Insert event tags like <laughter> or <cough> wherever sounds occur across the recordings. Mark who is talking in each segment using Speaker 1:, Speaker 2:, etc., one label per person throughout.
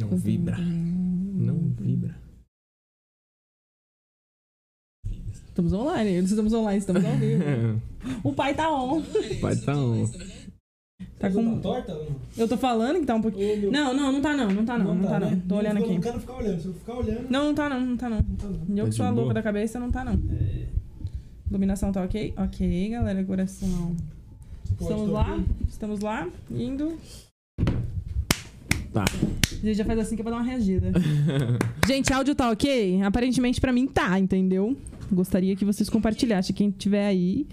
Speaker 1: Não vibra. Não vibra.
Speaker 2: Estamos online, eles estamos online, estamos
Speaker 1: <laughs>
Speaker 2: ao vivo. O pai tá on.
Speaker 1: Pai tá on.
Speaker 2: Tá
Speaker 3: Uma
Speaker 2: com...
Speaker 3: torta ou não?
Speaker 2: Eu tô falando que tá um pouquinho.
Speaker 3: Ô, meu-
Speaker 2: Não, não, não tá não, não tá não, não tá
Speaker 3: né?
Speaker 2: não. Tô olhando
Speaker 3: eu
Speaker 2: aqui.
Speaker 3: Não quero ficar olhando. Se eu ficar olhando,
Speaker 2: Não, não tá não, não tá não.
Speaker 3: não tá
Speaker 2: Eu
Speaker 3: não.
Speaker 1: Tá
Speaker 2: que
Speaker 1: de
Speaker 2: sou a louca
Speaker 1: boa? É.
Speaker 2: da cabeça, não tá não. Iluminação tá ok? Ok, galera, coração. Estamos lá? Estamos lá? Indo.
Speaker 1: Tá.
Speaker 2: A gente já faz assim que é pra dar uma reagida. gente, áudio tá ok? Aparentemente pra mim tá, entendeu? Gostaria que vocês compartilhassem. Quem tiver aí,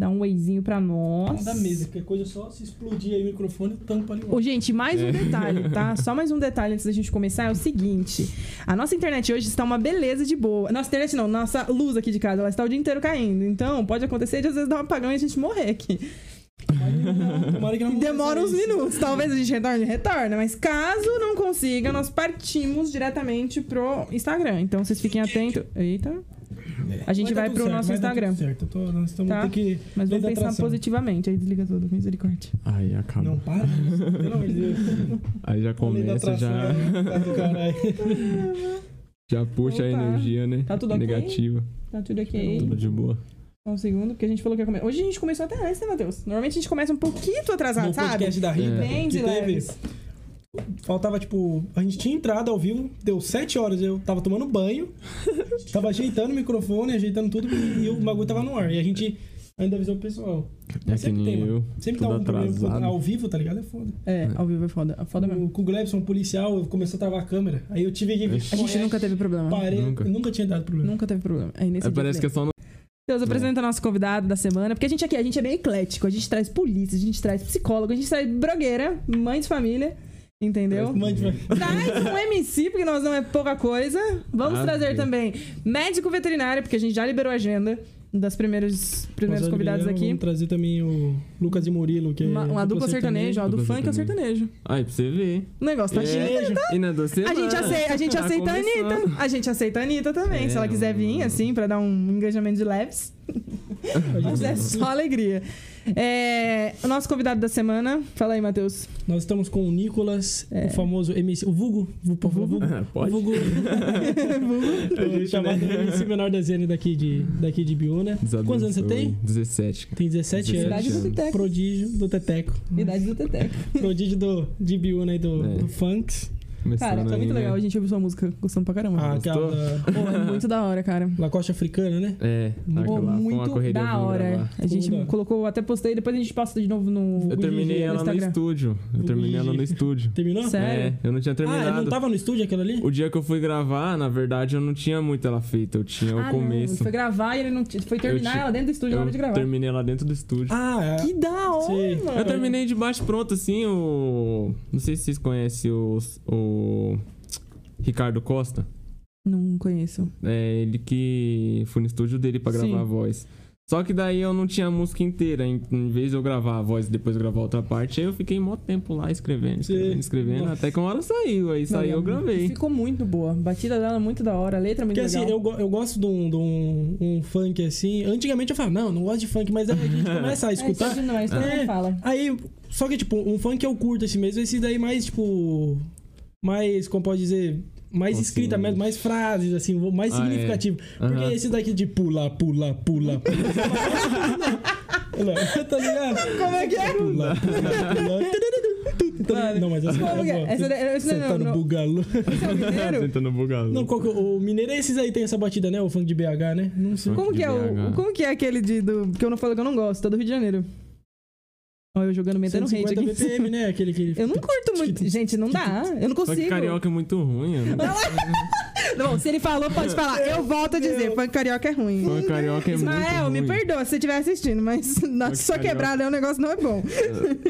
Speaker 2: dá um oizinho pra nós.
Speaker 3: Da mesa, porque coisa é só se explodir aí o microfone e tampa ali.
Speaker 2: Ô, gente, mais um detalhe, tá? Só mais um detalhe antes da gente começar é o seguinte: a nossa internet hoje está uma beleza de boa. Nossa internet não, nossa luz aqui de casa, ela está o dia inteiro caindo. Então, pode acontecer de às vezes dar um apagão e a gente morrer aqui.
Speaker 3: Tomara que não
Speaker 2: <laughs> Demora uns
Speaker 3: aconteça isso.
Speaker 2: minutos, talvez a gente retorne, retorna, mas caso não consiga, nós partimos diretamente pro Instagram. Então vocês fiquem atentos. Eita. A gente vai
Speaker 3: dar tá tudo
Speaker 2: pro
Speaker 3: certo,
Speaker 2: nosso
Speaker 3: vai dar
Speaker 2: Instagram.
Speaker 3: tudo Certo, eu tô, nós estamos
Speaker 2: Tá?
Speaker 3: tem que.
Speaker 2: Mas
Speaker 3: lei
Speaker 2: vamos
Speaker 3: da
Speaker 2: pensar
Speaker 3: atração.
Speaker 2: positivamente. Aí desliga tudo, misericórdia.
Speaker 1: Aí acaba.
Speaker 3: Não para, pelo amor de Deus.
Speaker 1: Aí já
Speaker 3: Lei da
Speaker 1: começa,
Speaker 3: atração,
Speaker 1: já,
Speaker 3: tá do caralho.
Speaker 2: <laughs>
Speaker 1: já puxa a
Speaker 2: Opa.
Speaker 1: energia, né?
Speaker 2: Tá tudo ok?
Speaker 1: Negativa.
Speaker 2: Tá tudo ok.
Speaker 1: Tudo de boa.
Speaker 2: Só um segundo, porque a gente falou que ia começar. Hoje a gente começou até antes, né, Matheus? Normalmente a gente começa um pouquinho atrasado,
Speaker 3: No
Speaker 2: sabe?
Speaker 3: podcast da Rita,
Speaker 1: É.
Speaker 2: Bem de
Speaker 3: que teve-
Speaker 2: leves.
Speaker 3: Faltava, tipo, a gente tinha entrado ao vivo, deu 7 horas, eu tava
Speaker 2: <laughs>
Speaker 3: tomando banho, tava ajeitando o microfone, ajeitando tudo e o bagulho tava no ar. E a gente ainda avisou o pessoal.
Speaker 1: É
Speaker 3: Mas
Speaker 1: que
Speaker 3: sempre
Speaker 1: nem
Speaker 3: tem,
Speaker 1: eu.
Speaker 3: Sempre
Speaker 1: Tudo
Speaker 3: dá um
Speaker 1: atrasado.
Speaker 3: problema ao vivo, tá ligado? É foda.
Speaker 2: É, ao vivo é foda. É Foda mesmo.
Speaker 3: O, com o Glebson, um policial, começou a travar a câmera. Aí eu tive que.
Speaker 1: Ixi.
Speaker 2: A gente nunca teve problema. né?
Speaker 3: Parei,
Speaker 1: Nunca.
Speaker 3: nunca. tinha dado problema.
Speaker 2: Nunca teve problema. Aí nesse
Speaker 1: Aí
Speaker 2: dia
Speaker 1: parece que é
Speaker 2: eu falei,
Speaker 1: só no.
Speaker 2: Matheus, apresenta nosso convidado da semana. Porque a gente aqui, a gente é bem eclético. A gente traz polícia, a gente traz psicólogo, a gente traz brogueira, mãe de família. Entendeu?
Speaker 3: Mande, vai.
Speaker 2: Traz um MC, porque nós não é pouca coisa. Vamos
Speaker 1: Ah,
Speaker 2: trazer
Speaker 1: sim.
Speaker 2: também médico veterinário, porque a gente já liberou a agenda das primeiros, primeiros
Speaker 3: Mas,
Speaker 2: convidados
Speaker 3: Adriano,
Speaker 2: aqui.
Speaker 3: Vamos trazer também o Lucas e Murilo, que é.
Speaker 2: Uma, uma dupla sertaneja, ó, do
Speaker 1: Dupla
Speaker 2: funk ao sertanejo.
Speaker 1: Aí pra você ver.
Speaker 2: O negócio tá
Speaker 1: É.
Speaker 2: chique.
Speaker 1: E na doce
Speaker 2: A gente aceita, a, gente
Speaker 1: Tá
Speaker 2: aceita a
Speaker 1: começando.
Speaker 2: Anitta. A gente aceita a Anitta também.
Speaker 1: É,
Speaker 2: se ela quiser vir,
Speaker 1: mano.
Speaker 2: assim, pra dar um engajamento de leves. Mas é só alegria. É, o nosso convidado da semana. Fala aí, Matheus.
Speaker 3: Nós estamos com o Nicolas,
Speaker 2: É.
Speaker 3: o famoso MC. O Vulgo. Vou por favor, Vulgo.
Speaker 1: Ah, <laughs>
Speaker 2: <laughs>
Speaker 1: Pode?
Speaker 3: Vulgo. <laughs>
Speaker 1: gente,
Speaker 3: chamado
Speaker 1: né?
Speaker 3: MC menor da Zene daqui de, daqui de Biúna.
Speaker 1: Desabençoe. Tá
Speaker 3: Quantos anos você tem?
Speaker 1: 17.
Speaker 3: Tem 17
Speaker 2: Idade
Speaker 3: anos.
Speaker 2: do Teteco.
Speaker 3: Prodígio do Teteco.
Speaker 2: Idade do Teteco.
Speaker 3: Prodígio do, de Biúna e do,
Speaker 1: É.
Speaker 3: do Funks.
Speaker 1: Começando
Speaker 2: Cara, tá
Speaker 1: aí,
Speaker 2: muito
Speaker 1: né?
Speaker 2: legal. A gente ouviu sua música gostando pra caramba.
Speaker 3: Ah,
Speaker 1: gostou?
Speaker 3: aquela da
Speaker 2: Pô, é muito da hora, cara.
Speaker 3: Lacoste Africana, né?
Speaker 1: É, tá
Speaker 2: Pô,
Speaker 1: lá, foi uma
Speaker 2: muito
Speaker 1: correria
Speaker 2: da
Speaker 1: vamos
Speaker 2: hora.
Speaker 1: gravar.
Speaker 2: A gente
Speaker 3: Vamos gravar.
Speaker 2: colocou, até postei, depois a gente posta de novo no.
Speaker 1: Eu terminei
Speaker 2: no
Speaker 1: ela no
Speaker 2: Instagram.
Speaker 1: estúdio. Eu
Speaker 3: Vulgo
Speaker 1: terminei ela no
Speaker 3: Gigi.
Speaker 1: estúdio.
Speaker 3: Terminou?
Speaker 2: Sério?
Speaker 1: É, eu não tinha
Speaker 3: Ah, ele
Speaker 1: terminado.
Speaker 3: não tava no estúdio aquela ali?
Speaker 1: O dia que eu fui gravar, na verdade, eu não tinha muito ela feita. Eu tinha
Speaker 2: Ah,
Speaker 1: o
Speaker 2: não,
Speaker 1: começo.
Speaker 2: ele foi gravar e ele não. t- Foi terminar
Speaker 1: te-
Speaker 2: ela dentro do estúdio
Speaker 1: eu
Speaker 2: na hora de gravar. é.
Speaker 1: terminei lá dentro do estúdio.
Speaker 3: Ah,
Speaker 2: Que da hora,
Speaker 3: Sim.
Speaker 2: mano.
Speaker 1: eu terminei de baixo pronto, assim, o... Não sei se vocês conhecem o... o Ricardo Costa.
Speaker 2: Não conheço.
Speaker 1: É, ele que... Fui no estúdio dele pra gravar
Speaker 2: Sim.
Speaker 1: a voz. Só que daí eu não tinha a música inteira. Em, em vez de eu gravar a voz e depois gravar outra parte, aí eu fiquei mó tempo lá escrevendo,
Speaker 3: Sim.
Speaker 1: escrevendo, escrevendo.
Speaker 3: Nossa.
Speaker 1: Até que uma hora saiu. Aí saiu, eu
Speaker 2: Mano,
Speaker 1: gravei.
Speaker 2: Ficou muito boa. A batida dela é muito da hora, a letra é muito
Speaker 3: Porque assim,
Speaker 2: legal.
Speaker 3: eu, go- eu gosto de, um, de um, um funk assim. Antigamente eu falava, não, não gosto de funk, mas aí a gente começa a
Speaker 2: É,
Speaker 3: escutar.
Speaker 2: isso não, isso não
Speaker 3: É.
Speaker 2: fala.
Speaker 3: Aí, só que, tipo, um funk eu curto assim mesmo, esse daí mais, tipo. Mais, como pode dizer? Mais
Speaker 1: Consciente.
Speaker 3: escrita mesmo, mais frases, assim, mais
Speaker 1: Ah,
Speaker 3: significativo. Porque
Speaker 1: Aham.
Speaker 3: esse daqui de pula, pula, pula, pula. Não, tá ligado?
Speaker 2: Como é que é?
Speaker 3: <laughs> Pula, pula, pula. Então, não, mas essa
Speaker 2: Como
Speaker 3: é
Speaker 2: que é?
Speaker 3: boa.
Speaker 2: Essa, daí- esse não,
Speaker 3: Sentar
Speaker 2: não,
Speaker 3: no
Speaker 2: não.
Speaker 3: bugalô.
Speaker 2: Esse é o mineiro?
Speaker 1: <laughs> Sentando bugado.
Speaker 3: Não, qual que, é o o mineiro é esses aí, tem essa batida, né? O funk de BH, né? Não sei.
Speaker 2: Como que é o.
Speaker 1: BH.
Speaker 2: Como que é aquele de, do. Que eu não falo que eu não gosto, tá do Rio de Janeiro. Olha, eu jogando
Speaker 1: tá
Speaker 2: metendo hate
Speaker 3: 150
Speaker 2: aqui. em cima.
Speaker 3: BPM, né? Aquele que...
Speaker 2: Eu não curto muito. Gente, não dá. Eu não
Speaker 1: Só que
Speaker 2: consigo.
Speaker 1: carioca é muito ruim. Eu não...
Speaker 2: Bom, se ele falou, pode falar. Eu volto a dizer, funk carioca é ruim.
Speaker 1: Funk carioca é muito
Speaker 2: Ismael, me
Speaker 1: ruim.
Speaker 2: perdoa se você estiver assistindo, mas <laughs> na
Speaker 1: Funk
Speaker 2: sua
Speaker 1: carioca.
Speaker 2: quebrada é um negócio não é bom.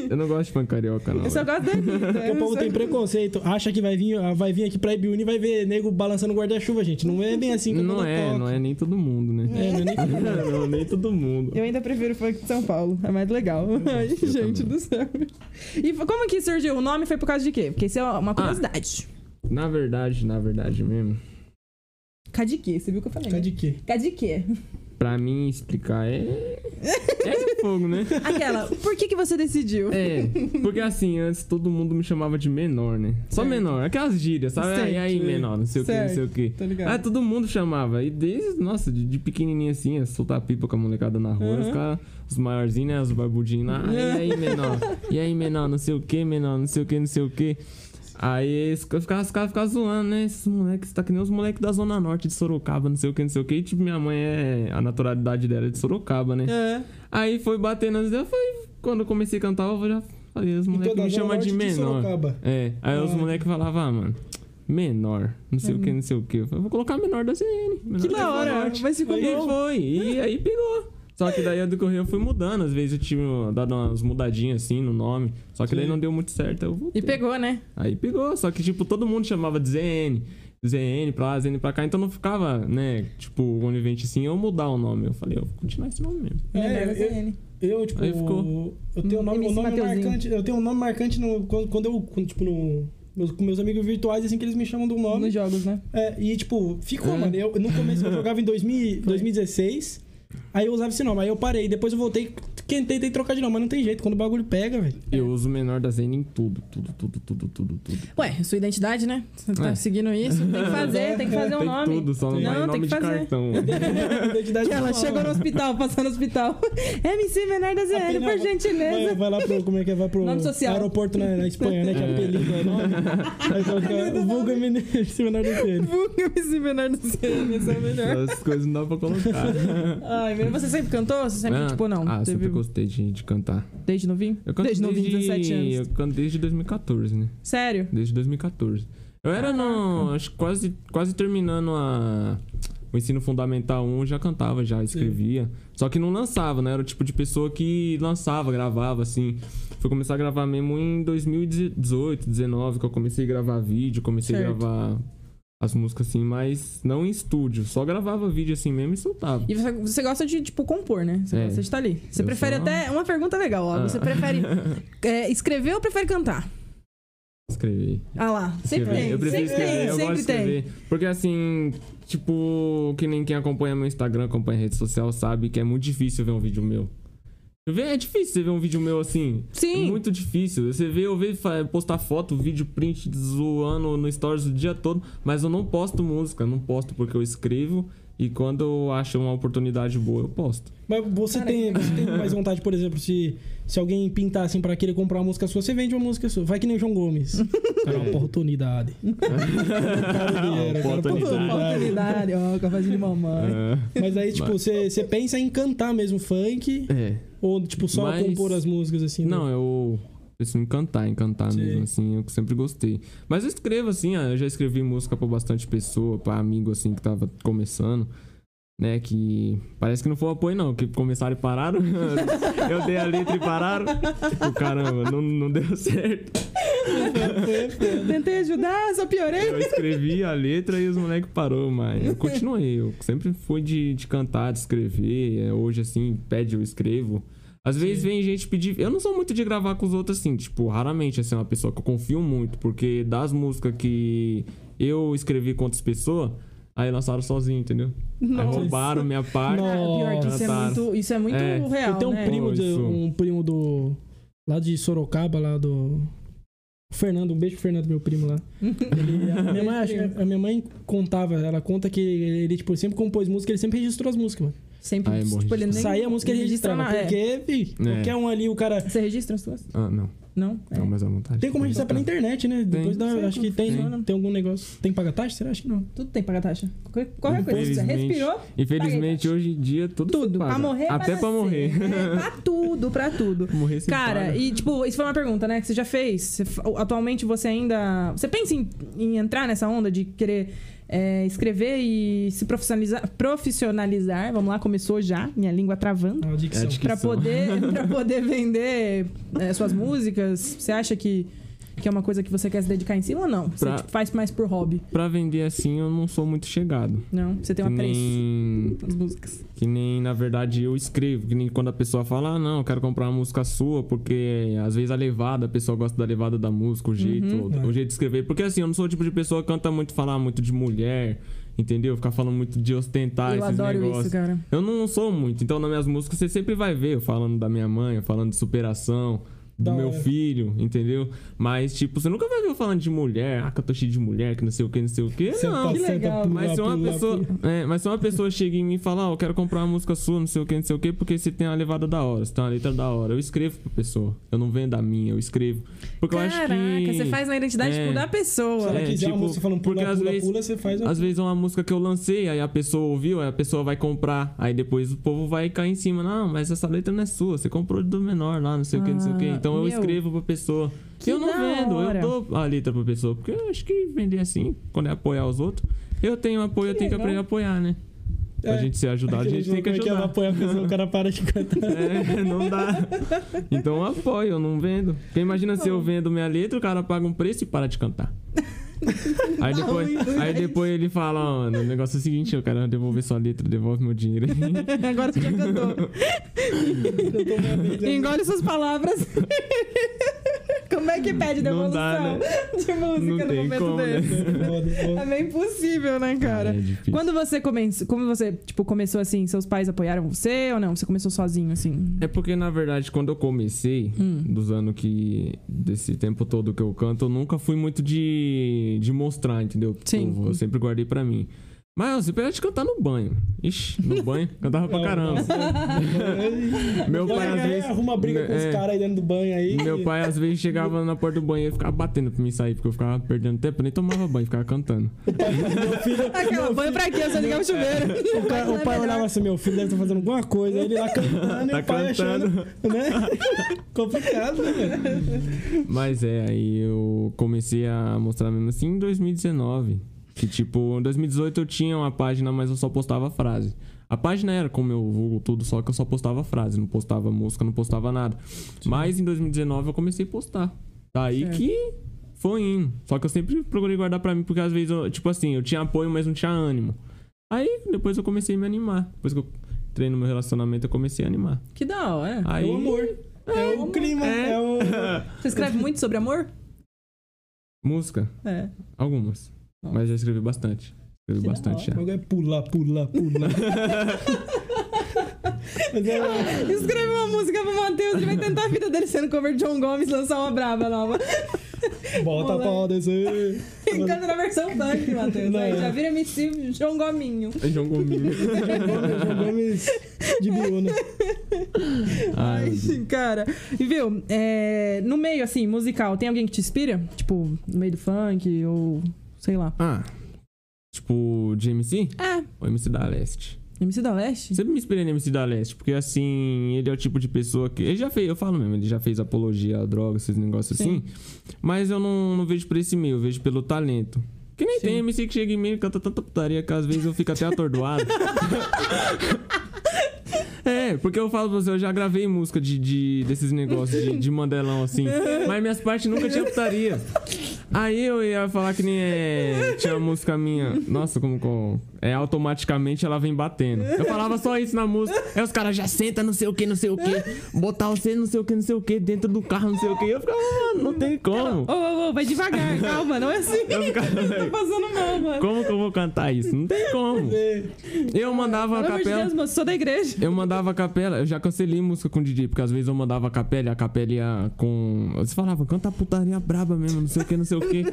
Speaker 1: Eu não gosto de funk carioca, não. é.
Speaker 2: Eu só
Speaker 1: velho.
Speaker 2: gosto da Anitta.
Speaker 3: O povo tem preconceito, acha que vai vir, ah, vai vir aqui pra Ibiúna e vai ver nego balançando guarda-chuva, gente. Não é bem assim que a
Speaker 1: Não
Speaker 3: banda
Speaker 1: é,
Speaker 3: toca.
Speaker 1: não é nem todo mundo, né?
Speaker 3: É,
Speaker 2: <laughs>
Speaker 3: não é nem todo
Speaker 1: Não, <laughs> não, nem todo mundo.
Speaker 2: <laughs> Eu ainda prefiro o funk de São Paulo. É mais legal. Ai,
Speaker 1: gosto, eu
Speaker 2: gente
Speaker 1: também.
Speaker 2: do céu. E fo- como que surgiu? O nome foi por causa de quê? Porque isso é
Speaker 1: Ah.
Speaker 2: uma curiosidade.
Speaker 1: Na verdade, na verdade mesmo.
Speaker 2: Cadiquê, você viu o que eu falei?
Speaker 3: Tá
Speaker 2: né?
Speaker 3: de quê?
Speaker 2: Cadiquê.
Speaker 1: Pra mim explicar é. É fogo, né?
Speaker 2: <laughs> Aquela, por que, que você decidiu?
Speaker 1: É, porque assim, antes todo mundo me chamava de menor, né? Só
Speaker 2: Certo.
Speaker 1: menor, aquelas gírias, sabe?
Speaker 2: Certo.
Speaker 1: E aí, menor, não sei o que, não sei o que.
Speaker 3: Tá ligado?
Speaker 1: Ah, todo mundo chamava. E desde, nossa, de, de pequenininho assim, é, soltar pipa com a molecada na rua,
Speaker 3: Uhum.
Speaker 1: os caras, os maiorzinhos, né? Os barbudinhos lá. Ah, e
Speaker 3: <laughs>
Speaker 1: aí, menor? e aí, menor? Não sei o que, menor? Não sei o que, não sei o que. Aí os ca- os caras ficavam ficar zoando, né? Esses moleques, tá que nem os moleques da Zona Norte de Sorocaba, não sei o que, não sei o que. E tipo, minha mãe é. A naturalidade dela é de Sorocaba, né?
Speaker 3: É.
Speaker 1: Aí foi batendo as ideias, foi. Quando eu comecei a cantar, eu já falei, os moleques
Speaker 3: toda a
Speaker 1: me
Speaker 3: Zona
Speaker 1: chamam de
Speaker 3: Norte de
Speaker 1: menor.
Speaker 3: Sorocaba.
Speaker 1: é, aí os
Speaker 3: Ah.
Speaker 1: moleques falavam, ah, mano, menor, não sei o que, não sei o que. Eu falei, vou colocar menor da É. CNN. Menor
Speaker 2: Que da
Speaker 1: Zona
Speaker 2: hora,
Speaker 1: Norte.
Speaker 2: mas ficou
Speaker 1: E
Speaker 2: bom.
Speaker 1: é foi, e aí pegou. Só que daí a decorrer eu fui mudando, às vezes eu tinha dado umas mudadinhas assim no nome, só que daí
Speaker 3: Sim.
Speaker 1: não deu muito certo, aí eu voltei.
Speaker 2: E pegou, né?
Speaker 1: Aí pegou, só que tipo, todo mundo chamava de ZN, ZN pra lá, ZN pra cá, então não ficava, né, tipo, onivente assim, eu mudar o nome. Eu falei, eu vou continuar esse nome mesmo.
Speaker 3: É,
Speaker 2: Menor
Speaker 3: eu,
Speaker 2: ZN.
Speaker 3: eu, tipo,
Speaker 1: Aí ficou.
Speaker 3: eu tenho um nome, um
Speaker 2: MC
Speaker 3: nome
Speaker 2: assim, Mateuzinho.
Speaker 3: marcante. Eu tenho um nome marcante no, quando, quando eu, quando, tipo, no, meus, com meus amigos virtuais, assim, que eles me chamam do nome.
Speaker 2: Nos jogos, né?
Speaker 3: É, e, tipo, ficou,
Speaker 1: É.
Speaker 3: mano. Eu, no começo eu jogava em 2000, 2016. Aí eu usava esse nome, aí eu parei, depois eu voltei, tentei, tentei trocar de nome, mas não tem jeito, quando o bagulho pega, velho.
Speaker 1: É. Eu uso o menor da Zena em tudo, tudo, tudo, tudo, tudo, tudo.
Speaker 2: Ué, sua identidade, né? Você tá
Speaker 1: É.
Speaker 2: seguindo isso? Tem que
Speaker 3: <laughs>
Speaker 2: fazer, tem que fazer um
Speaker 1: Tem
Speaker 2: nome.
Speaker 1: tudo, só não
Speaker 2: Não,
Speaker 1: vai
Speaker 2: tem
Speaker 1: nome
Speaker 2: que
Speaker 1: de
Speaker 2: fazer.
Speaker 1: cartão.
Speaker 2: <laughs>
Speaker 3: Identidade
Speaker 2: Ela
Speaker 3: pessoal.
Speaker 2: chegou no hospital, passou no hospital. <laughs> MC Menor da
Speaker 3: Apelido-
Speaker 2: ZN, por
Speaker 3: Vai, <laughs>
Speaker 2: gentileza.
Speaker 3: vai lá pro, como é que é, vai pro
Speaker 2: Nome social.
Speaker 3: aeroporto na, na Espanha, né, que é
Speaker 1: É.
Speaker 3: apelido, é nome. Aí coloca vulgo mineiro, esse menor do que
Speaker 2: <laughs>
Speaker 3: ele.
Speaker 2: Vulga MC Menor da ZN, esse é o melhor.
Speaker 1: Essas coisas não dá pra colocar.
Speaker 2: Ai, meu, você sempre cantou? Você sempre,
Speaker 1: Ah,
Speaker 2: tipo, não?
Speaker 1: Ah,
Speaker 2: teve
Speaker 1: sempre gostei de, de cantar.
Speaker 2: Desde novinho?
Speaker 1: Eu canto
Speaker 2: desde novinho, 17 anos.
Speaker 1: Eu canto desde 2014, né?
Speaker 2: Sério?
Speaker 1: Desde 2014. Eu era no. Acho que quase, quase terminando a. O ensino fundamental 1 eu já cantava, já escrevia. Só que não lançava, né? Era o tipo de pessoa que lançava, gravava, assim. Fui começar a gravar mesmo em 2018, 19, que eu comecei a gravar vídeo, comecei a
Speaker 2: Certo.
Speaker 1: gravar as músicas assim, mas não em estúdio. Só gravava vídeo assim mesmo e soltava.
Speaker 2: E você, você gosta de, tipo, compor, né? Você
Speaker 1: É.
Speaker 2: gosta de estar ali. Você
Speaker 1: Eu
Speaker 2: prefere
Speaker 1: sou-
Speaker 2: até. Uma pergunta legal, ó.
Speaker 1: Ah.
Speaker 2: Você prefere
Speaker 1: <laughs>
Speaker 2: é, escrever ou prefere cantar?
Speaker 1: Escrevi.
Speaker 2: Ah lá, sempre
Speaker 1: Escrever.
Speaker 2: tem.
Speaker 1: Eu prefiro
Speaker 2: sempre
Speaker 1: escrever,
Speaker 2: tem,
Speaker 1: eu gosto
Speaker 2: sempre
Speaker 1: de
Speaker 2: tem.
Speaker 1: escrever. Porque assim, tipo, que nem quem acompanha meu Instagram, acompanha rede social, sabe que é muito difícil ver um vídeo meu. Eu ve- É difícil você ver um vídeo meu assim.
Speaker 2: Sim.
Speaker 1: É muito difícil. Você vê, eu vejo fa- postar foto, vídeo, print, zoando no stories o dia todo, mas eu não posto música, não posto porque eu escrevo e quando eu acho uma oportunidade boa, eu posto.
Speaker 3: Mas você
Speaker 2: Cara,
Speaker 3: tem, você tem mais vontade, por exemplo, se, se alguém pintar assim pra querer comprar uma música sua, você vende uma música sua. Vai que nem o João Gomes. Cara,
Speaker 1: É.
Speaker 3: oportunidade. Cara, cara,
Speaker 2: Oportunidade, ó, cafazinho de mamãe.
Speaker 1: É.
Speaker 3: Mas aí, tipo, você, você pensa em cantar mesmo funk?
Speaker 1: É.
Speaker 3: Ou, tipo, só
Speaker 1: Mas-
Speaker 3: compor as músicas assim?
Speaker 1: Não, eu penso em cantar, em cantar
Speaker 3: Sim.
Speaker 1: mesmo, assim, eu sempre gostei. Mas eu escrevo, assim, ah, eu já escrevi música pra bastante pessoa, pra amigo, assim, que tava começando, né, que parece que não foi o apoio, não, que começaram e pararam, <laughs> eu dei a letra e pararam, tipo, caramba, não, não deu <laughs> certo.
Speaker 2: Tentei ajudar, só
Speaker 1: Eu
Speaker 2: piorei.
Speaker 1: escrevi a letra e os moleques parou, mas eu continuei, eu sempre fui de, de cantar, de escrever, é, hoje, assim, pede, eu escrevo. Às vezes
Speaker 3: Sim.
Speaker 1: vem gente pedir. Eu não sou muito de gravar com os outros assim, tipo, raramente assim, é uma pessoa que eu confio muito, porque das músicas que eu escrevi com outras pessoas, aí lançaram sozinho, entendeu? Aí
Speaker 2: Nossa.
Speaker 1: roubaram minha parte.
Speaker 3: Nossa.
Speaker 2: Cara, pior que isso é
Speaker 1: né? Nossa.
Speaker 2: muito, isso é muito
Speaker 1: É.
Speaker 2: real,
Speaker 3: Eu tenho um
Speaker 2: né?
Speaker 3: primo,
Speaker 1: Pô,
Speaker 3: de-
Speaker 1: isso.
Speaker 3: um primo do. Lá de Sorocaba, lá do. Fernando, um beijo pro Fernando, meu primo lá. Ele- a, minha mãe, acho que a minha mãe contava, ela conta que ele, tipo, sempre compôs música, ele sempre registrou as músicas, mano.
Speaker 2: <laughs> Sempre,
Speaker 1: Aí, bom,
Speaker 2: tipo, ele nem...
Speaker 3: Saía a música ele registrava.
Speaker 2: nada, é.
Speaker 3: Porque, vi, qualquer um ali, o cara.
Speaker 2: Você registra as suas?
Speaker 1: Ah, não.
Speaker 2: Não? É.
Speaker 1: Não, mas à vontade. Então tá.
Speaker 3: Tem como registrar pela internet, né? Depois dá.
Speaker 2: Sei
Speaker 3: Acho que
Speaker 2: como
Speaker 3: tem, um-
Speaker 2: funciona.
Speaker 3: tem algum negócio. Tem que pagar taxa? Será? Acho que não.
Speaker 2: Tudo tem que pagar taxa. Qualquer, qualquer coisa. Você
Speaker 1: Infelizmente.
Speaker 2: respirou,
Speaker 1: Infelizmente, hoje em dia, tudo. Tudo.
Speaker 2: tá? pra morrer,
Speaker 1: Até pra
Speaker 2: nascer.
Speaker 1: morrer.
Speaker 2: É, pra tudo, pra tudo.
Speaker 1: <laughs> morrer se
Speaker 2: Cara,
Speaker 1: paga.
Speaker 2: e tipo, isso foi uma pergunta, né? Que você já fez. Você fa- atualmente você ainda. Você pensa em, em entrar nessa onda de querer é, escrever e se profissionalizar, profissionalizar? Vamos lá, começou já, minha língua travando.
Speaker 3: Ah,
Speaker 1: <laughs>
Speaker 3: dicção.
Speaker 1: É, acho que-
Speaker 2: Pra
Speaker 1: Isso.
Speaker 2: poder, pra poder vender é, suas músicas. Você acha que que é uma coisa que você quer se dedicar em cima ou não? Você
Speaker 1: Pra-
Speaker 2: tipo, faz mais por hobby?
Speaker 1: Pra vender assim, eu não sou muito chegado.
Speaker 2: Não? Você tem um
Speaker 1: que
Speaker 2: apreço
Speaker 1: nem,
Speaker 2: às músicas.
Speaker 1: que nem, na verdade, eu escrevo. Que nem quando a pessoa fala, ah, não, eu quero comprar uma música sua, porque às vezes a levada, a pessoa gosta da levada da música,
Speaker 2: Uhum.
Speaker 1: o jeito,
Speaker 3: É.
Speaker 1: o, jeito de escrever. Porque assim, eu não sou o tipo de pessoa que canta muito, falar muito de mulher, entendeu? Ficar falando muito de ostentar
Speaker 2: eu
Speaker 1: Ah, esses
Speaker 2: adoro
Speaker 1: negócios.
Speaker 2: isso, cara.
Speaker 1: Eu não sou muito, então nas minhas músicas você sempre vai ver eu falando da minha mãe, eu falando de superação, do
Speaker 3: Da
Speaker 1: meu
Speaker 3: hora.
Speaker 1: filho, entendeu? Mas, tipo, você nunca vai ver eu falando de mulher, ah, que eu tô cheio de mulher, que não sei o que, não sei o que.
Speaker 3: tá
Speaker 1: Não,
Speaker 2: que legal.
Speaker 1: mas se uma pessoa, é, mas se uma pessoa chega em mim e fala, ó, eu quero comprar uma música sua, não sei o que, não sei o que, porque você tem uma levada da hora, você tem uma letra da hora. Eu escrevo pra pessoa, eu não vendo a minha, eu escrevo. Porque eu acho
Speaker 2: Caraca,
Speaker 1: que.
Speaker 2: você faz na identidade
Speaker 1: é.
Speaker 2: tipo, da
Speaker 3: Se
Speaker 2: pessoa.
Speaker 3: ela
Speaker 1: É,
Speaker 3: quiser uma
Speaker 1: tipo,
Speaker 3: música falando pula,
Speaker 1: porque às
Speaker 3: pula,
Speaker 1: vezes-
Speaker 3: pula, você faz um-
Speaker 1: Às vezes é uma música que eu lancei, aí a pessoa ouviu, aí a pessoa vai comprar. Aí depois o povo vai cair em cima. Não, mas essa letra não é sua, você comprou do menor lá, não sei o que, não sei o que.
Speaker 2: Ah,
Speaker 1: Então eu
Speaker 2: meu.
Speaker 1: escrevo pra pessoa.
Speaker 2: Que
Speaker 1: eu não
Speaker 2: da
Speaker 1: vendo,
Speaker 2: hora.
Speaker 1: eu dou a letra pra pessoa. Porque eu acho que vender assim, quando é apoiar os outros. Eu tenho apoio, eu tenho que
Speaker 3: legal.
Speaker 1: aprender a apoiar, né? Pra
Speaker 3: É.
Speaker 1: gente se ajudar, a
Speaker 3: Aquele <laughs>
Speaker 1: gente tem que
Speaker 3: jogo é ela
Speaker 1: ajudar.
Speaker 3: apoia a pessoa, o cara para de
Speaker 1: <laughs>
Speaker 3: cantar.
Speaker 1: É, não dá. Então eu apoio, eu não vendo. Porque imagina se eu vendo minha letra, o cara paga um preço e para
Speaker 2: <laughs>
Speaker 1: de cantar. Aí depois,
Speaker 2: é
Speaker 1: aí depois ele fala, ó, mano, o negócio é o seguinte, eu quero devolver sua letra, devolve meu dinheiro.
Speaker 2: <laughs> Agora você já cantou.
Speaker 3: Eu tô uma vez, né?
Speaker 2: Engole suas palavras. <laughs> como é que pede
Speaker 1: Não
Speaker 2: devolução
Speaker 1: dá,
Speaker 3: né?
Speaker 2: de
Speaker 1: Não
Speaker 2: música no
Speaker 1: tem
Speaker 2: momento
Speaker 1: como, né?
Speaker 2: desse?
Speaker 3: Foda,
Speaker 2: É
Speaker 3: foda.
Speaker 2: meio impossível, né, cara?
Speaker 1: <laughs> é difícil.
Speaker 2: Quando você começou, como você, tipo, começou assim, seus pais apoiaram você ou não? Você começou sozinho, assim?
Speaker 1: É porque, na verdade, quando eu comecei, dos anos que. desse tempo todo que eu canto, eu nunca fui muito de, de mostrar, entendeu? pro
Speaker 2: Sim.
Speaker 1: povo, Eu sempre guardei pra mim. Mas eu sempre era de cantar no banho. Ixi, no banho, <laughs> cantava pra
Speaker 3: É,
Speaker 1: caramba.
Speaker 3: nossa.
Speaker 1: Meu
Speaker 3: Olha,
Speaker 1: pai, às
Speaker 3: aí
Speaker 1: vezes-
Speaker 3: Arruma briga com os
Speaker 1: É.
Speaker 3: caras aí dentro do banho aí.
Speaker 1: Meu pai às vezes chegava na porta do banheiro e ficava batendo pra mim sair, porque eu ficava perdendo tempo, eu nem tomava banho, ficava cantando.
Speaker 3: Ah,
Speaker 2: Aquela banho pra quê? Você ligar o chuveiro.
Speaker 3: é.
Speaker 2: <laughs>
Speaker 3: O pai, o pai olhava assim, meu filho deve estar fazendo alguma coisa. Aí Ele lá
Speaker 1: <laughs>
Speaker 3: cantando, e
Speaker 1: Tá
Speaker 3: o pai
Speaker 1: cantando.
Speaker 3: achando, né? <laughs> Complicado, né? velho?
Speaker 1: Mas é, aí eu comecei a mostrar mesmo assim em 2019. Que tipo, em 2018 eu tinha uma página, mas eu só postava frase. A página era como eu vulgo tudo, só que eu só postava frase, não postava música, não postava nada. Mas em 2019 eu comecei a postar. Daí
Speaker 2: Certo.
Speaker 1: que foi indo. Só que eu sempre procurei guardar pra mim, porque às vezes, eu, tipo assim, eu tinha apoio, mas não tinha ânimo. Aí depois eu comecei a me animar. Depois que eu entrei no meu relacionamento, eu comecei a animar.
Speaker 2: Que da hora.
Speaker 1: Aí,
Speaker 3: É o amor. assim. É o clima.
Speaker 1: É.
Speaker 3: É o... <laughs>
Speaker 2: Você escreve muito sobre amor?
Speaker 1: música,
Speaker 2: É.
Speaker 1: algumas.
Speaker 2: Nossa.
Speaker 1: Mas já escrevi bastante. Escrevi
Speaker 2: Que da
Speaker 1: bastante já.
Speaker 3: O bagulho é pular, pular, <laughs> pular.
Speaker 2: <laughs>
Speaker 3: Mas é-
Speaker 2: Escreve uma música pro Matheus, ele vai tentar a vida dele sendo cover de John Gomes lançar uma braba nova.
Speaker 3: Bota a pau <laughs> descer.
Speaker 2: Canta na versão funk, <laughs> Matheus.
Speaker 3: Não,
Speaker 2: Aí
Speaker 3: é.
Speaker 2: já vira MC John Gominho.
Speaker 1: É João <laughs> Gomes.
Speaker 3: João Gomes de né? Biúna.
Speaker 1: Ai, meu Deus.
Speaker 2: Ai, cara. E viu, é, no meio, assim, musical, tem alguém que te inspira? Tipo, no meio do funk ou sei lá.
Speaker 1: ah, tipo, de MC?
Speaker 2: É,
Speaker 1: Ou MC da Leste?
Speaker 2: MC da Leste?
Speaker 1: Sempre me inspirei no MC da Leste, porque assim, ele é o tipo de pessoa que. Ele já fez, eu falo mesmo, ele já fez apologia à droga, esses negócios
Speaker 2: Sim.
Speaker 1: assim. Mas eu não, não vejo por esse meio, eu veio, eu vejo pelo talento. Que nem
Speaker 2: Sim.
Speaker 1: tem MC que chega em mim e canta tanta putaria que às vezes eu fico até atordoado. <laughs> É, porque eu falo pra você, eu já gravei música de, de- desses negócios de, de mandelão
Speaker 2: <laughs>
Speaker 1: assim. Mas minhas partes nunca tinha putaria. Aí eu ia falar que nem é. Tinha uma música minha. Nossa, como. como é automaticamente ela vem batendo. Eu falava só isso na música. Aí os caras já senta, não sei o que, não sei o que. Botar você, não sei o que, não sei o que, dentro do carro, não sei o que. Eu ficava, mano, não tem como.
Speaker 2: Ô, ô, ô, vai <laughs> devagar, calma, não é assim.
Speaker 1: Eu ficava,
Speaker 2: <laughs> Tô passando mal, mano.
Speaker 1: como que eu vou cantar isso? Não tem como. Eu mandava a
Speaker 2: Pelo amor de
Speaker 1: capela.
Speaker 2: Deus, moço, sou da <laughs> igreja.
Speaker 1: Eu mandava a capela, eu já cancelei música com o DJ, porque às vezes eu mandava a capela e a capela ia com. Você falava, canta putaria braba mesmo, não sei o que, não sei o
Speaker 3: <laughs>
Speaker 1: que.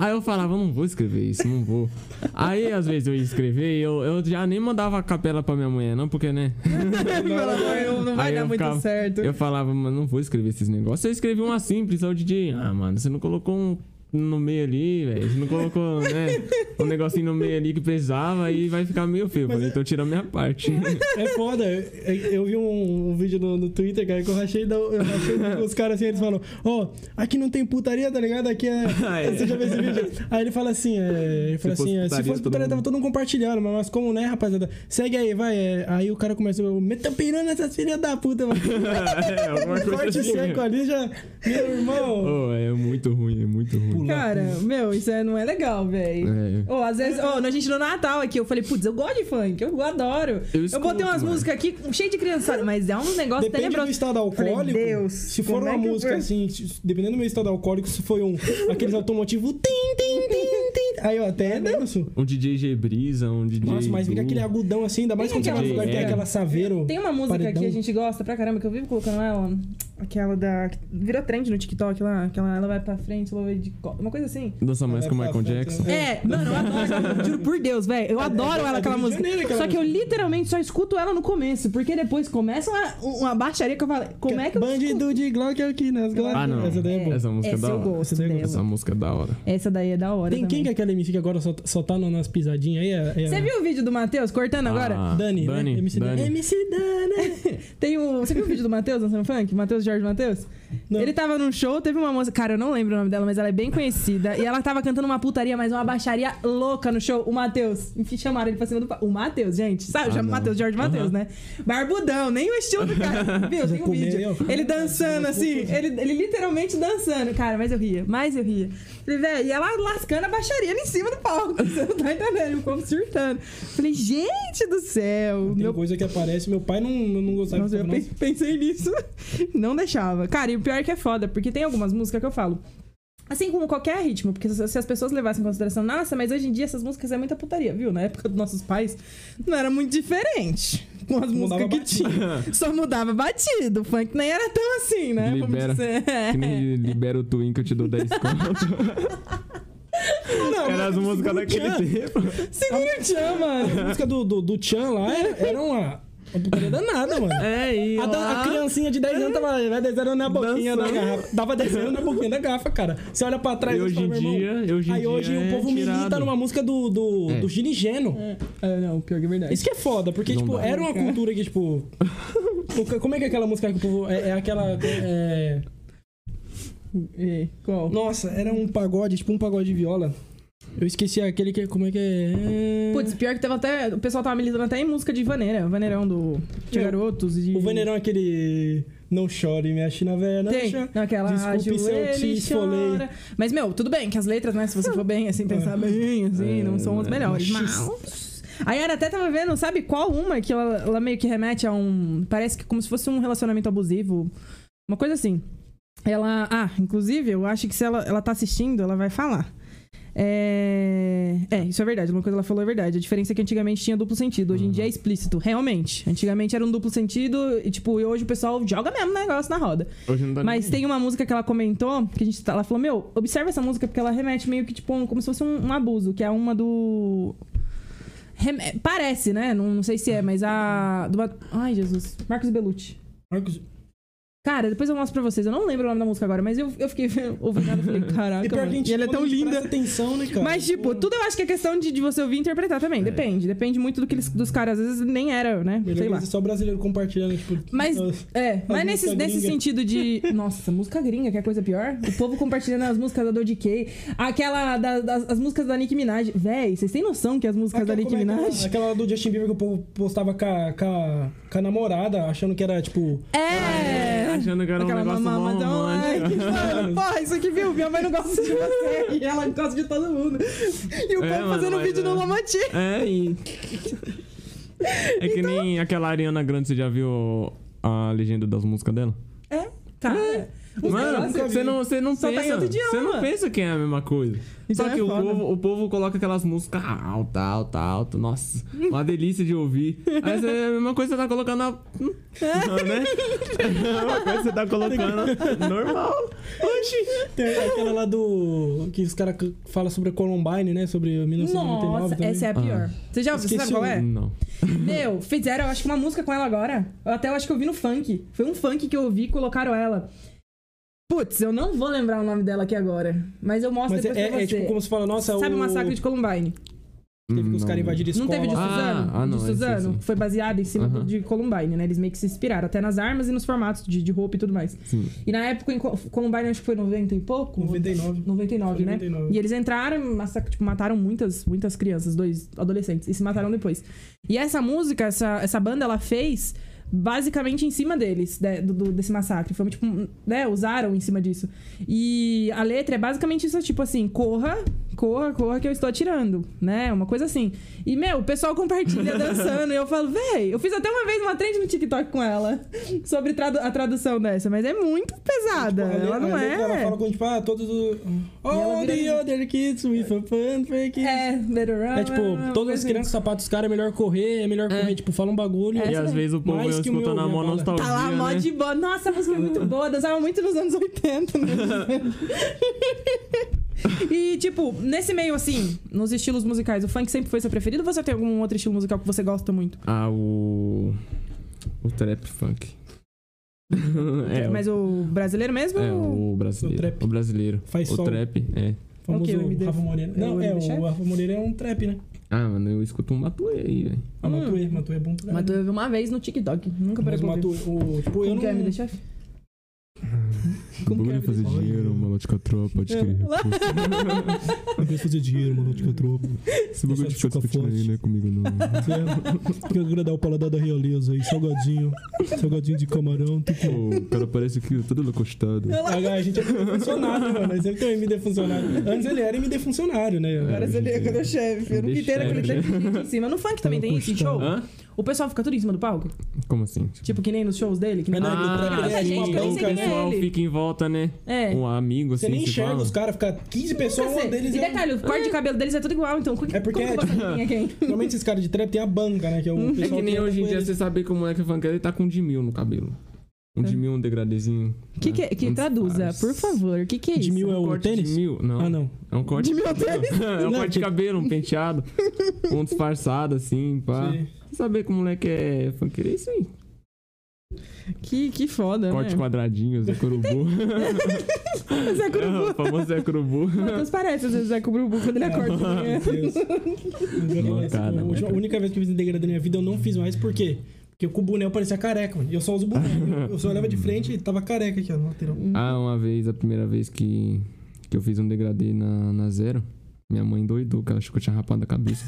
Speaker 1: Aí eu falava, não vou escrever isso, não vou. Aí às vezes eu ia escrever e eu, eu já nem mandava a capela pra minha mulher, não, porque né?
Speaker 2: Pelo amor, não, não vai
Speaker 1: Aí
Speaker 2: dar
Speaker 1: eu
Speaker 2: muito
Speaker 1: ficava-
Speaker 2: certo.
Speaker 1: é Eu falava, mano, não vou escrever esses negócios. Eu escrevi uma simples, aí o DJ, ah, mano, você não colocou um no meio ali, velho. Você não colocou, né? Um negocinho no meio ali que precisava e vai ficar meio feio. Eu Falei, então tira a minha
Speaker 3: <laughs>
Speaker 1: parte.
Speaker 3: É foda. Eu, eu vi um, um vídeo no, no Twitter, cara, que eu rachei, da- eu rachei os caras assim, eles falam, ó, aqui não tem putaria, tá ligado? Aqui é.
Speaker 1: Ah, é.
Speaker 3: Você já viu esse vídeo? Aí ele fala assim, é, ele fala
Speaker 1: Se fosse
Speaker 3: assim, é,
Speaker 1: putaria,
Speaker 3: se fosse
Speaker 1: todo
Speaker 3: putaria,
Speaker 1: mundo-
Speaker 3: tava todo mundo compartilhando, mas, mas como né, rapaziada? Segue aí, vai. é. Aí o cara começou, meta pirando essas filhas da
Speaker 1: <laughs>
Speaker 3: puta, mano.
Speaker 1: <laughs> é,
Speaker 3: <laughs>
Speaker 1: alguma coisa
Speaker 3: Corte
Speaker 1: assim.
Speaker 3: seco ali já. Meu irmão.
Speaker 1: Oh, é muito ruim, é muito ruim.
Speaker 2: Cara, meu, isso é- não é legal, velho.
Speaker 1: É.
Speaker 2: Ou às vezes, ó, a gente no Natal aqui, eu falei, putz, eu gosto de funk, eu adoro.
Speaker 1: Eu
Speaker 2: Eu,
Speaker 1: escuto,
Speaker 2: botei umas
Speaker 1: mano.
Speaker 2: músicas aqui cheio de criançada, mas é um negócio
Speaker 3: Depende do
Speaker 2: tenebroso.
Speaker 3: estado
Speaker 2: Falei,
Speaker 3: alcoólico.
Speaker 2: Deus,
Speaker 3: se for
Speaker 2: como
Speaker 3: uma
Speaker 2: é que eu
Speaker 3: música
Speaker 2: vou-
Speaker 3: assim, se- dependendo do meu estado alcoólico, se foi um aqueles automotivos. Tim, tim, tim, tim. Aí eu até danço.
Speaker 1: Um DJ G Brisa, um DJ.
Speaker 3: Nossa, mas fica
Speaker 1: Du.
Speaker 3: aquele agudão assim, ainda mais
Speaker 2: Tem
Speaker 3: quando você vai num
Speaker 1: aquela
Speaker 3: lugar que tem
Speaker 1: música-
Speaker 3: aquela saveiro.
Speaker 2: Tem uma música
Speaker 3: paredão.
Speaker 2: que a gente gosta pra caramba, que eu vivo colocando ela, aquela da. que Virou trend no TikTok lá, aquela ela vai pra frente, ela vai de. co- Uma coisa assim.
Speaker 1: Dança mais
Speaker 3: Vai
Speaker 1: com o
Speaker 3: pra
Speaker 1: Michael
Speaker 3: frente,
Speaker 1: Jackson.
Speaker 3: né?
Speaker 2: É, mano, eu adoro <laughs> aquela, juro por Deus, velho. Eu adoro ela, aquela
Speaker 3: do Rio É, de
Speaker 2: música.
Speaker 3: Janeiro, aquela
Speaker 2: Só que eu literalmente só escuto ela no começo, porque depois começa uma, uma baixaria que eu falei, como é que eu
Speaker 3: Bandido de Glock aqui nas Glock.
Speaker 1: Ah, não.
Speaker 3: Essa daí é boa.
Speaker 1: Essa música é
Speaker 2: Essa
Speaker 1: da
Speaker 2: eu
Speaker 1: hora.
Speaker 2: gosto
Speaker 3: Essa eu
Speaker 2: dela.
Speaker 1: Essa música é da hora.
Speaker 2: Essa daí é da hora
Speaker 3: Tem quem
Speaker 2: também.
Speaker 3: que é aquela MC que agora só, só tá no- nas pisadinhas aí? É, é
Speaker 2: Você
Speaker 3: a
Speaker 2: viu o vídeo do Matheus cortando agora?
Speaker 1: Ah,
Speaker 3: Dani,
Speaker 1: Dani,
Speaker 3: né? MC Dani.
Speaker 1: Dani.
Speaker 3: MC Dani.
Speaker 2: Tem um, você viu o vídeo do Matheus dançando funk? Matheus Jorge Matheus?
Speaker 3: Não.
Speaker 2: Ele tava num show, teve uma moça, cara, eu não lembro o nome dela, mas ela é bem conhecida. e ela tava cantando uma putaria, mas uma baixaria louca no show. O Matheus, enfim, chamaram ele pra cima do palco. O Matheus, gente, sabe?
Speaker 1: Ah,
Speaker 2: Chama
Speaker 1: não.
Speaker 2: Matheus Jorge Matheus,
Speaker 1: Aham.
Speaker 2: né? Barbudão, nem o estilo do cara. Viu? Tem um
Speaker 3: comeu.
Speaker 2: vídeo. Ele dançando assim, ele, ele literalmente dançando, cara, mas eu ria, mas eu ria. Falei, velho, e ela lascando a baixaria ali em cima do palco. <laughs> Você não tá entendendo, e o povo surtando. Falei, gente do céu,
Speaker 3: Tem
Speaker 2: meu
Speaker 3: coisa que aparece, meu pai não, não gostava.
Speaker 2: nossa, eu
Speaker 3: ficava,
Speaker 2: pe- pensei nisso. <laughs> Não deixava. Cara, e o pior é que é foda, porque tem algumas músicas que eu falo. Assim como qualquer ritmo, porque se se as pessoas levassem em consideração, nossa, mas hoje em dia essas músicas é muita putaria, viu? Na época dos nossos pais, não era muito diferente com as
Speaker 3: Mudava
Speaker 2: músicas que <laughs>
Speaker 3: batida.
Speaker 2: tinha. Só mudava batido. O funk nem era tão assim, né? Vamos
Speaker 1: Libera.
Speaker 2: dizer.
Speaker 1: <laughs>
Speaker 2: <laughs>
Speaker 1: Que nem libera o Twin que eu te dou 10
Speaker 3: <laughs>
Speaker 1: conto.
Speaker 3: Não,
Speaker 1: Era as músicas daquele tempo.
Speaker 2: Segura o tchan,
Speaker 3: A
Speaker 2: mano.
Speaker 3: música do, do, do Chan lá era, era uma, uma putaria danada, mano.
Speaker 1: É, e.
Speaker 3: A, da- a criancinha de 10 anos tava lá, né? 10 anos na boquinha da
Speaker 1: Dançando.
Speaker 3: garrafa. Dava 10 anos na boquinha da garrafa, cara. Você olha pra trás
Speaker 1: E
Speaker 3: você
Speaker 1: hoje
Speaker 3: fala,
Speaker 1: em
Speaker 3: meu irmão,
Speaker 1: dia- hoje em
Speaker 3: Aí
Speaker 1: dia
Speaker 3: hoje
Speaker 1: é
Speaker 3: o povo milita
Speaker 1: tirado.
Speaker 3: numa música do, do,
Speaker 1: É.
Speaker 3: do Ginigeno.
Speaker 2: É, não, pior que é verdade.
Speaker 3: Isso que é foda, porque,
Speaker 1: Não
Speaker 3: tipo,
Speaker 1: dá.
Speaker 2: É.
Speaker 3: era uma cultura que, tipo. o ca- Como é que é aquela música que o povo. É, é aquela. é-
Speaker 2: E, qual?
Speaker 3: Nossa, era um pagode, tipo um pagode de viola. Eu esqueci aquele que. Como é que é?
Speaker 2: Putz, pior que teve até. O pessoal tava militando até em música de Vaneira. Vaneirão do. De
Speaker 3: Meu,
Speaker 2: garotos. De...
Speaker 3: O Vaneirão é aquele. Não chore, minha China velha. Não
Speaker 2: Tem,
Speaker 3: chore.
Speaker 2: naquela
Speaker 3: Desculpe se eu
Speaker 2: ajoelha
Speaker 3: te
Speaker 2: e
Speaker 3: esfolei. É.
Speaker 2: chora. Mas, meu, tudo bem que as letras, né? Se você for bem, assim, pensar bem, assim, não são as melhores. Mas... Aí era até tava vendo, sabe qual uma que ela, ela meio que remete a um. Parece que como se fosse um relacionamento abusivo. Uma coisa assim. Ela. Ah, inclusive, eu acho que se ela, ela tá assistindo, ela vai falar. É... é, isso é verdade. Uma coisa que ela falou é verdade. A diferença é que antigamente tinha duplo sentido. Hoje em
Speaker 3: Uhum.
Speaker 2: dia é explícito, realmente. Antigamente era um duplo sentido e, tipo, e hoje o pessoal joga mesmo o negócio na roda.
Speaker 1: Hoje não dá
Speaker 2: Mas
Speaker 1: nem-
Speaker 2: tem uma música que ela comentou, que a gente tá, ela falou, meu, observa essa música porque ela remete meio que tipo um- como se fosse um, um abuso, que é uma do Rem- é, parece, né? Não, não sei se é, mas a do Mat- Ai, Jesus, Marcos Bellucci.
Speaker 3: Marcos.
Speaker 2: Cara, depois eu mostro pra vocês. Eu não lembro o nome da música agora, mas eu, eu fiquei <laughs> ouvindo ela e falei,
Speaker 3: E
Speaker 2: caraca,
Speaker 3: pior que a
Speaker 2: mano.
Speaker 3: gente-
Speaker 2: E ela é tão
Speaker 3: quando a gente
Speaker 2: linda.
Speaker 3: presta atenção, né, cara?
Speaker 2: Mas, tipo, tudo eu acho que é questão de, de você ouvir e interpretar também. Depende. Depende muito do que eles, dos caras. Às vezes nem era, né?
Speaker 3: Melhor
Speaker 2: Sei lá.
Speaker 3: coisa é só brasileiro compartilhando, tipo.
Speaker 2: Mas,
Speaker 3: <laughs>
Speaker 2: é, mas
Speaker 3: música
Speaker 2: nesse, nesse
Speaker 3: gringa.
Speaker 2: sentido
Speaker 3: <laughs>
Speaker 2: de. Nossa, música gringa, que é coisa pior. O povo compartilhando as músicas da Doja Kay. Aquela. da- das, as músicas da Nicki Minaj. Véi, vocês têm noção que as músicas da Nicki
Speaker 3: como é que era?
Speaker 2: Minaj.
Speaker 3: Aquela do Justin Bieber que o povo postava com a, com a, com a namorada, achando que era, tipo.
Speaker 2: É!
Speaker 1: Achando que era um
Speaker 2: Aquela é
Speaker 1: negócio
Speaker 2: mamá
Speaker 1: mó romântico.
Speaker 2: like. Mano, porra, isso aqui, viu? Minha mãe não gosta de você. E ela gosta de todo mundo. E o
Speaker 1: É,
Speaker 2: povo
Speaker 1: mano,
Speaker 2: fazendo
Speaker 1: mas
Speaker 2: vídeo no
Speaker 1: é.
Speaker 2: Lomati.
Speaker 1: É,
Speaker 3: <laughs>
Speaker 1: e... É que
Speaker 3: Então-
Speaker 1: nem aquela Ariana Grande, você já viu a legenda das músicas dela?
Speaker 2: É, cara. Os
Speaker 1: Mano,
Speaker 2: caras-
Speaker 3: nunca
Speaker 1: você
Speaker 3: vi.
Speaker 1: não, você não
Speaker 2: Só tá em
Speaker 1: pensa.
Speaker 2: outro idioma.
Speaker 1: Você não pensa que é a mesma coisa.
Speaker 2: Então
Speaker 1: Só
Speaker 2: é
Speaker 1: que o,
Speaker 2: foda.
Speaker 1: povo, o povo coloca aquelas músicas alta, alta, alta. Nossa, uma delícia de ouvir. Aí você, é a mesma coisa que você tá colocando na.
Speaker 2: <laughs>
Speaker 1: né? É a mesma coisa que você tá colocando normal. Oxi.
Speaker 3: Tem aquela lá do. Que os caras c- falam sobre a Columbine, né? Sobre 1999.
Speaker 2: Nossa,
Speaker 3: também. Ah.
Speaker 2: essa é a pior. Você já você sabe
Speaker 3: Esqueci
Speaker 2: qual
Speaker 3: o-
Speaker 2: é?
Speaker 1: Não.
Speaker 2: Meu, fizeram, eu acho que uma música com ela agora. Eu até eu acho que eu vi no funk. Foi um funk que eu ouvi e colocaram ela. Putz, eu não vou lembrar o nome dela aqui agora. Mas eu mostro
Speaker 3: Mas
Speaker 2: depois pra
Speaker 3: é,
Speaker 2: você.
Speaker 3: é tipo como se fala, nossa,
Speaker 2: Sabe o
Speaker 3: o...
Speaker 2: massacre de Columbine?
Speaker 3: Teve que os
Speaker 1: Não
Speaker 3: caras
Speaker 1: lembro.
Speaker 3: invadiram
Speaker 2: Não
Speaker 3: escola.
Speaker 2: teve de
Speaker 1: Ah,
Speaker 2: Suzano?
Speaker 1: ah, não,
Speaker 2: de
Speaker 1: esse
Speaker 2: Suzano?
Speaker 1: sim.
Speaker 2: Foi baseado em cima
Speaker 1: Aham.
Speaker 2: de Columbine, né? Eles meio que se inspiraram, até nas armas e nos formatos de, de roupa e tudo mais.
Speaker 1: Sim.
Speaker 2: E na época, em Co- Columbine acho que foi 90 e pouco?
Speaker 3: 99.
Speaker 2: 99, né?
Speaker 3: 99.
Speaker 2: E eles entraram, massacre, tipo, mataram muitas, muitas crianças, dois adolescentes, e se mataram depois. E essa música, essa, essa banda, ela fez basicamente em cima deles, de- do, do- desse massacre. Foi tipo, um- né? Usaram em cima disso. E a letra é basicamente isso, tipo assim, corra, corra, corra que eu estou atirando, né? Uma coisa assim. E, meu, o pessoal
Speaker 3: <laughs>
Speaker 2: compartilha dançando. e eu falo, véi, eu fiz até uma vez uma trend no TikTok com ela sobre tradu- a tradução dessa, mas é muito pesada.
Speaker 3: Tipo, a le-
Speaker 2: ela não
Speaker 3: a letra,
Speaker 2: é.
Speaker 3: Ela fala com, tipo, ah, todos os...
Speaker 2: ela
Speaker 3: All
Speaker 2: vira-
Speaker 3: the other kids with a fun fake.
Speaker 2: É, better run,
Speaker 3: É tipo,
Speaker 2: run, run,
Speaker 3: todas as
Speaker 2: assim. É.
Speaker 3: crianças, sapatos dos caras, é melhor correr, é melhor correr. Tipo, fala um bagulho.
Speaker 1: E
Speaker 2: Essa
Speaker 1: às
Speaker 2: daí.
Speaker 1: vezes o povo
Speaker 3: Mais que o
Speaker 1: escutando
Speaker 3: meu-
Speaker 1: a mó
Speaker 3: minha bala.
Speaker 1: nostalgia.
Speaker 2: Tá lá, mó
Speaker 3: um
Speaker 1: né?
Speaker 2: de boa. Nossa, a música é muito boa. Dançava muito nos anos 80, né? <laughs> E, tipo, nesse meio, assim, nos estilos musicais, o funk sempre foi seu preferido ou você tem algum outro estilo musical que você gosta muito?
Speaker 1: Ah, o. O trap funk. é,
Speaker 2: Mas o brasileiro mesmo?
Speaker 1: o... é, o brasileiro.
Speaker 3: O
Speaker 1: O,
Speaker 3: trap.
Speaker 1: brasileiro.
Speaker 3: Faz
Speaker 1: o
Speaker 3: sol.
Speaker 1: trap, é.
Speaker 3: Famoso
Speaker 2: Ok, o MD.
Speaker 3: Rafa Moreira.
Speaker 2: É
Speaker 3: Não,
Speaker 2: o
Speaker 3: é,
Speaker 2: MD
Speaker 3: o
Speaker 2: chefe?
Speaker 3: Rafa Moreira é um trap, né?
Speaker 1: Ah, mano, eu escuto um Matuê aí, velho.
Speaker 3: Ah,
Speaker 2: Hum.
Speaker 3: Matuê, Matuê é bom pra
Speaker 2: Mas eu vi uma vez no TikTok. Nunca parei
Speaker 3: Mas
Speaker 2: pra ouvir.
Speaker 3: Matuê, o, tipo, eu
Speaker 2: Como
Speaker 3: não...
Speaker 2: que é, me deixa?
Speaker 3: Como que é, me deixa?
Speaker 1: malotica tropa,
Speaker 3: É. Eu quero fazer dinheiro, mano, de tropa.
Speaker 1: Esse
Speaker 3: bagulho de ficar discutindo aí, né,
Speaker 1: comigo
Speaker 4: <laughs>
Speaker 1: não.
Speaker 3: É, quer agradar o paladar da realeza aí, salgadinho. Salgadinho de camarão, tucu.
Speaker 1: Tipo, o cara parece que é todo locostado.
Speaker 3: Agora a gente é funcionário, mano. Ele sempre tem um MD funcionário. Antes ele era MD funcionário, né?
Speaker 1: Agora você lê quando é
Speaker 2: chefe.
Speaker 1: eu nunca Deixa entendo aquele
Speaker 2: <laughs>
Speaker 1: eu-
Speaker 2: em cima. No funk também tem isso, em show?
Speaker 1: Hã?
Speaker 2: O pessoal fica tudo em cima do palco?
Speaker 1: Como assim?
Speaker 2: Tipo, que nem nos shows dele? Que nem...
Speaker 3: Ah,
Speaker 2: Tem
Speaker 1: Ah,
Speaker 2: tanta gente
Speaker 1: sim,
Speaker 2: que eu nem
Speaker 1: então o
Speaker 2: sei quem é
Speaker 1: pessoal
Speaker 2: ele.
Speaker 1: fica em volta, né?
Speaker 2: É. Tipo,
Speaker 1: Um amigo, assim,
Speaker 3: Você nem
Speaker 1: se
Speaker 3: enxerga
Speaker 1: fala.
Speaker 3: os caras, fica 15 pessoas,
Speaker 2: Nunca
Speaker 3: uma
Speaker 2: sei.
Speaker 3: deles
Speaker 2: E
Speaker 3: é.
Speaker 2: detalhe, o corte de cabelo deles é tudo igual, então.
Speaker 3: É porque
Speaker 2: como que
Speaker 3: é-
Speaker 2: você sabe quem é quem? <laughs>
Speaker 3: Normalmente esses caras de trap tem a banca, né? Que é o
Speaker 1: É
Speaker 3: pessoal
Speaker 1: que nem
Speaker 3: anda
Speaker 1: hoje em
Speaker 3: com
Speaker 1: dia
Speaker 3: eles.
Speaker 1: você sabe que o moleque funkeiro ele tá com um de mil no cabelo. Um de mil, um degradezinho.
Speaker 2: É. Que que,
Speaker 1: né?
Speaker 2: é- que
Speaker 1: Um
Speaker 2: traduza,
Speaker 1: disfarce.
Speaker 2: por favor, o que, que é
Speaker 3: De
Speaker 2: isso?
Speaker 3: mil é o
Speaker 1: corte
Speaker 3: tênis?
Speaker 1: De mil? Não.
Speaker 3: Ah, não.
Speaker 1: É um corte.
Speaker 2: De mil tênis?
Speaker 1: <laughs> é um
Speaker 3: Não, tipo-
Speaker 1: corte de
Speaker 3: que-
Speaker 1: cabelo, um
Speaker 3: <laughs>
Speaker 1: penteado. um disfarçado, assim, pá.
Speaker 3: Sim.
Speaker 1: Você saber que o moleque é funkeiro, é isso aí.
Speaker 2: Que, que
Speaker 3: É
Speaker 2: foda,
Speaker 1: Corte
Speaker 2: né?
Speaker 1: quadradinho, Zé Curubu.
Speaker 2: <laughs> Zé
Speaker 1: <laughs>
Speaker 2: Curubu.
Speaker 1: É, o famoso Zé Curubu. <laughs>
Speaker 2: Matheus parece às vezes Zé Curubu quando ele acorda.
Speaker 3: Ah,
Speaker 2: né?
Speaker 3: meu Deus.
Speaker 1: Mancada,
Speaker 3: A última- a única vez que eu fiz degradê na minha vida, eu não fiz mais. Por quê? Porque com o boné eu parecia careca, mano. E eu só uso boné.
Speaker 2: né?
Speaker 3: Eu só olhava de frente e tava careca aqui, ó, no lateral.
Speaker 1: Ah, uma vez, a primeira vez que, que eu fiz um degradê na, na zero, minha mãe doidou, que ela achou que eu tinha rapado a
Speaker 3: <laughs>
Speaker 1: cabeça.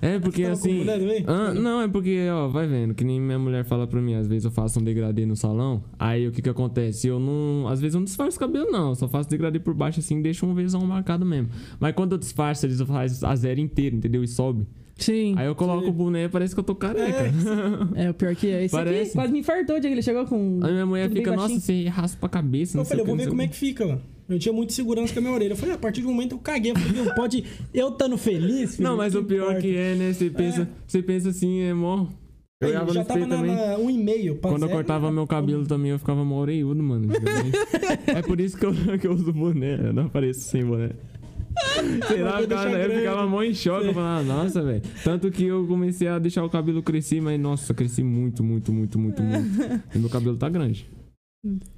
Speaker 1: É, porque
Speaker 3: Tava com
Speaker 1: assim.
Speaker 3: boné também?
Speaker 1: Ah, não, é porque, ó, vai vendo, que nem minha mulher fala pra mim, às vezes eu faço um degradê no salão, aí o que que acontece? Eu não. Às vezes eu não disfarço o cabelo, não. Eu só faço degradê por baixo assim e deixo um vezão marcado mesmo. Mas quando eu disfarço, eles fazem a zero inteira, entendeu? E sobe.
Speaker 2: Sim.
Speaker 1: Aí eu coloco o boné e parece que eu tô careca.
Speaker 2: É, o pior que é. Esse aqui
Speaker 1: Parece.
Speaker 2: quase me infartou o dia que ele chegou com.
Speaker 1: <laughs>
Speaker 2: um-
Speaker 1: Aí minha mulher
Speaker 2: Tudo bem
Speaker 1: fica, nossa,
Speaker 2: baixinho.
Speaker 1: você raspa a cabeça, não
Speaker 3: Eu
Speaker 1: sei o
Speaker 3: falei, eu
Speaker 1: que,
Speaker 3: vou
Speaker 1: não
Speaker 3: ver
Speaker 1: sei
Speaker 3: como é
Speaker 1: o
Speaker 3: que fica, mano. Eu tinha muita segurança com a minha orelha. Eu falei, "Ah, a partir do momento eu caguei. Eu falei, meu, pode eu estando feliz, filho,
Speaker 1: Não, mas o pior
Speaker 3: importa?
Speaker 1: que é, né? Você pensa, você pensa assim, é mó. Eu
Speaker 3: Aí,
Speaker 1: olhava no
Speaker 3: já tava
Speaker 1: espelho
Speaker 3: na,
Speaker 1: também.
Speaker 3: na 1,5. pra
Speaker 1: Quando eu
Speaker 3: zero,
Speaker 1: cortava
Speaker 3: né?
Speaker 1: meu cabelo também, eu ficava mó orelhudo, mano.
Speaker 3: <laughs>
Speaker 1: é por isso que eu, que eu uso boné, né? eu não apareço sem
Speaker 3: <laughs>
Speaker 1: boné. Sei lá,
Speaker 3: Mas eu
Speaker 1: eu ficava,
Speaker 3: deixava
Speaker 1: eu ficava
Speaker 3: grande.
Speaker 1: mó em choque, eu falava, nossa, velho. Tanto que eu comecei a deixar o cabelo crescer, mas nossa, cresci muito, muito, muito, muito,
Speaker 3: <laughs>
Speaker 1: muito. E meu cabelo tá grande.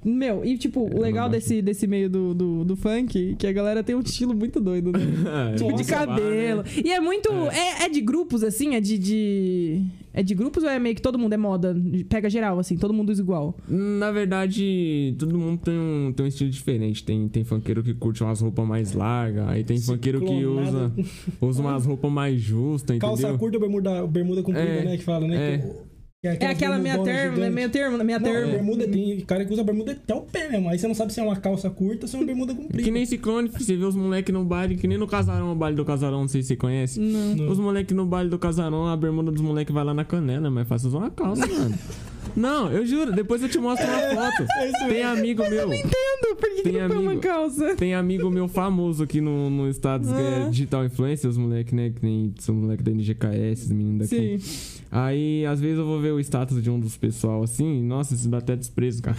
Speaker 2: Meu, e tipo,
Speaker 1: É,
Speaker 2: o legal
Speaker 1: não gosto.
Speaker 2: desse, desse meio do, do, do funk é que a galera tem um estilo muito doido, né? Tipo de
Speaker 1: <laughs> Nossa,
Speaker 2: cabelo.
Speaker 1: né?
Speaker 2: E é muito. É. É, de grupos, assim? É de, de. É de grupos ou é meio que todo mundo é moda? Pega geral, assim, todo mundo usa igual.
Speaker 1: Na verdade, todo mundo tem um, tem um estilo diferente. Tem, tem funkeiro que curte umas roupas mais largas, aí tem funkeiro que usa,
Speaker 3: Ciclonada.
Speaker 1: <laughs> usa umas roupas mais justas, entendeu?
Speaker 3: né? Calça curta ou bermuda, bermuda comprida,
Speaker 1: É,
Speaker 3: né? Que fala, né?
Speaker 1: é.
Speaker 3: Que o- que
Speaker 2: É aquela meia
Speaker 3: bermudona
Speaker 2: termo, né,
Speaker 3: gigante.
Speaker 2: meia termo, meia
Speaker 3: Não,
Speaker 2: termo.
Speaker 3: bermuda tem cara que usa bermuda até o pé mesmo. Aí você não sabe se é uma calça curta ou se é uma bermuda comprida.
Speaker 1: Que nem ciclone, você vê os moleques no baile, que nem no casarão, o baile do casarão, não sei se você conhece.
Speaker 2: Não.
Speaker 3: Não.
Speaker 1: Os moleques no baile do casarão, a bermuda dos moleques vai lá na canela, mas faz usar uma calça,
Speaker 3: <laughs>
Speaker 1: mano. Não, eu juro, depois eu te mostro uma
Speaker 3: É
Speaker 1: foto. Tem amigo
Speaker 2: Mas eu
Speaker 1: meu.
Speaker 2: não entendo por que, que
Speaker 1: Tem
Speaker 2: não põe uma
Speaker 1: amigo.
Speaker 2: calça.
Speaker 1: Tem amigo meu famoso aqui no, no status que
Speaker 2: Ah.
Speaker 1: é digital influencer, os moleques, né? Que nem são moleque da NGKS, os meninos daqui.
Speaker 2: Sim.
Speaker 1: Aí, às vezes eu vou ver o status de um dos pessoal assim, nossa, isso dá até desprezo, cara.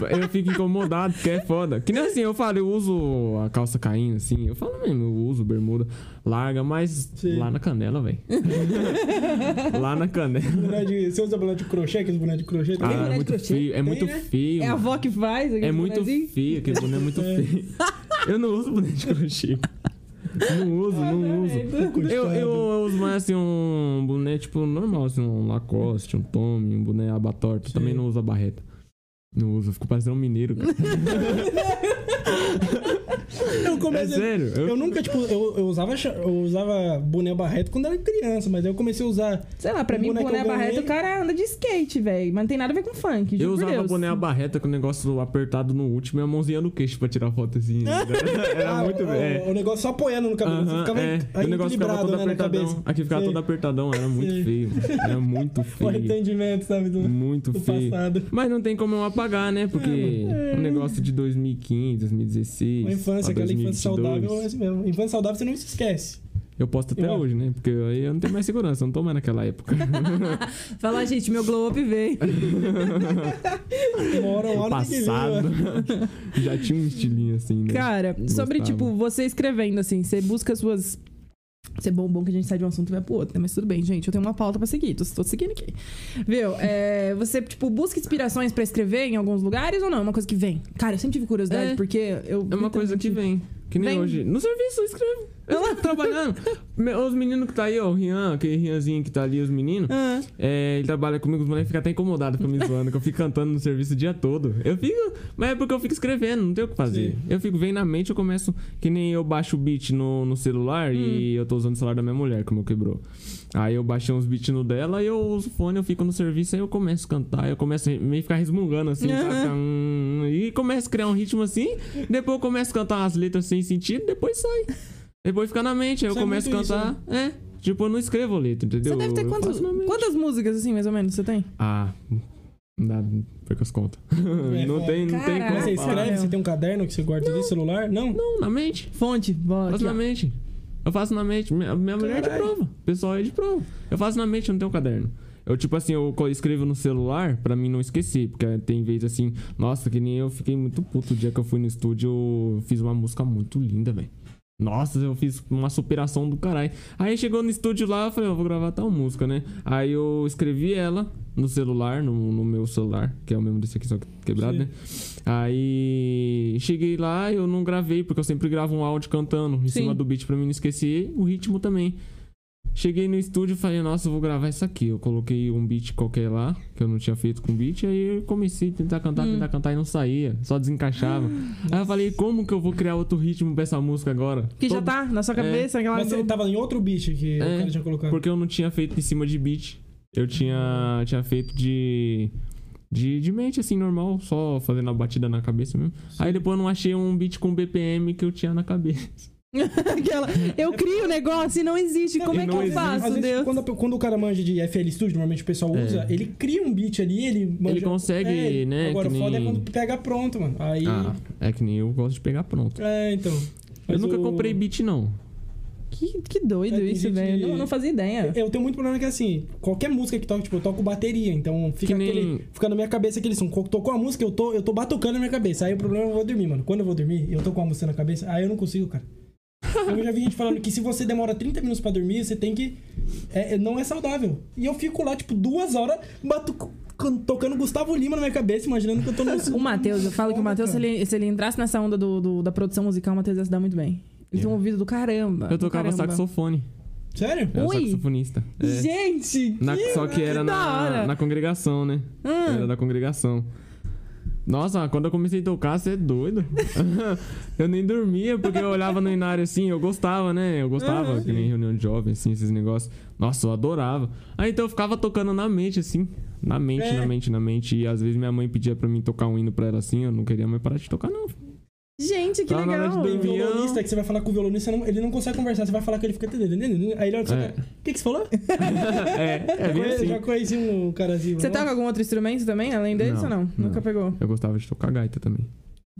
Speaker 1: Ô, eu fico incomodado, porque é foda. Que nem assim, eu falo, eu uso a calça caindo, assim, eu falo mesmo, eu uso bermuda larga, mas
Speaker 3: Sim.
Speaker 1: <laughs> lá na canela, velho. lá na canela.
Speaker 3: Né, de- Você usa usa boneco de crochê, aqueles bonecos de crochê.
Speaker 1: Ah,
Speaker 3: Tem
Speaker 1: é
Speaker 4: boneco de
Speaker 1: muito
Speaker 4: crochê?
Speaker 1: feio. É
Speaker 3: Tem,
Speaker 1: muito
Speaker 3: né?
Speaker 1: feio.
Speaker 4: É a
Speaker 1: mano.
Speaker 4: avó que faz? aquele
Speaker 1: É muito
Speaker 4: bonezinho?
Speaker 1: feio, aquele boné é muito
Speaker 3: É.
Speaker 1: feio. <laughs> Eu não uso boné de crochê. Não uso,
Speaker 2: Ah,
Speaker 3: Ah,
Speaker 2: tá,
Speaker 1: não
Speaker 2: é,
Speaker 1: uso.
Speaker 2: então.
Speaker 3: boneco de
Speaker 1: Eu, eu,
Speaker 3: crochê.
Speaker 1: eu uso mais assim um boné tipo normal, assim, um Lacoste, um Tommy, um boné aba torta.
Speaker 3: Sim.
Speaker 1: Também não uso a barreta. Não uso, eu fico parecendo um mineiro,
Speaker 3: <laughs>
Speaker 1: cara.
Speaker 3: Eu
Speaker 1: É
Speaker 3: comecei.
Speaker 1: sério. Eu,
Speaker 3: Eu nunca, tipo, eu, eu usava, cha- eu usava boné barreto quando era criança, mas aí eu comecei a usar.
Speaker 2: Sei lá, pra
Speaker 3: O
Speaker 2: mim,
Speaker 3: Um boneco
Speaker 2: boné
Speaker 3: eu ganhei.
Speaker 2: barreta, o cara anda de skate, velho. Mas não tem nada a ver com funk, juro
Speaker 1: eu
Speaker 2: por
Speaker 1: usava
Speaker 2: Deus.
Speaker 1: boné à barreta com o negócio apertado no último e a mãozinha no queixo pra tirar foto assim.
Speaker 3: <laughs>
Speaker 1: Era
Speaker 3: Ah,
Speaker 1: muito.
Speaker 3: o,
Speaker 1: É.
Speaker 3: o negócio só apoiando no cabelo. você
Speaker 1: Aham,
Speaker 3: ficava
Speaker 1: é.
Speaker 3: aí
Speaker 1: E o negócio ficava
Speaker 3: equilibrado
Speaker 1: todo
Speaker 3: né, na cabeça.
Speaker 1: apertadão. Aqui ficava
Speaker 3: Sim.
Speaker 1: todo apertadão, era muito
Speaker 3: Sim. então
Speaker 1: feio. Era
Speaker 3: <laughs>
Speaker 1: muito
Speaker 3: O
Speaker 1: feio.
Speaker 3: arrependimento, sabe? Do,
Speaker 1: Muito
Speaker 3: do
Speaker 1: feio.
Speaker 3: passado.
Speaker 1: Mas não tem como eu apagar, né? Porque o negócio de 2015, 2016.
Speaker 3: É, Uma infância,
Speaker 1: pra
Speaker 3: aquela infância
Speaker 1: 2022,
Speaker 3: saudável é assim mesmo. Infância saudável você não se esquece.
Speaker 1: Eu posto até
Speaker 3: Igual.
Speaker 1: hoje, né? Porque aí eu não tenho mais segurança, eu não tô mais naquela
Speaker 3: <laughs>
Speaker 1: época.
Speaker 4: Fala, gente, meu glow up veio.
Speaker 3: Uma hora, uma hora tem que vir,
Speaker 1: É Passado. <laughs>
Speaker 3: ó.
Speaker 1: Já tinha um estilinho assim, né?
Speaker 2: Cara, sobre,
Speaker 1: Gostava.
Speaker 2: tipo, você escrevendo, assim, você busca suas. Isso é bom, bom que a gente sai de um assunto e vai pro outro, né? Mas tudo bem, gente. Eu tenho uma pauta pra seguir, tô, tô seguindo aqui. Viu? É, você, tipo, busca inspirações pra escrever em alguns lugares ou não? É uma coisa que vem. Cara, eu sempre tive curiosidade,
Speaker 1: É.
Speaker 2: porque eu.
Speaker 1: É uma coisa que vem. Que nem
Speaker 2: Vem.
Speaker 1: hoje. No serviço, eu escrevo. Eu tô trabalhando. Me- Os meninos que tá aí, ó, o Rian, aquele Rianzinho que tá ali, os meninos.
Speaker 2: Ah,
Speaker 1: É, ele trabalha comigo, os moleques ficam até incomodados com me zoando, que eu fico cantando no serviço o dia todo. Eu fico, mas é porque eu fico escrevendo, não tem o que fazer.
Speaker 3: Sim.
Speaker 1: Eu fico, vem na mente, eu começo, que nem eu baixo o beat no, no celular
Speaker 2: Hum.
Speaker 1: e eu tô usando o celular da minha mulher, que o meu quebrou. Aí eu baixei uns beats no dela, aí eu uso o fone, eu fico no serviço, aí eu começo a cantar, eu começo a meio ficar resmungando assim,
Speaker 2: Aham.
Speaker 1: saca? Hum, e começo a criar um ritmo assim, depois eu começo a cantar umas letras sem sentido, depois sai. Depois fica na mente, aí eu
Speaker 3: Sai
Speaker 1: começo a
Speaker 3: muito isso,
Speaker 1: cantar. É. Tipo, eu não escrevo letra, entendeu?
Speaker 2: né? Você deve ter
Speaker 1: Eu
Speaker 2: quantos-
Speaker 1: faço na mente.
Speaker 2: quantas músicas, assim, mais ou menos, você tem?
Speaker 1: Ah, não dá, perca as contas. não
Speaker 3: é.
Speaker 1: tem, não tem
Speaker 2: Caraca.
Speaker 1: como.
Speaker 3: Mas você
Speaker 1: falar.
Speaker 3: escreve, você tem um caderno que você guarda ali, celular? Não?
Speaker 1: Não, na mente.
Speaker 2: Fonte, bota.
Speaker 1: Faço na mente. Eu faço na mente. Minha, minha mulher é de
Speaker 3: Caralho.
Speaker 1: prova. O pessoal é de prova. Eu faço na mente, eu não tenho caderno. Eu, tipo assim, eu co- escrevo no celular pra mim não esquecer. Porque tem vezes assim, nossa, que nem eu fiquei muito puto. O dia que eu fui no estúdio, eu fiz uma música muito linda, velho. Nossa, eu fiz uma superação do caralho. Aí chegou no estúdio lá, eu falei, eu vou gravar tal música, né? Aí eu escrevi ela no celular, no, no meu celular, que é o mesmo desse aqui, só que quebrado,
Speaker 3: Sim.
Speaker 1: né? Aí cheguei lá, eu não gravei, porque eu sempre gravo um áudio cantando em
Speaker 2: Sim.
Speaker 1: cima do beat pra mim não esquecer o ritmo também. Cheguei no estúdio e falei, nossa, eu vou gravar isso aqui. Eu coloquei um beat qualquer lá, que eu não tinha feito com beat, aí eu comecei a tentar cantar,
Speaker 2: Hum.
Speaker 1: tentar cantar e não saía,
Speaker 2: <gasps>
Speaker 1: só desencaixava. aí eu falei, como que eu vou criar outro ritmo pra essa música agora?
Speaker 2: Que já
Speaker 1: Todo-
Speaker 2: tá na sua cabeça, aquela.
Speaker 3: Mas você tava em outro beat que
Speaker 1: É,
Speaker 3: o cara tinha colocado.
Speaker 1: Porque eu não tinha feito em cima de beat. Eu tinha, tinha feito de, de. de mente, assim, normal, só fazendo a batida na cabeça mesmo. Aí depois eu não achei um beat com BPM que eu tinha na cabeça.
Speaker 2: aquela. Eu crio o negócio e não existe. Como
Speaker 1: E
Speaker 2: é que
Speaker 1: não
Speaker 2: eu
Speaker 1: existe.
Speaker 2: faço,
Speaker 3: Às vezes,
Speaker 2: Deus?
Speaker 3: quando, a- quando o cara manja de FL Studio, normalmente o pessoal
Speaker 1: É.
Speaker 3: usa, ele cria um beat ali, ele manja.
Speaker 1: consegue,
Speaker 3: É,
Speaker 1: né,
Speaker 3: Agora,
Speaker 1: que
Speaker 3: o foda é
Speaker 1: nem-
Speaker 3: quando pega pronto, mano. Aí.
Speaker 1: Ah, é que nem eu gosto de pegar pronto.
Speaker 3: É, então.
Speaker 1: Eu
Speaker 3: Mas
Speaker 1: nunca
Speaker 3: o-
Speaker 1: comprei beat, não.
Speaker 2: Que, que doido
Speaker 3: É, tem
Speaker 2: isso,
Speaker 3: gente-
Speaker 2: velho. Não, não fazia ideia.
Speaker 3: É, Eu tenho muito problema que assim, qualquer música que toca, tipo, eu toco bateria, então
Speaker 1: Que
Speaker 3: fica,
Speaker 1: nem-
Speaker 3: aquele, fica na minha cabeça aquele som. Co- Tocou a música, eu tô, eu tô batucando na minha cabeça. Aí o problema é eu vou dormir, mano. Quando eu vou dormir, eu tô com a música na cabeça, aí eu não consigo,
Speaker 1: <laughs>
Speaker 3: cara. Eu já vi gente falando que se você demora 30 minutos pra dormir, você tem que. é- é- não é saudável. E eu fico lá, tipo, duas horas batuc- can- tocando Gustavo Lima na minha cabeça, imaginando que eu
Speaker 1: <laughs>
Speaker 3: tô no.
Speaker 2: O Matheus, eu falo que o
Speaker 3: Foda,
Speaker 2: Matheus, se
Speaker 3: cara.
Speaker 2: ele, se ele entrasse nessa onda do, do- da produção musical, o Matheus ia se dar muito bem. Ele tem um
Speaker 1: Yeah.
Speaker 2: ouvido do caramba.
Speaker 1: É. Eu
Speaker 2: do
Speaker 1: tocava
Speaker 2: caramba.
Speaker 1: saxofone.
Speaker 3: Sério?
Speaker 1: Eu era
Speaker 2: Ui!
Speaker 1: saxofonista. É.
Speaker 2: Gente!
Speaker 1: Na- só que era
Speaker 2: que da
Speaker 1: na,
Speaker 2: hora.
Speaker 1: na congregação, né?
Speaker 2: Hum.
Speaker 1: Era da congregação. Nossa, quando eu comecei a tocar, você é doido. <laughs> eu nem dormia, porque eu olhava no Inário assim, eu gostava, né? Eu gostava,
Speaker 2: Uhum.
Speaker 1: que nem reunião de jovens, assim, esses negócios. Nossa, eu adorava. Aí então eu ficava tocando na mente, assim. Na mente,
Speaker 3: É.
Speaker 1: na mente, na mente. E às vezes minha mãe pedia pra mim tocar um hino pra ela assim, eu não queria mais parar de tocar,
Speaker 2: <laughs>
Speaker 1: não.
Speaker 2: Gente, que
Speaker 1: Tá na hora de
Speaker 2: legal!
Speaker 1: dormir.
Speaker 3: Tem Um violonista que você vai falar com o violonista, não- ele não consegue conversar, você vai falar com ele, fica. <laughs> Aí ele olha pra você e
Speaker 1: É.
Speaker 3: fala: O que, que você falou?
Speaker 1: é, é bem
Speaker 3: Eu
Speaker 1: assim. tá
Speaker 3: já conheci um carazinho.
Speaker 2: Você
Speaker 3: lá.
Speaker 2: toca algum outro instrumento também, além deles
Speaker 1: Não,
Speaker 2: ou não?
Speaker 1: não.
Speaker 2: Nunca pegou?
Speaker 1: Eu gostava de tocar gaita também.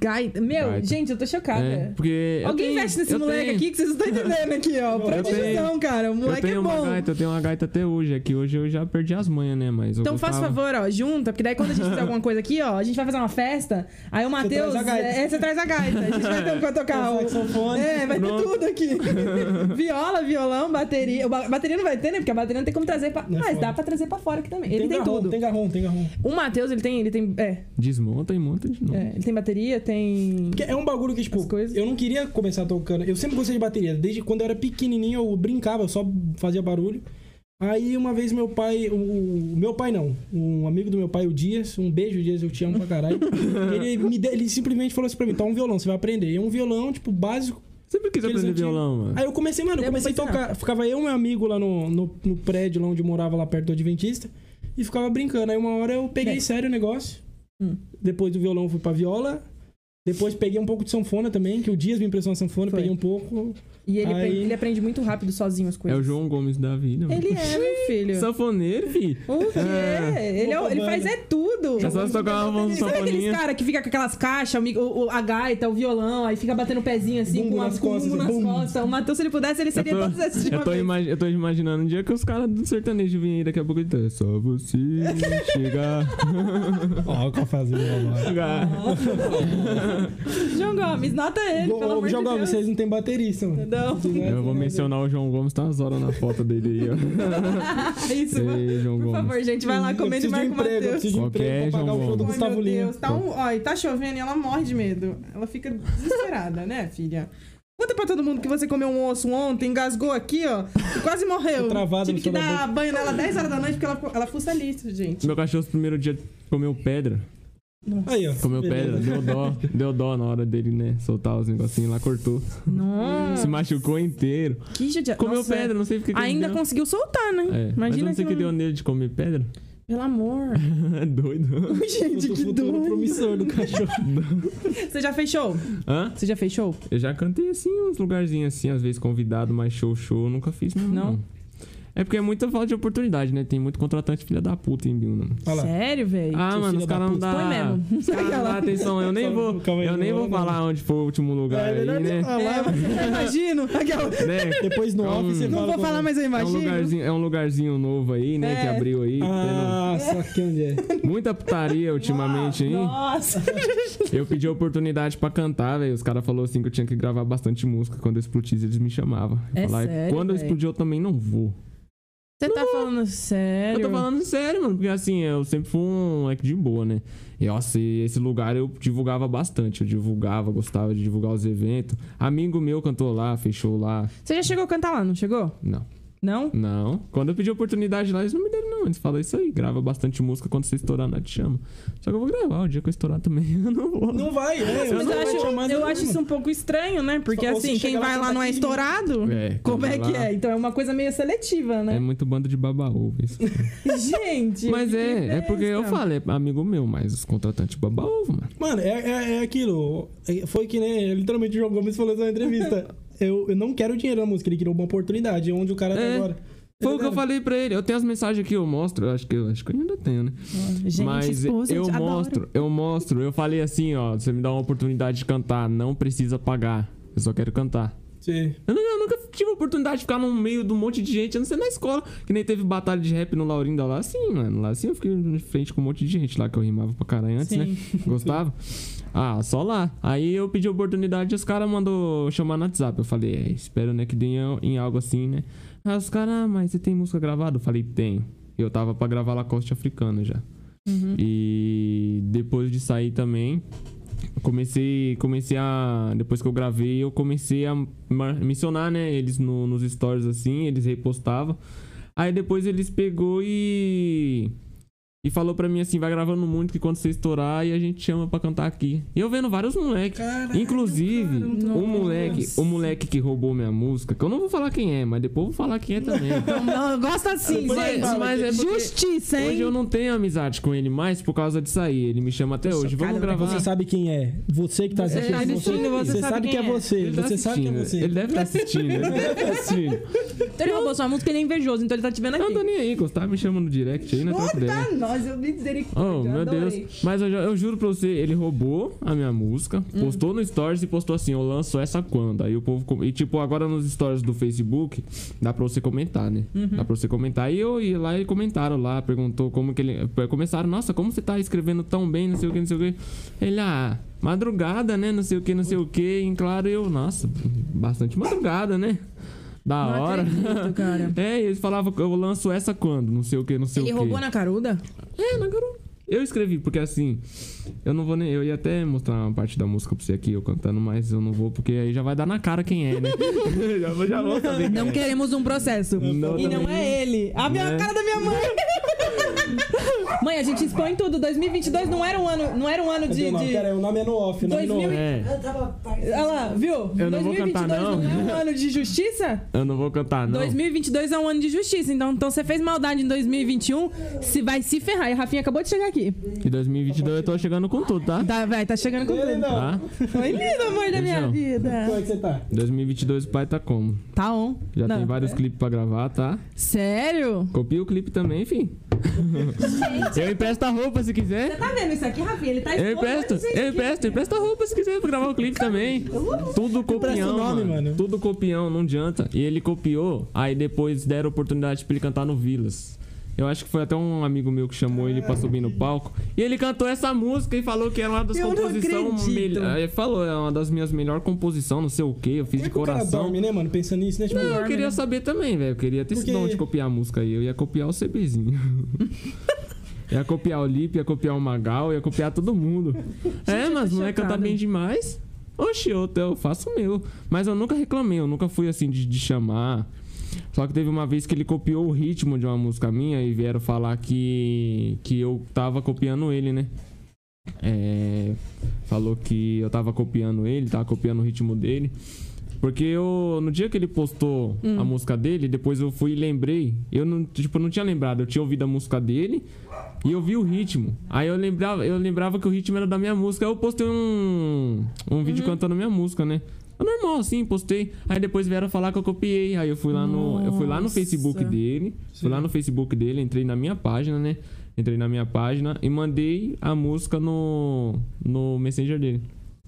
Speaker 2: Gaita. Meu,
Speaker 1: Gaita.
Speaker 2: gente, eu tô chocada.
Speaker 1: É, porque. eu
Speaker 2: Alguém
Speaker 1: tenho-
Speaker 2: investe nesse
Speaker 1: eu
Speaker 2: moleque
Speaker 1: tenho.
Speaker 2: aqui que vocês não estão entendendo aqui, ó.
Speaker 3: Eu
Speaker 2: Produção,
Speaker 1: tenho.
Speaker 2: cara. O
Speaker 1: Eu
Speaker 2: moleque
Speaker 1: tenho
Speaker 2: é
Speaker 1: uma
Speaker 2: bom.
Speaker 1: gaita, eu tenho uma gaita até hoje. É que hoje eu já perdi as manhas, né? Mas eu
Speaker 2: Então faz
Speaker 1: gostava.
Speaker 2: favor, ó, junta, porque daí quando a gente fizer alguma coisa aqui, ó, a gente vai fazer uma festa, aí o Matheus.
Speaker 3: traz a gaita.
Speaker 2: É, você traz a gaita. A gente vai ter um pra tocar.
Speaker 3: O
Speaker 2: o-
Speaker 3: saxofone.
Speaker 2: É, vai ter
Speaker 1: Pronto.
Speaker 2: tudo aqui. Viola, violão, bateria. O ba- Bateria não vai ter, né? Porque a bateria não tem como trazer pra.
Speaker 3: Não é
Speaker 2: Mas
Speaker 3: foda.
Speaker 2: dá pra trazer pra fora aqui também. Ele tem,
Speaker 3: garrom,
Speaker 2: tudo.
Speaker 3: Tem garrom, tem garrom.
Speaker 2: O Matheus, ele tem. Ele tem. É,
Speaker 1: Desmonta e monta de novo.
Speaker 2: é, ele tem bateria, tem.
Speaker 3: Porque é um bagulho que, tipo,
Speaker 2: As coisas-
Speaker 3: eu não queria começar tocando. Eu sempre gostei de bateria. Desde quando eu era pequenininho, eu brincava, eu só fazia barulho. Aí uma vez meu pai, o, o meu pai não, um amigo do meu pai, o Dias, um beijo Dias, eu te amo pra
Speaker 2: <laughs>
Speaker 3: caralho. ele, me de- ele simplesmente falou assim pra mim, tá um violão, você vai aprender. E é um violão, tipo, básico,
Speaker 1: Sempre quis
Speaker 3: Aqueles
Speaker 1: aprender
Speaker 3: antigos.
Speaker 1: violão, mano.
Speaker 3: Aí eu comecei, mano, eu
Speaker 4: Eu vou
Speaker 3: comecei a
Speaker 4: ensinar.
Speaker 3: tocar. Ficava eu e meu amigo lá no, no, no prédio lá onde eu morava, lá perto do Adventista, e ficava brincando. Aí uma hora eu peguei
Speaker 2: Bem.
Speaker 3: sério o negócio.
Speaker 2: Hum.
Speaker 3: Depois do violão eu fui pra viola. Depois peguei um pouco de sanfona também, que o Dias me impressionou a sanfona,
Speaker 2: Foi.
Speaker 3: peguei um pouco.
Speaker 2: E ele,
Speaker 3: Aí-
Speaker 2: aprende, ele aprende muito rápido sozinho as
Speaker 1: É
Speaker 2: coisas.
Speaker 1: o João Gomes da vida, mano.
Speaker 2: Ele é, meu filho.
Speaker 1: <laughs> Sanfoneiro, fi.
Speaker 2: O quê?
Speaker 1: É.
Speaker 2: Ele, é o- ele
Speaker 3: Copacabana.
Speaker 2: faz é tudo.
Speaker 1: É só você tocar uma
Speaker 3: um
Speaker 1: mão
Speaker 2: Sabe aqueles
Speaker 1: sanfoninha.
Speaker 2: caras que fica com aquelas caixas, o, mi- o- o- a gaita, o violão, aí fica batendo o pezinho assim,
Speaker 3: Bumbo
Speaker 2: com, a,
Speaker 3: nas
Speaker 2: com o
Speaker 3: costas,
Speaker 2: bumbum nas
Speaker 3: bum.
Speaker 2: costas. O Matheus, se ele pudesse, ele seria
Speaker 1: tô-
Speaker 2: todos esses de
Speaker 1: Eu
Speaker 2: uma
Speaker 1: tô,
Speaker 2: vez.
Speaker 1: imagi- eu tô imaginando um dia que os caras do sertanejo vêm aí daqui a pouco e dizem, é só
Speaker 2: <laughs>
Speaker 1: você chegar.
Speaker 3: Ó, o que eu <laughs> fazia
Speaker 2: João Gomes, nota ele, pelo amor
Speaker 3: Jogar,
Speaker 2: de Deus.
Speaker 3: vocês não tem baterista, mano.
Speaker 2: Não. <laughs>
Speaker 1: Eu vou mencionar o João Gomes, tá umas horas na foto dele aí, ó.
Speaker 2: é Isso,
Speaker 1: Ei,
Speaker 2: <laughs>
Speaker 1: João
Speaker 2: por
Speaker 1: Gomes.
Speaker 2: favor, gente, vai lá
Speaker 3: Eu
Speaker 2: comendo e
Speaker 3: preciso de
Speaker 2: marca
Speaker 3: um
Speaker 2: o
Speaker 3: emprego, eu
Speaker 2: Matheus.
Speaker 3: preciso de um
Speaker 1: Qualquer
Speaker 3: emprego pra pagar o
Speaker 1: João
Speaker 3: show do
Speaker 1: Gomes.
Speaker 2: Ai,
Speaker 3: Gustavo
Speaker 2: meu
Speaker 3: Lima.
Speaker 2: Deus, tá um... Ó, e tá chovendo e ela morre de medo. Ela fica desesperada, né, filha? Conta pra todo mundo que você comeu um osso ontem, engasgou aqui, ó, e quase morreu.
Speaker 3: Tô travado
Speaker 2: Tive
Speaker 3: no
Speaker 2: que
Speaker 3: seu
Speaker 2: dar banho nela 10 horas da noite porque ela, ela fuça lixo, gente.
Speaker 1: Meu cachorro, no primeiro dia, comeu pedra.
Speaker 3: Aí, ó.
Speaker 1: Comeu pedra,
Speaker 3: Beleza.
Speaker 1: deu dó. Deu dó na hora dele, né? Soltar os negocinhos lá, cortou. Se
Speaker 4: Nossa,
Speaker 1: machucou inteiro.
Speaker 4: que judia...
Speaker 1: Hum. Comeu
Speaker 2: é.
Speaker 4: Nossa,
Speaker 1: pedra, não sei porque que
Speaker 4: Ainda
Speaker 1: deu.
Speaker 4: conseguiu soltar,
Speaker 1: É,
Speaker 4: né?
Speaker 1: mas eu
Speaker 4: Imagina
Speaker 1: não sei o
Speaker 4: que
Speaker 1: que
Speaker 4: não-
Speaker 1: deu nele de comer pedra. <laughs>
Speaker 4: Pelo amor.
Speaker 2: <laughs>
Speaker 1: É doido.
Speaker 2: gente,
Speaker 3: Futuro-
Speaker 2: que
Speaker 3: futuro
Speaker 2: doido.
Speaker 3: promissor do cachorro.
Speaker 2: Você já fez show?
Speaker 1: Hã?
Speaker 2: Você já fez show?
Speaker 1: Eu já cantei assim, uns lugarzinhos assim, às vezes convidado, mas show, show, eu nunca fiz mesmo.
Speaker 4: Não?
Speaker 1: Não. É porque é muita falta de oportunidade, né? Tem muito contratante filha da puta em Biúna. mano.
Speaker 3: Olha lá.
Speaker 4: Sério, velho?
Speaker 1: Ah,
Speaker 3: seu
Speaker 1: mano,
Speaker 3: filho
Speaker 1: os
Speaker 3: da
Speaker 1: caras não
Speaker 3: puta.
Speaker 1: dá.
Speaker 4: Põe mesmo.
Speaker 1: Os caras não dá atenção, eu nem vou.
Speaker 3: Calma aí,
Speaker 1: Eu nem
Speaker 3: não
Speaker 1: vou
Speaker 3: fala
Speaker 1: falar onde foi o último lugar
Speaker 3: É
Speaker 1: aí,
Speaker 3: melhor nem
Speaker 1: né?
Speaker 3: falar.
Speaker 2: É, eu imagino. Aquela-
Speaker 1: <laughs> Né?
Speaker 3: Depois no
Speaker 1: É um-
Speaker 3: off você
Speaker 1: Não
Speaker 2: Não
Speaker 3: fala
Speaker 2: vou
Speaker 3: com-
Speaker 2: falar, mas eu
Speaker 1: É um,
Speaker 2: imagino.
Speaker 1: lugarzinho, é um lugarzinho novo aí, né? Que
Speaker 2: É.
Speaker 1: abriu aí.
Speaker 3: Ah, só que onde é?
Speaker 1: tendo Muita putaria ultimamente, hein?
Speaker 2: Nossa.
Speaker 1: Eu pedi a oportunidade pra cantar, velho. Os caras falaram assim que eu tinha que gravar bastante música. Quando eu explodisse, eles me chamavam. Eu
Speaker 4: É
Speaker 1: falava,
Speaker 4: sério,
Speaker 1: quando eu
Speaker 4: véi?
Speaker 1: explodir, eu também não vou.
Speaker 4: Você tá falando sério?
Speaker 1: Eu tô falando sério, mano. Porque assim, eu sempre fui um moleque de boa, né? E nossa, e esse lugar eu divulgava bastante. Eu divulgava, gostava de divulgar os eventos. Amigo meu cantou lá, fechou lá.
Speaker 4: Você já chegou a cantar lá, não chegou?
Speaker 1: Não,
Speaker 4: Não?
Speaker 1: não. Quando eu pedi a oportunidade lá, eles não me deram, não. Eles falaram isso aí, grava bastante música. Quando você estourar, nós te chama. Só que eu vou gravar. O dia que eu estourar também, <laughs> eu não vou.
Speaker 3: <laughs> Não vai, é.
Speaker 4: Mas
Speaker 3: não
Speaker 4: eu,
Speaker 3: vai te chamar
Speaker 4: acho, eu
Speaker 3: nenhuma.
Speaker 4: acho isso um pouco estranho, né? Porque
Speaker 3: Ou se
Speaker 4: assim, quem
Speaker 3: chegar lá,
Speaker 4: vai lá
Speaker 3: canta
Speaker 4: não é
Speaker 3: aqui.
Speaker 4: estourado.
Speaker 1: É,
Speaker 2: Como é
Speaker 1: cantar
Speaker 2: que
Speaker 1: lá.
Speaker 2: é? Então é uma coisa meio seletiva,
Speaker 1: É
Speaker 2: né?
Speaker 1: muito banda de babaú,
Speaker 2: <laughs>
Speaker 1: isso.
Speaker 2: Gente.
Speaker 1: É. Mas
Speaker 2: que
Speaker 1: é, é porque eu
Speaker 2: besta.
Speaker 1: falo, é amigo meu, mas os contratantes baba ovo, mano.
Speaker 3: Mano, é, é, é aquilo. É, Foi que nem literalmente o João Gomes falou na entrevista. eu, eu não quero dinheiro na música, ele queria uma oportunidade, onde o cara tá
Speaker 1: É.
Speaker 3: agora.
Speaker 1: Foi o que eu falei pra ele. Eu tenho as mensagens aqui, eu mostro. eu acho que eu acho que eu ainda tenho, né?
Speaker 4: Gente,
Speaker 1: mas
Speaker 4: esposa,
Speaker 1: eu
Speaker 4: gente, adoro.
Speaker 1: mostro, eu mostro. Eu falei assim, ó, você me dá uma oportunidade de cantar, não precisa pagar. Eu só quero cantar.
Speaker 3: Sim.
Speaker 1: Eu, não- eu nunca tive a oportunidade de ficar no meio de um monte de gente, a não ser na escola, que nem teve batalha de rap no Laurinda lá, sim, mano. Lá sim eu fiquei de frente com um monte de gente lá que eu rimava pra caralho antes, né? Gostava? Ah, só lá. Aí eu pedi oportunidade e os caras mandou chamar no WhatsApp. Eu falei, é, espero, né, que dê em, em algo assim, né? Aí os caras, ah, mas você tem música gravada? Eu falei, tenho. Eu tava pra gravar Lacoste Africana já. E depois de sair também, comecei, comecei a. Depois que eu gravei, eu comecei a mar- mencionar, né? Eles no- nos stories assim, eles repostavam. Aí depois eles pegou e. E falou pra mim assim, vai gravando muito que quando você estourar e a gente chama pra cantar aqui. E eu vendo vários moleques.
Speaker 3: Caralho,
Speaker 1: Inclusive,
Speaker 3: cara,
Speaker 4: não tô-
Speaker 1: o moleque, um o moleque que roubou minha música, que eu não vou falar quem é, mas depois eu vou falar quem é também.
Speaker 3: <laughs>
Speaker 4: Não, gosta assim,
Speaker 3: Depois
Speaker 4: gente.
Speaker 3: ele fala
Speaker 1: mas é porque-
Speaker 4: Justiça, hein?
Speaker 1: Hoje eu não tenho amizade com ele mais por causa disso aí. Ele me chama até hoje. Vamos
Speaker 4: chocada,
Speaker 1: gravar.
Speaker 3: Você sabe quem é? Você que tá
Speaker 4: Você
Speaker 3: assistindo.
Speaker 4: tá assistindo, você
Speaker 3: você
Speaker 4: sabe
Speaker 3: sabe que é
Speaker 4: quem é.
Speaker 3: você.
Speaker 1: tá
Speaker 3: Você sabe que é
Speaker 1: assistindo.
Speaker 3: você.
Speaker 1: Ele deve estar assistindo. Ele deve estar
Speaker 3: <laughs>
Speaker 1: assistindo.
Speaker 4: Então ele roubou sua música, ele é invejoso, então ele tá te vendo
Speaker 1: Eu não tô
Speaker 4: aqui.
Speaker 1: nem aí, Gustavo me chama no direct aí, não tem ideia.
Speaker 2: Puta,
Speaker 5: Nossa,
Speaker 4: <laughs>
Speaker 5: misericórdia.
Speaker 1: Oh, meu
Speaker 5: adorei.
Speaker 1: Deus. Mas eu, ju- eu juro pra você, ele roubou a minha música,
Speaker 4: Hum.
Speaker 1: postou no Stories e postou assim: eu lanço essa quando. Aí o povo. com- E tipo, agora nos Stories do Facebook, dá pra você comentar, né?
Speaker 4: Uhum.
Speaker 1: Dá pra você comentar. E eu ia lá e comentaram lá, perguntou como que ele. eh, Começaram, nossa, como você tá escrevendo tão bem, não sei o que, não sei o que. Ele, ah, madrugada, né? Não sei o que, não sei o que. E claro, eu, nossa, bastante madrugada, né? Da
Speaker 4: Não
Speaker 1: hora.
Speaker 4: acredito, cara.
Speaker 1: <laughs> é, e eles falavam, eu lanço essa quando, não sei o que, não sei
Speaker 4: Ele
Speaker 1: o que.
Speaker 4: roubou na caruda?
Speaker 1: É, na garoto. Eu escrevi, porque assim, eu não vou nem. Eu ia até mostrar uma parte da música pra você aqui, eu cantando, mas eu não vou, porque aí já vai dar na cara quem é, né? já, vou- já vou saber. quem
Speaker 4: Não
Speaker 1: é.
Speaker 4: queremos um
Speaker 1: <laughs>
Speaker 4: processo.
Speaker 1: Não,
Speaker 2: E não
Speaker 1: também.
Speaker 2: é ele. A minha
Speaker 1: Né?
Speaker 2: cara da minha mãe. <laughs> mãe, a gente expõe tudo. 2022 não era um ano, não era um ano de.
Speaker 3: Cadê o nome?
Speaker 2: de...
Speaker 3: Pera aí, o nome é no off, o nome é no
Speaker 2: 2000
Speaker 3: off.
Speaker 1: É,
Speaker 5: Eu tava
Speaker 2: Olha lá, viu?
Speaker 1: Eu não vou cantar, não.
Speaker 2: é um ano de justiça?
Speaker 1: eu não vou cantar, não.
Speaker 4: 2022 é um ano de justiça, então, então você fez maldade em 2021, se vai se ferrar. E a Rafinha acabou de chegar aqui.
Speaker 1: E 2022 eu tô chegando com tudo, tá?
Speaker 4: Tá, vai, tá chegando com
Speaker 3: Ele
Speaker 4: tudo.
Speaker 3: não.
Speaker 1: Tá?
Speaker 2: Foi lindo, amor da minha
Speaker 1: Beijão.
Speaker 2: vida.
Speaker 3: Como é que você tá?
Speaker 1: 2022 o pai tá como?
Speaker 4: Tá on.
Speaker 1: Já
Speaker 4: Não.
Speaker 1: tem vários clipes pra gravar, tá?
Speaker 4: Sério?
Speaker 1: Copia o clipe também, enfim. eu empresto a roupa se quiser.
Speaker 2: Tá vendo isso aqui, Rafinha? Ele tá
Speaker 1: Eu empresto, eu empresto, eu empresto a roupa se quiser pra gravar o clipe também. Tudo copião,
Speaker 3: o nome,
Speaker 1: mano.
Speaker 3: mano.
Speaker 1: Tudo copião, não adianta. E ele copiou, aí depois deram oportunidade pra ele cantar no Vilas. Eu acho que foi até um amigo meu que chamou ele pra subir no palco. E ele cantou essa música e falou que era uma das
Speaker 2: Eu não
Speaker 1: composições
Speaker 2: acredito.
Speaker 1: melhores. Ele falou, é uma das minhas melhores composições, não sei o que, eu fiz
Speaker 3: Como é
Speaker 1: de
Speaker 3: que o cara
Speaker 1: coração.
Speaker 3: dorme, né, mano? Pensando nisso, né? Tipo,
Speaker 1: Não, eu queria saber também, velho. Eu queria ter esse
Speaker 3: Porque-
Speaker 1: dom de copiar a música aí. Eu ia copiar o
Speaker 3: <laughs>
Speaker 1: CBzinho. ia copiar o Lipe, ia copiar o Magal, ia copiar todo mundo. é, mas não é cantar
Speaker 4: chocada.
Speaker 1: bem demais. Oxi, eu, eu faço o meu. Mas eu nunca reclamei, eu nunca fui assim de, de chamar. Só que teve uma vez que ele copiou o ritmo de uma música minha e vieram falar que, que eu tava copiando ele, né? É, falou que eu tava copiando ele, tava copiando o ritmo dele. Porque eu, no dia que ele postou a música dele, depois eu fui e lembrei. Eu não, tipo, não tinha lembrado, eu tinha ouvido a música dele e eu vi o ritmo. Aí eu lembrava, eu lembrava que o ritmo era da minha música. Aí eu postei um, um vídeo cantando minha música, né? Normal, assim, postei. Aí depois vieram falar que eu copiei. Aí eu fui lá no, eu fui lá no
Speaker 4: Nossa.
Speaker 1: Facebook dele. Fui lá no Facebook dele, entrei na minha página, né? Entrei na minha página e mandei a música no, no Messenger dele.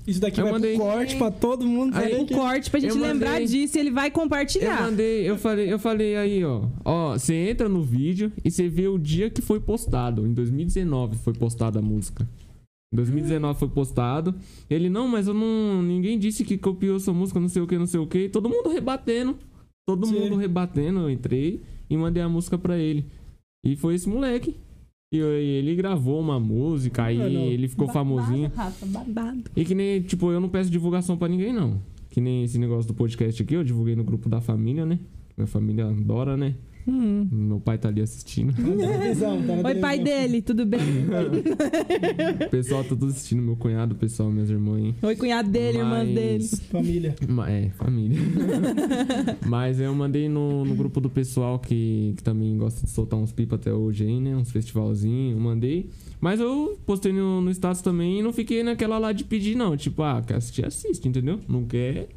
Speaker 3: Isso daqui
Speaker 1: Eu
Speaker 3: vai
Speaker 1: mandei.
Speaker 3: pro corte pra todo mundo.
Speaker 1: Aí-
Speaker 3: saber
Speaker 4: Um
Speaker 3: que- <laughs>
Speaker 4: corte pra gente
Speaker 1: Eu mandei-
Speaker 4: lembrar disso e ele vai
Speaker 1: Eu
Speaker 4: compartilhar.
Speaker 1: mandei, eu falei, eu falei aí, ó. Ó, você entra no vídeo e você vê o dia que foi postado. Em 2019 foi postada a música. Em 2019 foi postado. Ele, não, mas eu não. Ninguém disse que copiou sua música, não sei o que, não sei o que. Todo mundo rebatendo. Todo
Speaker 3: Sim.
Speaker 1: mundo rebatendo. Eu entrei e mandei a música pra ele. E foi esse moleque. E eu- e ele gravou uma música, aí
Speaker 3: Mano,
Speaker 1: ele ficou famosinho.
Speaker 5: Rafa, babado.
Speaker 1: E que nem, tipo, eu não peço divulgação pra ninguém, não. Que nem esse negócio do podcast aqui, eu divulguei no grupo da família, né? Minha família adora, né?
Speaker 4: Hum.
Speaker 1: Meu pai tá ali assistindo. <laughs>
Speaker 3: Televisão, tá na
Speaker 4: Oi, pai
Speaker 3: televisão.
Speaker 4: dele, tudo bem?
Speaker 1: O pessoal tá tudo assistindo, meu cunhado, o pessoal, minhas irmãs, hein?
Speaker 4: Oi, cunhado dele, irmã
Speaker 1: Mas-
Speaker 4: dele.
Speaker 3: Família.
Speaker 1: Ma- É,
Speaker 4: <laughs>
Speaker 1: família. Mas eu mandei no, no grupo do pessoal que, que também gosta de soltar uns pipa até hoje aí, né? Uns festivalzinhos, eu mandei. Mas eu postei no, no status também e não fiquei naquela lá de pedir, não. Tipo, ah, quer assistir, assiste, entendeu? Não quer.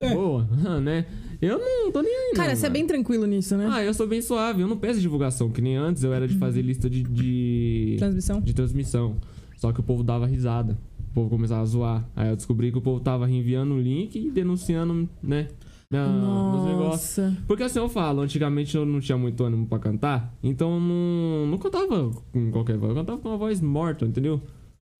Speaker 3: É.
Speaker 1: Boa, <laughs> né? Eu não tô nem aí, não,
Speaker 4: Cara, você é
Speaker 1: mano.
Speaker 4: bem tranquilo nisso, né?
Speaker 1: Ah, eu sou bem suave, eu não peço divulgação, que nem antes eu era de fazer lista de- de
Speaker 4: Transmissão.
Speaker 1: de transmissão. Só que o povo dava risada. O povo começava a zoar. Aí eu descobri que o povo tava reenviando o link e denunciando, né? Na, nos negócios.
Speaker 4: Nossa.
Speaker 1: Porque assim eu falo, antigamente eu não tinha muito ânimo pra cantar, então eu não, não cantava com qualquer voz, eu cantava com uma voz morta, entendeu?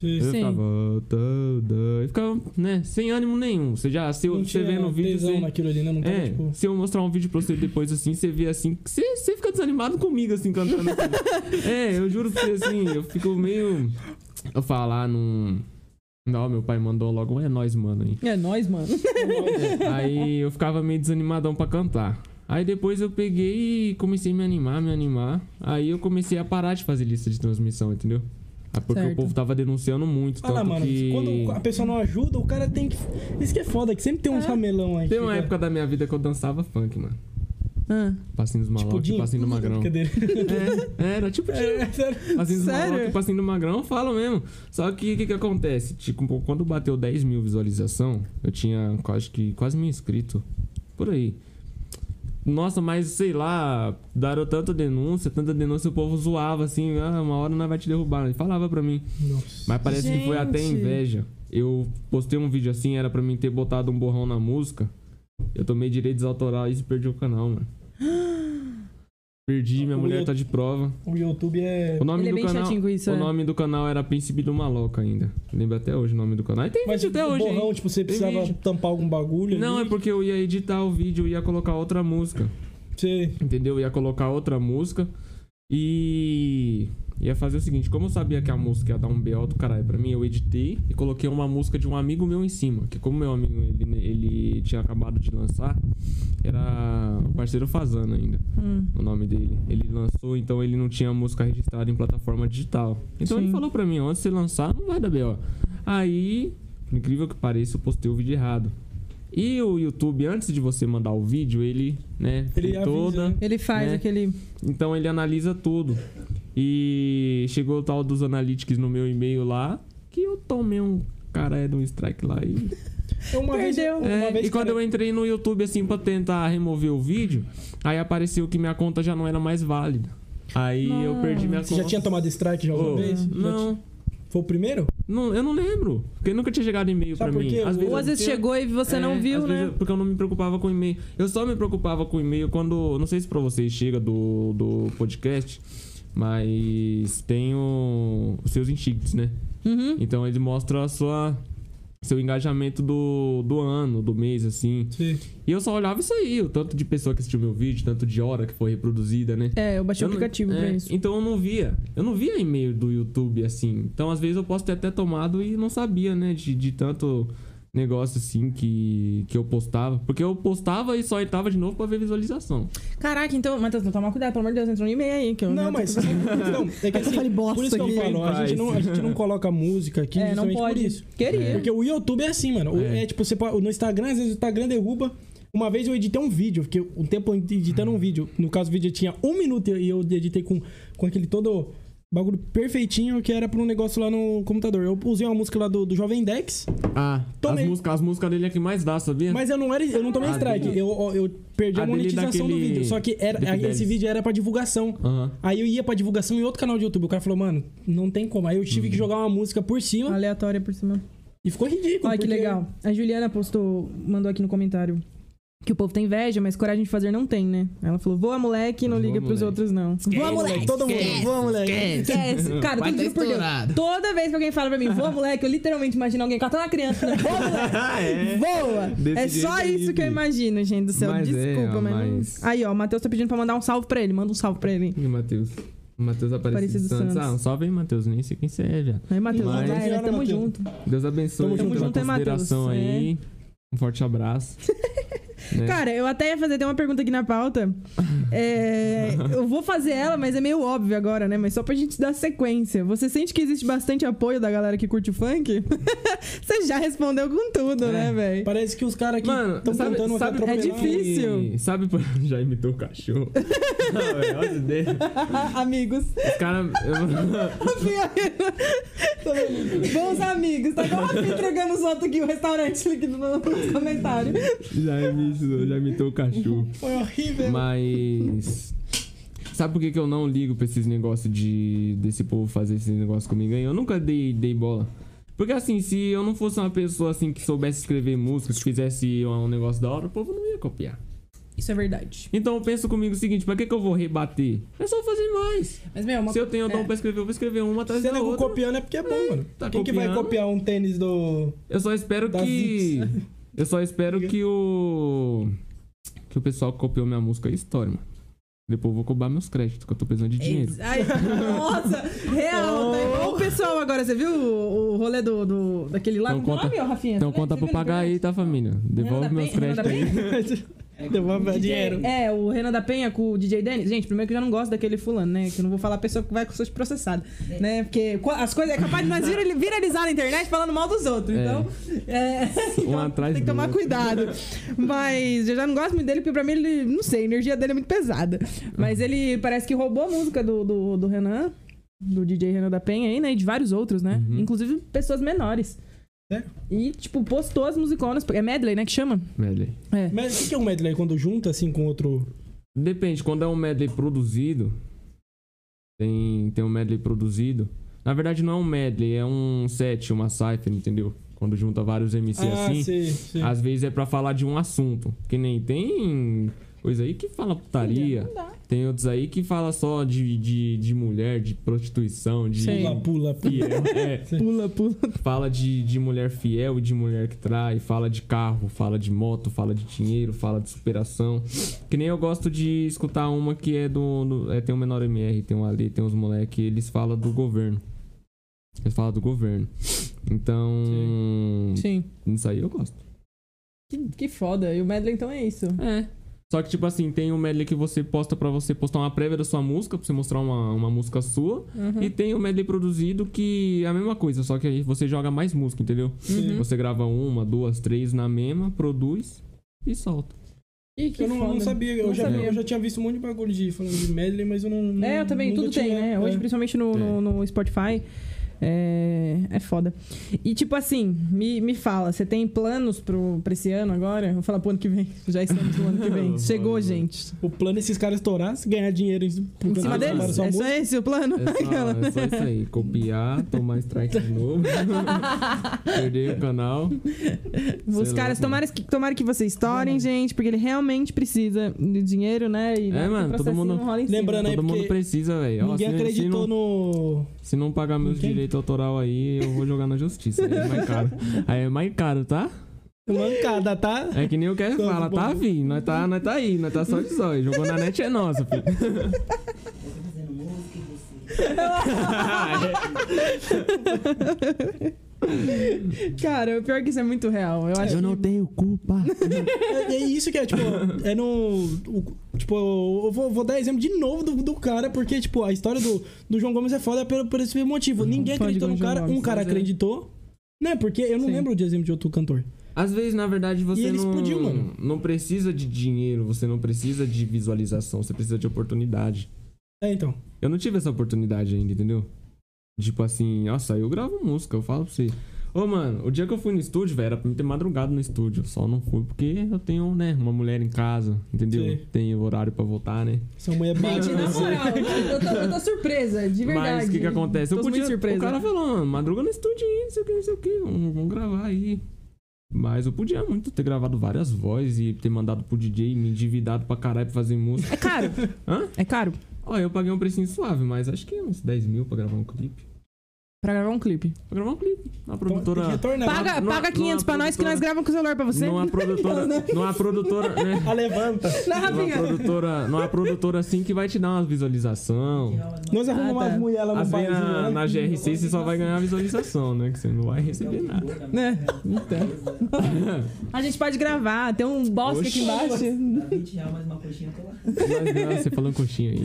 Speaker 1: Eu
Speaker 3: Sim.
Speaker 4: Sim.
Speaker 1: ficava. toda- Eu ficava, né, sem ânimo nenhum. Você já, se
Speaker 3: Não
Speaker 1: você
Speaker 3: tinha
Speaker 1: vê no vídeo.
Speaker 3: tesão
Speaker 1: Você...
Speaker 3: naquilo ali, né? Não tava,
Speaker 1: É,
Speaker 3: tipo...
Speaker 1: se eu mostrar um vídeo pra você depois assim, você vê assim, que você, você fica desanimado comigo assim, cantando.
Speaker 3: <laughs>
Speaker 1: assim. é, eu juro pra você assim, eu fico meio. Eu falar num. Não, meu pai mandou logo, um é nóis, mano. Aí.
Speaker 2: É nóis,
Speaker 1: <laughs>
Speaker 2: mano.
Speaker 1: né? aí eu ficava meio desanimadão pra cantar. Aí depois eu peguei e comecei a me animar, me animar. Aí eu comecei a parar de fazer lista de transmissão, entendeu? Ah, Porque
Speaker 4: Certo.
Speaker 1: o povo tava denunciando muito.
Speaker 3: Olha lá,
Speaker 1: tanto
Speaker 3: mano.
Speaker 1: que...
Speaker 3: Quando a pessoa não ajuda, o cara tem que... Isso que é foda, que sempre tem uns ramelão aí.
Speaker 1: Tem uma
Speaker 3: que fica-
Speaker 1: época da minha vida que eu dançava funk, mano.
Speaker 4: Ah.
Speaker 1: Passinho dos
Speaker 3: Tipo,
Speaker 1: malocos,
Speaker 3: Dinho.
Speaker 1: passinho do magrão. <laughs>
Speaker 3: Brincadeira.
Speaker 1: É, era tipo de
Speaker 3: É, sério.
Speaker 1: Passinho do
Speaker 4: Sério?
Speaker 1: Magrão, passinho do Magrão, eu falo mesmo. Só que o que, que acontece? Tipo, quando bateu 10 mil visualização, eu tinha quase que quase mil inscritos. Por aí. Nossa, mas sei lá, daram tanta denúncia, tanta denúncia, o povo zoava assim, ah, uma hora nós vai te derrubar. Ele falava pra mim.
Speaker 3: Nossa.
Speaker 1: Mas parece que foi até
Speaker 4: Gente.
Speaker 1: inveja. Eu postei um vídeo assim, era pra mim ter botado um borrão na música. Eu tomei direitos autorais e perdi o canal, mano. <gasps> Perdi, minha
Speaker 3: O
Speaker 1: mulher
Speaker 3: meu-
Speaker 1: tá de prova.
Speaker 3: O YouTube é.
Speaker 1: O nome
Speaker 4: Ele é
Speaker 1: do
Speaker 4: bem
Speaker 1: canal.
Speaker 4: chatinho com isso,
Speaker 1: O
Speaker 4: é.
Speaker 1: nome do canal era Príncipe do Maloca ainda. Lembro até hoje o nome do canal. E tem
Speaker 3: Mas
Speaker 1: vídeo até
Speaker 3: o
Speaker 1: hoje.
Speaker 3: borrão,
Speaker 1: hein?
Speaker 3: tipo, você
Speaker 1: Tem
Speaker 3: precisava
Speaker 1: vídeo.
Speaker 3: tampar algum bagulho.
Speaker 1: Não, é
Speaker 3: ali,
Speaker 1: porque eu ia editar o vídeo e ia colocar outra música.
Speaker 3: Você.
Speaker 1: Entendeu? Eu ia colocar outra música. E. Ia fazer o seguinte: como eu sabia que a música ia dar um BO do caralho pra mim, eu editei e coloquei uma música de um amigo meu em cima. Que como meu amigo ele, né, ele tinha acabado de lançar, era o parceiro Fazano ainda
Speaker 4: Hum.
Speaker 1: o nome dele. Ele lançou, então ele não tinha música registrada em plataforma digital. Então ele
Speaker 4: Sim.
Speaker 1: falou pra mim, antes de você lançar, não vai dar B.O. Aí, por incrível que pareça, eu postei o vídeo errado. E o YouTube, antes de você mandar o vídeo, ele, né,
Speaker 3: Ele
Speaker 1: tem
Speaker 3: avisa,
Speaker 1: toda...
Speaker 3: né?
Speaker 4: Ele faz
Speaker 1: Né?
Speaker 4: aquele.
Speaker 1: Então ele analisa tudo. E chegou o tal dos analytics no meu e-mail lá, que eu tomei um cara de um strike lá e
Speaker 3: É uma
Speaker 4: Perdeu.
Speaker 3: Vez, uma
Speaker 1: é,
Speaker 3: vez
Speaker 1: e quando eu entrei no YouTube, assim, pra tentar remover o vídeo, aí apareceu que minha conta já não era mais válida. Aí eu perdi minha
Speaker 3: Você
Speaker 1: conta.
Speaker 3: já tinha tomado strike já alguma
Speaker 1: Ô,
Speaker 3: vez? Já
Speaker 1: Não,
Speaker 3: tinha- Foi o primeiro?
Speaker 1: não, eu não lembro. Porque nunca tinha chegado e-mail
Speaker 3: Sabe
Speaker 1: pra
Speaker 3: por
Speaker 1: mim.
Speaker 3: quê?
Speaker 1: Às
Speaker 3: O-
Speaker 1: vezes,
Speaker 4: Ou às vezes
Speaker 3: Tem-
Speaker 4: chegou e você
Speaker 1: é,
Speaker 4: não viu,
Speaker 1: às
Speaker 4: né?
Speaker 1: vezes eu- porque eu não me preocupava com e-mail. Eu só me preocupava com e-mail quando. Não sei se pra vocês chega do, do podcast, mas tem o- os seus instintos, né?
Speaker 4: Uhum.
Speaker 1: Então ele mostra a sua. Seu engajamento do, do ano, do mês, assim.
Speaker 3: Sim.
Speaker 1: E eu só olhava isso aí, o tanto de pessoa que assistiu meu vídeo, tanto de hora que foi reproduzida, né?
Speaker 4: É, eu baixei
Speaker 1: Eu
Speaker 4: o
Speaker 1: não-
Speaker 4: aplicativo
Speaker 1: é,
Speaker 4: pra isso.
Speaker 1: Então eu não via. Eu não via e-mail do YouTube assim. Então às vezes eu posso ter até tomado e não sabia, né? De, de tanto negócio assim que, que eu postava. Porque eu postava e só entrava de novo pra ver visualização.
Speaker 2: Caraca, então, Matheus, não toma cuidado, pelo amor de Deus, entrou um e-mail aí. Que eu
Speaker 3: Não, <laughs> mas. Não, é que
Speaker 5: Eu
Speaker 3: assim,
Speaker 5: falei,
Speaker 3: por
Speaker 5: bosta
Speaker 3: isso que eu
Speaker 5: aqui.
Speaker 3: falo, a gente, não, a gente não coloca música aqui
Speaker 2: É, não
Speaker 3: justamente
Speaker 2: pode.
Speaker 3: por isso.
Speaker 2: Queria.
Speaker 1: É.
Speaker 3: Porque o YouTube é assim, mano. O-
Speaker 1: É.
Speaker 3: É, tipo, você pode- no Instagram, às vezes o Instagram derruba. Uma vez eu editei um vídeo, fiquei um tempo editando
Speaker 1: Hum.
Speaker 3: um vídeo. No caso, o vídeo tinha um minuto e eu editei com, com aquele todo bagulho perfeitinho que era pra um negócio lá no computador. Eu usei uma música lá do, do Jovem Dex,
Speaker 1: Ah, as
Speaker 3: Tomei.
Speaker 1: músicas, as músicas dele é que mais dá, sabia?
Speaker 3: mas eu não, era, eu não tomei
Speaker 1: Ah,
Speaker 3: strike.
Speaker 1: dele.
Speaker 3: Eu, eu perdi a,
Speaker 1: Ah, dele
Speaker 3: monetização do
Speaker 1: daquele-
Speaker 3: vídeo. Só que era,
Speaker 1: Daquele
Speaker 3: esse
Speaker 1: Dex.
Speaker 3: vídeo era pra divulgação.
Speaker 1: Aham.
Speaker 3: Aí eu ia pra divulgação em outro canal de YouTube. O cara falou, mano, não tem como. Aí eu tive
Speaker 1: Hum.
Speaker 3: que jogar uma música por cima
Speaker 2: Aleatória por cima.
Speaker 3: e ficou ridículo.
Speaker 2: Olha que
Speaker 3: É. porque-
Speaker 2: legal. A Juliana postou, mandou aqui no comentário. Que o povo tem inveja, mas coragem de fazer não tem, né? Ela falou: voa moleque, não
Speaker 1: Voa,
Speaker 2: liga pros
Speaker 1: moleque."
Speaker 2: outros,
Speaker 1: <laughs>
Speaker 2: não.
Speaker 3: Voa, moleque. Todo mundo. Voa, moleque.
Speaker 2: Esquece. Cara,
Speaker 1: tá
Speaker 4: tá
Speaker 2: tô juro por Deus.
Speaker 4: <laughs>
Speaker 2: Toda vez que alguém fala pra mim,
Speaker 1: <laughs>
Speaker 2: voa, moleque, eu literalmente imagino alguém catando uma criança. né? Voa, moleque.
Speaker 4: É,
Speaker 2: Voa!
Speaker 1: É, Desse
Speaker 2: é só
Speaker 1: jeito aí,
Speaker 2: isso que eu
Speaker 1: Bi.
Speaker 2: imagino, gente do céu.
Speaker 1: Mas é,
Speaker 2: Desculpa,
Speaker 1: ó,
Speaker 2: mas... não-
Speaker 1: mas-
Speaker 2: Aí, ó, o Matheus tá pedindo pra mandar um salve pra ele. Manda um salve pra ele.
Speaker 1: E o Matheus? O Matheus Aparecido
Speaker 2: Aparecido
Speaker 1: Santos.
Speaker 2: Santos.
Speaker 1: Ah, um salve aí, Matheus. Nem sei quem você é, velho.
Speaker 2: Aí, Matheus,
Speaker 1: Mas-
Speaker 2: vai, né? tamo
Speaker 3: Matheus.
Speaker 2: junto.
Speaker 1: Deus abençoe
Speaker 3: Tamo junto.
Speaker 1: pela
Speaker 2: Tamo junto, hein,
Speaker 1: consideração
Speaker 2: Matheus? É.
Speaker 1: aí. Um
Speaker 2: <laughs>
Speaker 1: forte abraço. Né?
Speaker 2: Cara, eu até ia fazer, tem uma pergunta aqui na pauta. É, eu vou fazer ela, mas é meio óbvio agora, né? Mas só pra gente dar sequência. Você sente que existe bastante apoio da galera que curte o funk? <laughs> Você já respondeu com tudo,
Speaker 1: É.
Speaker 2: né, velho?
Speaker 3: Parece que os caras aqui
Speaker 1: Mano,
Speaker 3: estão
Speaker 1: sabe,
Speaker 3: tentando
Speaker 1: sabe
Speaker 2: é
Speaker 3: atropelar.
Speaker 2: difícil.
Speaker 1: que- Sabe por... <laughs> Já imitou
Speaker 2: <laughs>
Speaker 1: o cachorro. Não, velho, olha as ideias.
Speaker 2: amigos.
Speaker 1: Os caras... eu- <laughs>
Speaker 2: Bons amigos. Tá igual o Rafinha entregando os outros aqui, o restaurante aqui no, no comentário.
Speaker 1: já, imitou, já imitou o cachorro.
Speaker 3: Foi horrível.
Speaker 1: Mas... Sabe por que, que eu não ligo pra esses negócios de... Desse povo fazer esses negócios comigo aí? Eu nunca dei, dei bola. Porque assim, se eu não fosse uma pessoa assim que soubesse escrever música, se fizesse um negócio da hora, o povo não ia copiar.
Speaker 4: Isso é verdade.
Speaker 1: Então eu penso comigo o seguinte, pra que, que eu vou rebater? É só fazer mais.
Speaker 4: Mas, meu, uma...
Speaker 1: Se eu tenho dom
Speaker 4: é.
Speaker 1: pra escrever, eu vou escrever uma
Speaker 3: Se
Speaker 1: atrás
Speaker 3: você
Speaker 1: da
Speaker 3: nego
Speaker 1: outra.
Speaker 3: copiando é porque é bom, mano.
Speaker 1: tá
Speaker 3: Quem que vai
Speaker 1: copiando.
Speaker 3: copiar um tênis
Speaker 4: <laughs>
Speaker 3: do.
Speaker 1: Eu só espero
Speaker 3: Da
Speaker 1: que. Eu só espero que o. Que o pessoal que copiou minha música estoure, mano. Depois eu vou cobrar meus créditos, que eu tô precisando de dinheiro.
Speaker 4: Ex- Ai, nossa, real. tá igual o pessoal agora, você viu o, o rolê do, do- daquele lá?
Speaker 1: Então
Speaker 4: Como que é o
Speaker 1: conta-
Speaker 4: nome, ô, Rafinha?
Speaker 1: Então
Speaker 4: Você
Speaker 1: conta pra
Speaker 4: viu
Speaker 2: é
Speaker 4: na
Speaker 1: pagar
Speaker 4: internet?
Speaker 1: aí, tá, família? Devolve
Speaker 4: Renan da
Speaker 1: meus
Speaker 4: Penha? Renan da
Speaker 1: créditos aí.
Speaker 3: Devolve dinheiro.
Speaker 2: É, o Renan da Penha com o DJ Dennis. Gente, primeiro que eu já não gosto daquele fulano, né? Que eu não vou falar a pessoa que vai com seus processados, né? Porque co- as coisas é capaz de nós virali- viralizar na internet falando mal dos outros.
Speaker 1: É.
Speaker 2: Então, é, então
Speaker 1: atrás
Speaker 2: tem que
Speaker 1: do
Speaker 2: tomar
Speaker 1: outro.
Speaker 2: cuidado. Mas eu já não gosto muito dele, porque pra mim ele, não sei, a energia dele é muito pesada. Mas ele parece que roubou a música do, do, do Renan, do DJ Renan da Penha aí, né? E de vários outros, né? Inclusive pessoas menores.
Speaker 3: Uhum. Sério?
Speaker 4: E, tipo, postou as musiconas. É medley, né? Que chama?
Speaker 1: Medley.
Speaker 4: É.
Speaker 3: Mas o que que é um medley quando junta assim com outro.
Speaker 1: Depende, quando é um medley produzido, tem, tem um medley produzido. Na verdade, não é um medley, é um set, uma cipher, entendeu? Quando junta vários MC
Speaker 3: Ah,
Speaker 1: assim,
Speaker 3: sei, sei.
Speaker 1: às vezes é pra falar de um assunto. Que nem tem coisa aí que fala putaria,
Speaker 6: Não dá.
Speaker 1: tem outros aí que fala só de, de, de mulher, de prostituição, de.
Speaker 4: Sim.
Speaker 3: Pula, pula, pula.
Speaker 4: <laughs>
Speaker 1: Fiel, é.
Speaker 4: Pula, pula.
Speaker 1: Fala de, de mulher fiel e de mulher que trai, fala de carro, fala de moto, fala de dinheiro, fala de superação. Que nem eu gosto de escutar uma que é do. do- é, tem um menor MR, tem um ali, tem uns moleque, eles falam do governo. Eles falam do governo. Então.
Speaker 4: Sim.
Speaker 1: Isso aí eu gosto.
Speaker 4: Que, que foda. E o medley, então, é isso.
Speaker 1: É. Só que, tipo assim, tem um medley que você posta pra você postar uma prévia da sua música, pra você mostrar uma, uma música sua.
Speaker 4: Hum.
Speaker 3: Uhum.
Speaker 1: E tem o medley produzido que é a mesma coisa, só que aí você joga mais música, entendeu?
Speaker 3: Sim.
Speaker 1: Você grava uma, duas, três na mesma, produz e solta.
Speaker 4: E que
Speaker 3: Eu não,
Speaker 4: foda.
Speaker 3: não sabia, eu,
Speaker 4: Não
Speaker 3: já,
Speaker 1: sabia.
Speaker 3: eu já tinha visto um monte de bagulho de falando de medley, mas eu não. não-
Speaker 4: É, eu também,
Speaker 3: nunca
Speaker 4: tudo
Speaker 3: tinha, é.
Speaker 4: tem, né? Hoje, principalmente no, no, no Spotify. É, é foda. E tipo assim, me, me fala, você tem planos pro, pra esse ano agora? Vou falar pro ano que vem. <laughs> Já estamos no ano que vem. Chegou, gente.
Speaker 3: O plano é esses caras estourar, se ganhar dinheiro em, por
Speaker 4: Em
Speaker 3: causa que
Speaker 4: cima
Speaker 3: estouraram
Speaker 4: deles?
Speaker 3: sua
Speaker 4: É só
Speaker 3: música.
Speaker 4: esse o plano? <laughs>
Speaker 1: É
Speaker 3: <laughs>
Speaker 1: só, é só isso aí. Copiar, tomar strike de novo. Perder o canal.
Speaker 4: Os
Speaker 1: Sei lá,
Speaker 4: caras,
Speaker 1: mano.
Speaker 4: tomara que, tomara que você estourem, gente, porque ele realmente precisa de dinheiro, né? E
Speaker 1: É,
Speaker 4: né,
Speaker 1: mano,
Speaker 4: o
Speaker 1: todo
Speaker 4: processinho
Speaker 1: mundo-
Speaker 4: rola em cima.
Speaker 3: Lembrando- Não, é
Speaker 1: Todo mundo assim,
Speaker 3: porque
Speaker 1: precisa, velho. Ó, Se,
Speaker 3: Ninguém
Speaker 1: se,
Speaker 3: acreditou
Speaker 1: não,
Speaker 3: no.
Speaker 1: se não pagar meus
Speaker 3: Ninguém?
Speaker 1: direitos autoral aí, eu vou jogar na justiça. Aí
Speaker 3: <laughs>
Speaker 1: é mais caro. Aí é mais caro, tá?
Speaker 3: Mancada, tá?
Speaker 1: É que nem o Kevin
Speaker 3: Todo
Speaker 1: fala, tá,
Speaker 3: mundo.
Speaker 1: vi? Nós tá, nós tá aí, nós tá só de zóio. Jogou na net é nosso, filho.
Speaker 4: Cara, o pior é que isso é muito real. Eu acho
Speaker 1: Eu não tenho culpa.
Speaker 3: É, é isso que é, tipo, é no. o- tipo, eu vou, vou dar exemplo de novo do, do cara, porque, tipo, a história do, do João Gomes é foda por, por esse mesmo motivo. Ninguém
Speaker 4: fã de
Speaker 3: acreditou no
Speaker 4: João
Speaker 3: cara, um
Speaker 4: Gomes,
Speaker 3: cara
Speaker 1: mas é.
Speaker 3: acreditou. Né? Porque eu não
Speaker 4: Sim.
Speaker 3: lembro de exemplo de outro cantor.
Speaker 1: Às vezes, na verdade, você
Speaker 3: ele
Speaker 1: não,
Speaker 3: explodiu, mano.
Speaker 1: não precisa de dinheiro, você não precisa de visualização, você precisa de oportunidade.
Speaker 3: É, então.
Speaker 1: Eu não tive essa oportunidade ainda, entendeu? Tipo assim, nossa, eu gravo música, eu falo pra você. Ô, mano, o dia que eu fui no estúdio, velho, era pra mim ter madrugado no estúdio. Só não fui porque eu tenho, né, uma mulher em casa, entendeu?
Speaker 3: Sim.
Speaker 1: Tenho horário pra voltar, né?
Speaker 3: Essa mulher bate.
Speaker 4: Gente, na moral, eu tô, eu tô surpresa, de verdade.
Speaker 1: Mas o que que acontece? Eu
Speaker 4: Tô
Speaker 1: podia,
Speaker 4: muito surpresa.
Speaker 1: O cara falou, mano, madruga no estúdio aí, não sei o que, não sei o que, vamos, vamos gravar aí. Mas eu podia muito ter gravado várias vozes e ter mandado pro DJ, me endividado pra caralho pra fazer
Speaker 4: <laughs>
Speaker 1: música.
Speaker 4: É caro.
Speaker 1: Hã?
Speaker 4: É caro
Speaker 1: Ó, eu paguei um precinho suave, mas acho que é uns 10 mil pra gravar um clipe.
Speaker 4: pra gravar um clipe.
Speaker 1: Pra gravar um clipe. A
Speaker 3: Tem que
Speaker 1: produtora.
Speaker 3: retornar.
Speaker 4: Paga,
Speaker 1: não-
Speaker 4: paga
Speaker 1: não
Speaker 4: 500 pra
Speaker 1: há
Speaker 4: nós que
Speaker 1: produtora.
Speaker 4: nós gravamos com o celular pra você.
Speaker 1: Não a
Speaker 4: <laughs>
Speaker 1: produtora. Não a produtora, né?
Speaker 3: Ah, levanta.
Speaker 1: Não a produtora, não há produtora assim que vai te dar uma visualização.
Speaker 3: Nós arrumamos
Speaker 4: Ah, tá.
Speaker 3: umas mulheres lá no
Speaker 1: Às vezes
Speaker 3: barzinho,
Speaker 1: na,
Speaker 3: né?
Speaker 1: na GRC você só vai ganhar visualização, né? Que você não vai receber nada.
Speaker 4: Né? A gente pode gravar, tem um bosque aqui
Speaker 1: Oxi.
Speaker 4: embaixo.
Speaker 7: Dá 20 reais mais uma coxinha tô lá.
Speaker 1: Mas, não, Ah, você falou em coxinha aí.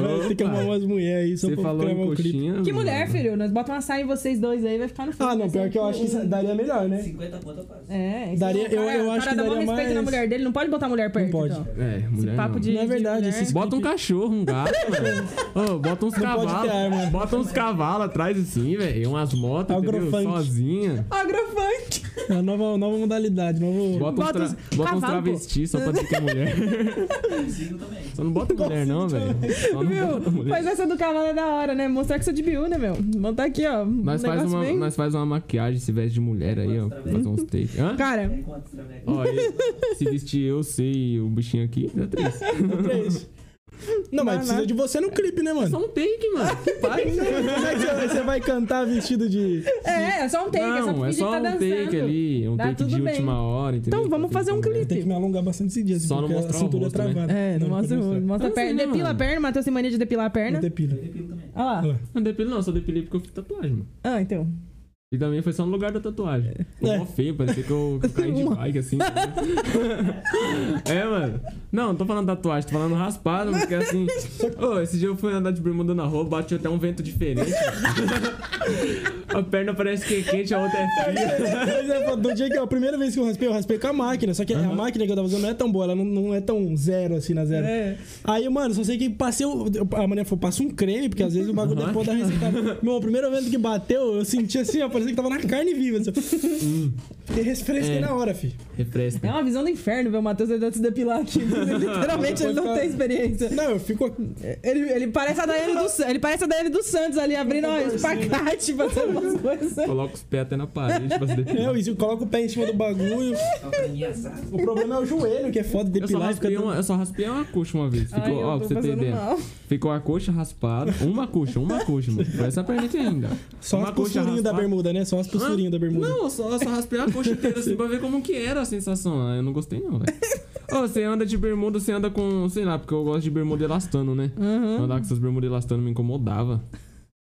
Speaker 3: Nós Tem que arrumar umas mulheres aí só
Speaker 1: Você
Speaker 3: pra
Speaker 1: falou
Speaker 3: gravar
Speaker 1: em
Speaker 3: um clipe.
Speaker 1: coxinha.
Speaker 4: Que
Speaker 1: mano.
Speaker 4: mulher, filho? Nós botamos uma saia em vocês dois aí, vai ficar no fundo.
Speaker 3: Ah, não,
Speaker 4: Vai
Speaker 3: pior
Speaker 4: ser
Speaker 3: que eu
Speaker 4: um-
Speaker 3: acho que isso daria melhor, né?
Speaker 7: 50 conto eu faço.
Speaker 4: É,
Speaker 3: Daria- eu- eu acho que
Speaker 4: O cara dá maior
Speaker 3: daria
Speaker 4: respeito
Speaker 3: mais-
Speaker 4: na mulher dele, não pode botar mulher perto.
Speaker 3: pode.
Speaker 4: então.
Speaker 1: É, mulher.
Speaker 4: Esse papo
Speaker 1: não.
Speaker 4: de.
Speaker 3: Não é verdade,
Speaker 4: de mulher.
Speaker 3: esses-
Speaker 1: Bota um cachorro, um
Speaker 4: <laughs>
Speaker 1: gato, velho. Ô, bota uns
Speaker 3: Não pode ter arma.
Speaker 1: cavalos. Bota uns cavalos atrás assim, velho. Umas motos, entendeu?
Speaker 3: Agrofunk.
Speaker 1: Sozinha.
Speaker 4: Agrofunk!
Speaker 3: É uma nova, nova modalidade, novo.
Speaker 1: Bota,
Speaker 4: Bota
Speaker 1: uns,
Speaker 4: uns
Speaker 1: tra... bota uns
Speaker 4: cavalo,
Speaker 1: travestis só pra dizer que é
Speaker 4: <laughs>
Speaker 1: mulher.
Speaker 7: Consigo também.
Speaker 1: Só não bota mulher, não, velho. Só não bota
Speaker 4: Viu?
Speaker 1: mulher.
Speaker 4: Mas essa do cavalo é da hora, né? Mostrar que sou de biú, né, meu? Botar aqui, ó. um
Speaker 1: Nós faz,
Speaker 4: negócio
Speaker 1: uma,
Speaker 4: bem-
Speaker 1: nós faz uma maquiagem, se veste de mulher aí, ó. Faz uns takes.
Speaker 4: <laughs>
Speaker 1: Hã?
Speaker 4: Cara,
Speaker 7: Tem quantos também?
Speaker 1: Ó, e se vestir eu, sei, o bichinho aqui, dá três.
Speaker 3: É isso. Não, mas
Speaker 4: Vai lá. um
Speaker 3: precisa de você no clipe, né, mano?
Speaker 1: Só um take, mano. Que paz.
Speaker 3: Como é que você vai, você vai cantar vestido de.
Speaker 4: é, é só um take, é só
Speaker 1: Não, é
Speaker 4: fingir
Speaker 1: só
Speaker 4: que tá
Speaker 1: um
Speaker 4: dançando.
Speaker 1: take ali, um
Speaker 4: Dá
Speaker 1: take
Speaker 4: tudo
Speaker 1: de
Speaker 4: bem.
Speaker 1: última hora, entendeu?
Speaker 4: Então, vamos fazer um
Speaker 3: Eu
Speaker 4: clipe.
Speaker 3: tenho que me alongar bastante esse dia, assim,
Speaker 1: Só não
Speaker 3: porque a
Speaker 1: mostrar o
Speaker 3: cintura
Speaker 1: rosto, né?
Speaker 3: é travada.
Speaker 4: É, não mostra o olho, mostra a
Speaker 1: Não sei,
Speaker 4: perna.
Speaker 1: né,
Speaker 4: Depila a
Speaker 1: mano?
Speaker 4: perna, Matheus tem mania de depilar a perna.
Speaker 3: Não tem pilha.
Speaker 7: Eu depilo também.
Speaker 4: Olha lá.
Speaker 3: Olha lá.
Speaker 1: Não depilei não, só depilei porque eu fiz tatuagem, mano.
Speaker 4: Ah, então.
Speaker 1: E também foi só no lugar da tatuagem. Ficou
Speaker 3: É.
Speaker 4: <laughs>
Speaker 1: mó feio, parecia que eu, que eu caí de bike, assim. é, mano. Não, não tô falando tatuagem, tô falando raspada, porque
Speaker 4: <laughs>
Speaker 1: assim. Ô, esse dia eu fui andar de bermuda na rua, bate até um vento diferente. <laughs> a perna parece que é quente, a outra é fria.
Speaker 3: Mas é, do dia que a primeira vez que eu raspei, eu raspei com a máquina. Só que a máquina que eu tava usando não é tão boa, ela não, não é tão zero assim na zero.
Speaker 4: É.
Speaker 3: Aí, mano, só sei que passei. o- A mané falou, passa um creme, porque às vezes o bagulho depois da ressecada. Meu, o primeiro vento que bateu, eu senti assim, ó, parecia que tava na carne viva. Assim. Fiquei refresquei
Speaker 1: Hum. É.
Speaker 3: na hora, fi.
Speaker 1: Refresca.
Speaker 2: É uma visão do inferno ver o Matheus tentando se depilar aqui. Literalmente, ele não tem experiência.
Speaker 3: Não, eu fico.
Speaker 2: Ele, ele parece a Daiane dos Santos. Ele parece a Daiane dos Santos ali, abrindo um espacate, fazendo <laughs> umas coisas.
Speaker 1: Coloca os pés até na parede pra se
Speaker 4: <laughs> É,
Speaker 1: depilar.
Speaker 3: Eu, e se eu coloco o pé em cima do bagulho.
Speaker 8: Só pra mim assado.
Speaker 3: O problema é o joelho, que é foda
Speaker 1: Eu só,
Speaker 3: depilar.
Speaker 1: raspei
Speaker 3: todo-
Speaker 1: uma, eu só raspei uma coxa uma vez. Ficou,
Speaker 2: Ai, eu tô
Speaker 1: ó, pra você ter
Speaker 2: passando
Speaker 1: ideia.
Speaker 2: mal.
Speaker 1: Ficou a coxa raspada. Uma coxa, uma coxa, mano. Foi essa perna aqui ainda.
Speaker 3: Só
Speaker 1: uma
Speaker 3: as costurinhas da
Speaker 1: raspada.
Speaker 3: bermuda, né? Só as costurinhas da bermuda.
Speaker 1: Não, eu só, eu só raspei a coxa inteira assim pra ver como que era a sensação. Ah, Eu não gostei não, velho. Ô, você anda de bermuda, você anda com, sei lá, porque eu gosto de bermuda elastano, né? Andar com essas bermudas elastano me incomodava.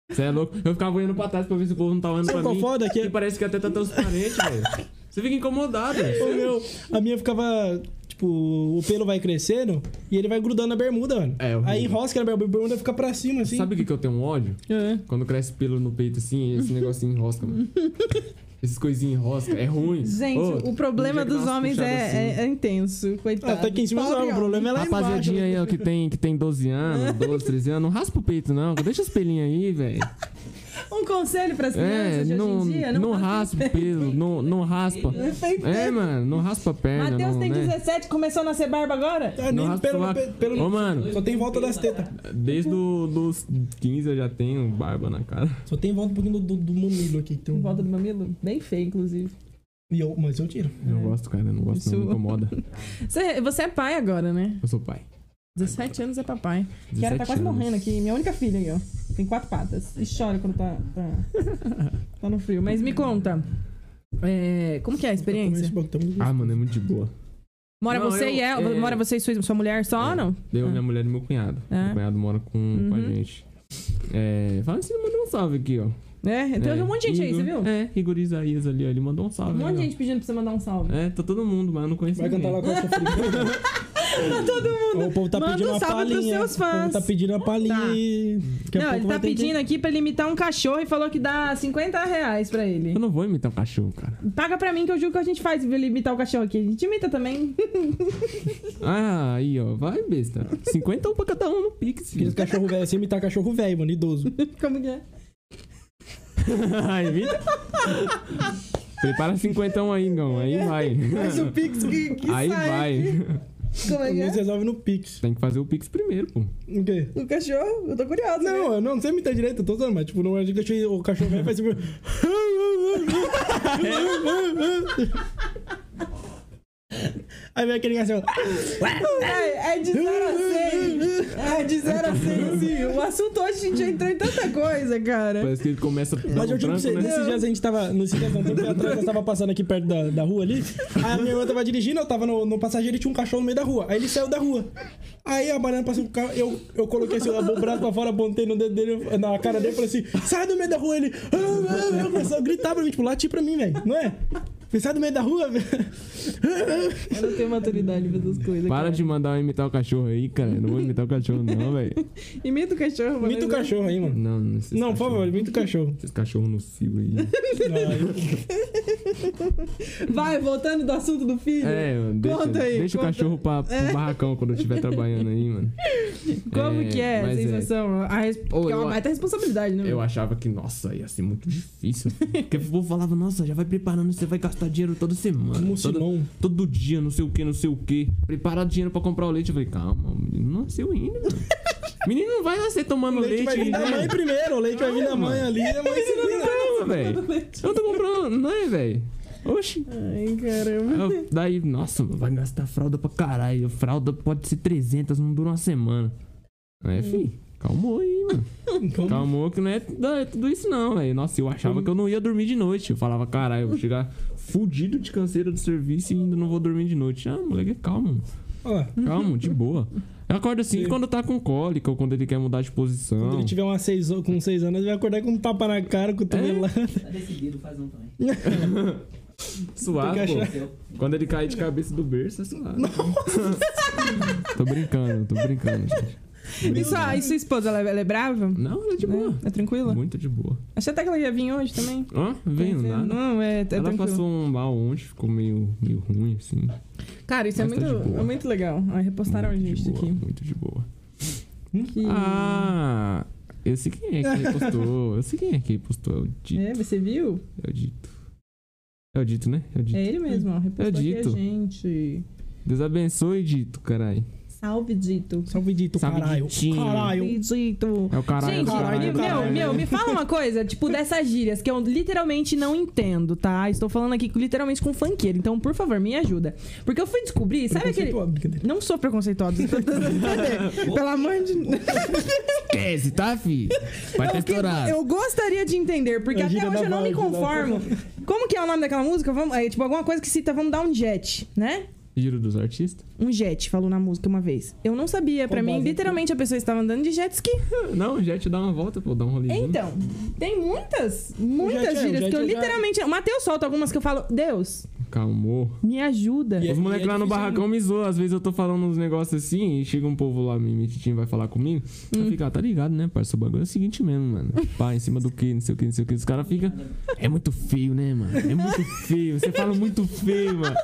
Speaker 1: Você é louco? Eu ficava olhando pra trás pra ver se o povo não tá olhando
Speaker 3: Sabe
Speaker 1: pra
Speaker 3: qual
Speaker 1: mim.
Speaker 3: foda é que-
Speaker 1: E parece que até tá transparente, velho. Você fica incomodado.
Speaker 3: O meu, a minha ficava. Tipo, o pelo vai crescendo e ele vai grudando na bermuda, mano.
Speaker 1: É, horrível.
Speaker 3: Aí enrosca na bermuda, a bermuda fica pra cima, assim.
Speaker 1: Sabe o que, que eu tenho um ódio?
Speaker 2: É.
Speaker 1: Quando cresce pelo no peito assim, esse negocinho
Speaker 2: <laughs>
Speaker 1: enrosca, mano. Esses coisinhas enrosca, é ruim.
Speaker 2: Gente,
Speaker 1: Ô,
Speaker 2: o problema
Speaker 1: tem dia que
Speaker 2: dos
Speaker 1: dá umas
Speaker 2: homens
Speaker 1: puxadas
Speaker 2: é,
Speaker 1: assim.
Speaker 2: é- é intenso, coitado.
Speaker 3: Ah, tá aqui em cima,
Speaker 2: Pobre
Speaker 3: não, o problema é lá embaixo.
Speaker 1: Rapaziadinha aí, ó, que tem, que tem 12
Speaker 2: <laughs>
Speaker 1: anos, 12, 13 anos, não raspa o peito, não. Deixa os pelinhos aí, velho.
Speaker 2: Um conselho pras
Speaker 1: É,
Speaker 2: crianças de
Speaker 1: não,
Speaker 2: hoje em dia?
Speaker 1: não, raspa o pelo, não,
Speaker 2: <laughs>
Speaker 1: não raspa. É, mano, não raspa a perna,
Speaker 2: Matheus
Speaker 1: não,
Speaker 2: tem
Speaker 1: né?
Speaker 2: 17, começou a nascer barba agora?
Speaker 3: Ah,
Speaker 1: Não
Speaker 3: nem
Speaker 1: raspa
Speaker 3: pelo,
Speaker 1: lá.
Speaker 3: pe- pelo,
Speaker 1: Ô, mano,
Speaker 3: Só tem volta das tetas.
Speaker 1: desde o- dos 15 eu já tenho barba na cara.
Speaker 3: Só tem volta um pouquinho do, do, do mamilo aqui. que Tem um...
Speaker 2: Volta do mamilo? Bem feio, inclusive.
Speaker 3: E eu, mas eu tiro.
Speaker 1: Eu gosto, cara, eu não gosto, não me
Speaker 2: É. Isso-
Speaker 1: incomoda.
Speaker 2: Você, você é pai agora, né?
Speaker 1: Eu sou pai.
Speaker 2: 17 anos é papai. Kiara tá
Speaker 1: 17
Speaker 2: quase
Speaker 1: anos.
Speaker 2: morrendo aqui. Minha única filha aí, ó. Tem quatro patas. E chora quando tá, tá,
Speaker 1: <laughs>
Speaker 2: tá no frio. Mas me conta. é, como que é a
Speaker 3: Esse
Speaker 2: experiência?
Speaker 3: bagulho tá muito-
Speaker 1: Ah, mano, é muito de boa.
Speaker 4: Mora
Speaker 1: Não,
Speaker 4: você
Speaker 1: eu-
Speaker 4: e ela,
Speaker 1: é.
Speaker 4: mora você e sua, sua mulher só
Speaker 1: É.
Speaker 4: ou não?
Speaker 1: Eu,
Speaker 4: Ah.
Speaker 1: minha mulher e meu cunhado.
Speaker 4: É.
Speaker 2: Ah.
Speaker 1: Meu cunhado mora com, com a
Speaker 4: Uhum.
Speaker 1: gente. É, fala assim, mandou um salve aqui, ó.
Speaker 2: É, tem
Speaker 1: é.
Speaker 2: um monte de gente aí, você
Speaker 1: Igor-
Speaker 2: viu?
Speaker 1: É, Igor Isaías ali, ó, ele mandou um salve.
Speaker 2: Um monte de
Speaker 1: né, ó.
Speaker 2: gente pedindo pra você mandar um salve.
Speaker 1: É, tá todo mundo, mas eu não conheço
Speaker 3: Vai cantar lá
Speaker 1: ninguém.
Speaker 3: com a sofrida.
Speaker 2: <laughs> Todo mundo.
Speaker 3: O povo tá
Speaker 2: Manda
Speaker 3: pedindo
Speaker 2: um
Speaker 3: uma
Speaker 2: salve pros
Speaker 3: palhinha.
Speaker 2: seus
Speaker 3: O povo tá
Speaker 2: fãs.
Speaker 3: pedindo uma palhinha
Speaker 2: Tá.
Speaker 3: e. Daqui a
Speaker 2: Não,
Speaker 3: pouco
Speaker 2: ele
Speaker 3: vai
Speaker 2: tá
Speaker 3: ter que-
Speaker 2: pedindo aqui pra ele imitar um cachorro e falou que dá 50 reais pra ele.
Speaker 1: Eu não vou imitar um
Speaker 2: <laughs>
Speaker 1: cachorro, cara.
Speaker 2: Paga pra mim que eu julgo que a gente faz pra ele imitar o cachorro aqui. A gente imita também.
Speaker 1: Ah, aí, ó. Vai, besta. 50 um pra cada um no
Speaker 3: <laughs>
Speaker 1: Pix. filho.
Speaker 3: Aqueles cachorro velho, você imitar cachorro velho, mano, idoso.
Speaker 2: Como que é?
Speaker 1: Ai,
Speaker 3: <laughs>
Speaker 1: imita. Prepara 50 aí, Gão. Aí vai.
Speaker 2: É. Faz o Pix que, que
Speaker 1: Aí
Speaker 2: sai
Speaker 1: vai.
Speaker 2: aqui. Como é que
Speaker 3: Mas
Speaker 2: é?
Speaker 3: resolve no Pix.
Speaker 1: Tem que fazer o Pix primeiro, pô.
Speaker 3: O quê?
Speaker 2: O cachorro? Eu tô curiosa. né?
Speaker 3: Não, eu não sei imitar direito, eu tô usando, mas tipo, não é que eu achei o cachorro velho
Speaker 2: <laughs>
Speaker 3: faz tipo. Aí vem aquele assim, garçom.
Speaker 2: É, é de 0 a
Speaker 4: <laughs>
Speaker 2: 100. É de 0 a 100, assim. O assunto hoje a gente já entrou em tanta coisa, cara.
Speaker 1: Parece que ele começa a dar
Speaker 3: Mas eu
Speaker 1: um
Speaker 3: juro pra
Speaker 1: branco,
Speaker 3: você,
Speaker 1: né?
Speaker 3: nesses dias a gente tava. Nesses dias, há um
Speaker 1: <laughs>
Speaker 3: tempo atrás, nós tava passando aqui perto da, da rua ali. Aí a minha irmã tava dirigindo, eu tava no, no passageiro e tinha um cachorro no meio da rua. Aí ele saiu da rua. Aí a banana passou com o carro, eu, eu coloquei assim, o braço pra fora, apontei no dedo dele, na cara dele e falei assim: sai do meio da rua. Ele. "Ah, ah, ah", Eu começou a gritar pra mim, tipo, latir pra mim, velho. Não é? Falei, Sai do meio da rua, velho.
Speaker 2: Eu não tenho maturidade pra essas coisas.
Speaker 1: Para
Speaker 2: cara.
Speaker 1: de mandar eu imitar o cachorro aí, cara. Eu Não vou imitar o cachorro, não, velho.
Speaker 2: Imita o cachorro,
Speaker 3: Imita
Speaker 2: Vanessa.
Speaker 3: o cachorro aí, mano.
Speaker 1: Não, não. esses
Speaker 3: Não, por
Speaker 1: cachorro-
Speaker 3: favor, imita o cachorro.
Speaker 1: Esses cachorros no cio aí.
Speaker 2: Vai, voltando do assunto do filho.
Speaker 1: É,
Speaker 2: <laughs>
Speaker 1: mano, deixa,
Speaker 2: Conta aí,
Speaker 1: deixa
Speaker 2: conta.
Speaker 1: o cachorro pra, pro
Speaker 2: É.
Speaker 1: barracão quando eu estiver trabalhando aí, mano.
Speaker 2: <laughs> Como que é a
Speaker 1: mas
Speaker 2: sensação? A res-
Speaker 1: Ô,
Speaker 2: que é
Speaker 1: eu-
Speaker 2: uma baita responsabilidade, né?
Speaker 1: Eu
Speaker 2: mano?
Speaker 1: achava que, nossa, ia ser
Speaker 2: <laughs>
Speaker 1: muito difícil. Porque o povo falava, nossa, já vai preparando, você vai gastar dinheiro toda semana. Todo,
Speaker 3: Mucilão.
Speaker 1: todo dia, não sei o que, não sei o que. Preparar dinheiro pra comprar o leite. Eu falei, calma, o menino não nasceu ainda,
Speaker 2: <laughs>
Speaker 1: mano. O menino não vai nascer tomando
Speaker 3: O
Speaker 1: leite,
Speaker 3: leite vai vir da
Speaker 1: né?
Speaker 3: mãe primeiro, o leite vai vir da mãe ali, a mãe segura.
Speaker 1: Calma, velho. Eu tô comprando, não é, velho? Oxi.
Speaker 2: Ai, caramba.
Speaker 1: Eu- Daí, nossa, mano, vai gastar fralda pra caralho. Fralda pode ser 300, não dura uma semana.
Speaker 3: Hum.
Speaker 1: É, fi, calmou aí,
Speaker 3: <laughs>
Speaker 1: mano. Calmou que não é tudo é tudo isso, não, velho. Nossa, eu
Speaker 3: Hum.
Speaker 1: achava que eu não ia dormir de noite. Eu falava, caralho, eu vou chegar fudido de canseira do serviço e ainda não vou dormir de noite. Ah, moleque, calma, mano.
Speaker 3: Ó lá.
Speaker 1: calma, de boa. Eu acordo assim
Speaker 3: Sim.
Speaker 1: quando tá com cólica ou quando ele quer mudar de
Speaker 3: Quando
Speaker 1: posição.
Speaker 3: ele tiver uma seis, com 6 anos, ele vai acordar com um tapa na cara, com o
Speaker 1: É. <laughs>
Speaker 3: lá. <laughs>
Speaker 8: Tá decidido, faz um também.
Speaker 1: Suave,
Speaker 3: Tem que
Speaker 1: pô.
Speaker 9: Entendeu?
Speaker 1: Quando ele cair de cabeça do berço, é suave. tô brincando, tô brincando, gente.
Speaker 4: E sua, e sua esposa, ela, ela é brava?
Speaker 1: Não, ela é de boa.
Speaker 4: É, é tranquila?
Speaker 1: Muito de boa.
Speaker 4: Achei até que ela ia vir hoje também.
Speaker 1: Hã? Vendo
Speaker 4: Tem-
Speaker 1: nada.
Speaker 4: Não, é, é
Speaker 1: ela
Speaker 4: tranquilo.
Speaker 1: passou um mal ontem, ficou meio, meio ruim, assim.
Speaker 4: Cara, isso é
Speaker 1: Mas tá
Speaker 4: muito,
Speaker 1: de boa.
Speaker 4: é muito legal. Aí repostaram a
Speaker 1: muito
Speaker 4: gente
Speaker 1: de boa,
Speaker 4: aqui.
Speaker 1: Muito de boa.
Speaker 4: Que...
Speaker 1: Ah, eu sei quem é que postou. Eu sei quem é que postou. É o Dito.
Speaker 4: É, você viu?
Speaker 1: É o Dito. É o Dito, né? É o Dito.
Speaker 4: É ele mesmo, ó. Repostou aqui a
Speaker 1: Dito.
Speaker 4: gente.
Speaker 1: Deus abençoe, Dito, caralho.
Speaker 4: Salve, Dito.
Speaker 3: Salve dito,
Speaker 1: Salve,
Speaker 3: um caralho.
Speaker 1: Ditinho.
Speaker 3: Caralho.
Speaker 4: Salve, Dito.
Speaker 1: É o caralho
Speaker 4: Gente,
Speaker 1: do
Speaker 4: meu,
Speaker 1: caralho. do
Speaker 4: meu,
Speaker 1: caralho.
Speaker 4: meu, me fala uma coisa, tipo, dessas gírias que eu literalmente não entendo, tá? Estou falando aqui literalmente com funkeiro, então, por favor, me ajuda. Porque eu fui descobrir, sabe aquele...
Speaker 3: Preconceituoso, brincadeira.
Speaker 4: Não
Speaker 1: <laughs>
Speaker 4: sou preconceituosa, tô tentando entender. Pelo amor de...
Speaker 1: Esquece, tá, fi? Vai ter
Speaker 4: Eu, que-
Speaker 1: estourado.
Speaker 4: eu gostaria de entender, porque
Speaker 3: É a
Speaker 4: até
Speaker 3: gíria
Speaker 4: hoje
Speaker 3: da
Speaker 4: eu não me
Speaker 3: Band,
Speaker 4: conformo. Como que é o nome daquela música? Vamos, é, tipo, alguma coisa que cita, vamos dar um jet, né?
Speaker 1: Giro dos artistas?
Speaker 4: Um jet, falou na música uma vez. Eu não sabia, pra
Speaker 3: Com
Speaker 4: mim,
Speaker 3: base em
Speaker 4: literalmente a pessoa estava andando de jet ski.
Speaker 1: Uhum. Não, já te dá uma volta, pô, dá um rolezinho.
Speaker 4: Então, tem muitas,
Speaker 3: jet
Speaker 4: muitas
Speaker 3: é, o
Speaker 4: gírias
Speaker 3: jet
Speaker 4: que eu
Speaker 3: é-
Speaker 4: literalmente. O Matheus solta algumas que eu falo, Deus,
Speaker 1: Calmou.
Speaker 4: me ajuda.
Speaker 3: E é-
Speaker 1: Os moleques lá no
Speaker 3: difícil,
Speaker 1: barracão me zoam. Às vezes eu tô falando uns negócios assim e chega um povo lá, me metitinho, vai falar comigo. Eu fico, ah, tá ligado, né, parceiro? O bagulho é o seguinte mesmo, mano. Pá, em cima do que, não sei o que, não sei o que. Os caras ficam. É muito feio, né, mano? É muito feio. Você fala muito feio, mano.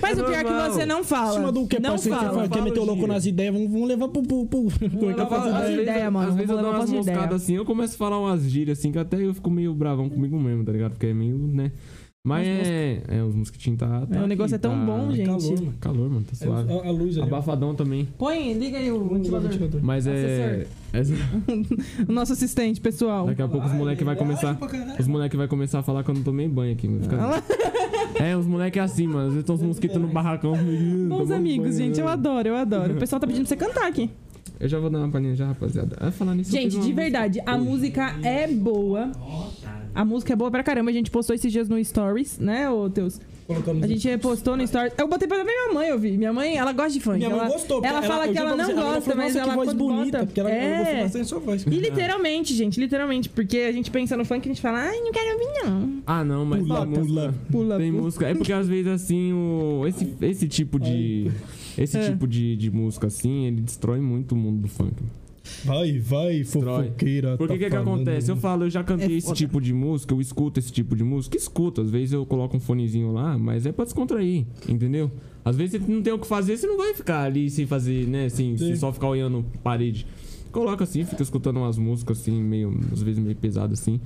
Speaker 4: Mas o pior é que
Speaker 1: normal.
Speaker 4: você não
Speaker 3: Em
Speaker 4: fala.
Speaker 3: cima do que,
Speaker 4: não
Speaker 3: parceiro? Você
Speaker 4: fala.
Speaker 3: fala, Quer
Speaker 1: Fala,
Speaker 3: meter o louco
Speaker 1: gíria.
Speaker 3: nas ideias? Vamos, vamos levar pro... pro, pro- pro-
Speaker 4: levar pra-
Speaker 1: às
Speaker 4: de
Speaker 1: vezes-
Speaker 4: ideia, mano.
Speaker 1: Às vezes eu
Speaker 4: Vamos
Speaker 1: dou umas
Speaker 4: levar pra de ideia.
Speaker 1: moscadas assim, eu começo a falar umas gírias assim, que até eu fico meio bravão comigo mesmo, tá ligado? Porque é meio, né? Mas é. É, os mosquitinhos tá. tá
Speaker 4: É, o negócio é
Speaker 1: aqui,
Speaker 4: tão
Speaker 1: tá-
Speaker 4: bom, gente.
Speaker 3: Calor, mano.
Speaker 1: Calor, mano, tá suave.
Speaker 3: A, a luz ali. ó.
Speaker 1: Abafadão também.
Speaker 4: Põe, liga aí o ventilador.
Speaker 1: Mas é. é-
Speaker 4: O nosso assistente, pessoal.
Speaker 1: Daqui a pouco os moleque vai começar. Os moleque vai começar a falar que eu não tomei banho aqui, mano. Fica- É, os moleque é assim, mano. Às vezes estão os mosquitos no barracão.
Speaker 4: Bons amigos, gente. Eu adoro, eu adoro. O pessoal tá pedindo pra você cantar aqui.
Speaker 1: Eu já vou dar uma palhinha já, rapaziada. Ah, falar nisso. eu fiz
Speaker 4: Gente,
Speaker 1: uma
Speaker 4: de
Speaker 1: música.
Speaker 4: verdade, a música é boa. A música é boa pra caramba. A gente postou esses dias no Stories, né, ô Teus?
Speaker 3: Colocamos
Speaker 4: A gente repostou no Stories. Eu botei pra minha mãe ouvir. Minha mãe, ela gosta de funk.
Speaker 3: Minha mãe
Speaker 4: ela...
Speaker 3: gostou. porque
Speaker 4: Ela fala
Speaker 3: eu
Speaker 4: que
Speaker 3: juro pra
Speaker 4: ela não
Speaker 3: você, ela
Speaker 4: gosta,
Speaker 3: falou,
Speaker 4: mas
Speaker 3: "Nossa, que
Speaker 4: ela
Speaker 3: voz
Speaker 4: quando
Speaker 3: bonita,
Speaker 4: bota-
Speaker 3: porque ela ela
Speaker 4: É.
Speaker 3: gostou bastante da sua voz.
Speaker 1: né?
Speaker 4: E literalmente, gente, literalmente. Porque a gente pensa no funk e a gente fala, ai, não quero ouvir, não.
Speaker 1: Ah, não, mas
Speaker 3: Pula,
Speaker 1: tem música.
Speaker 4: pula,
Speaker 1: tem
Speaker 4: pula.
Speaker 1: música. É porque às vezes assim, o esse, esse tipo de esse
Speaker 4: É.
Speaker 1: tipo de, de música assim, ele destrói muito o mundo do funk.
Speaker 3: Vai, vai,
Speaker 1: Destrói.
Speaker 3: fofoqueira.
Speaker 1: Porque
Speaker 3: tá
Speaker 1: que que
Speaker 3: falando.
Speaker 1: acontece? Eu falo, eu já cantei
Speaker 4: É
Speaker 1: esse
Speaker 4: foda.
Speaker 1: tipo de música, eu escuto esse tipo de música, escuto. Às vezes eu coloco um fonezinho lá, mas é pra descontrair, entendeu? Às vezes você não tem o que fazer, você não vai ficar ali sem fazer, né? Assim,
Speaker 3: Sim.
Speaker 1: sem só ficar olhando parede. Coloca assim, fica escutando umas músicas assim, meio, às vezes meio pesado assim.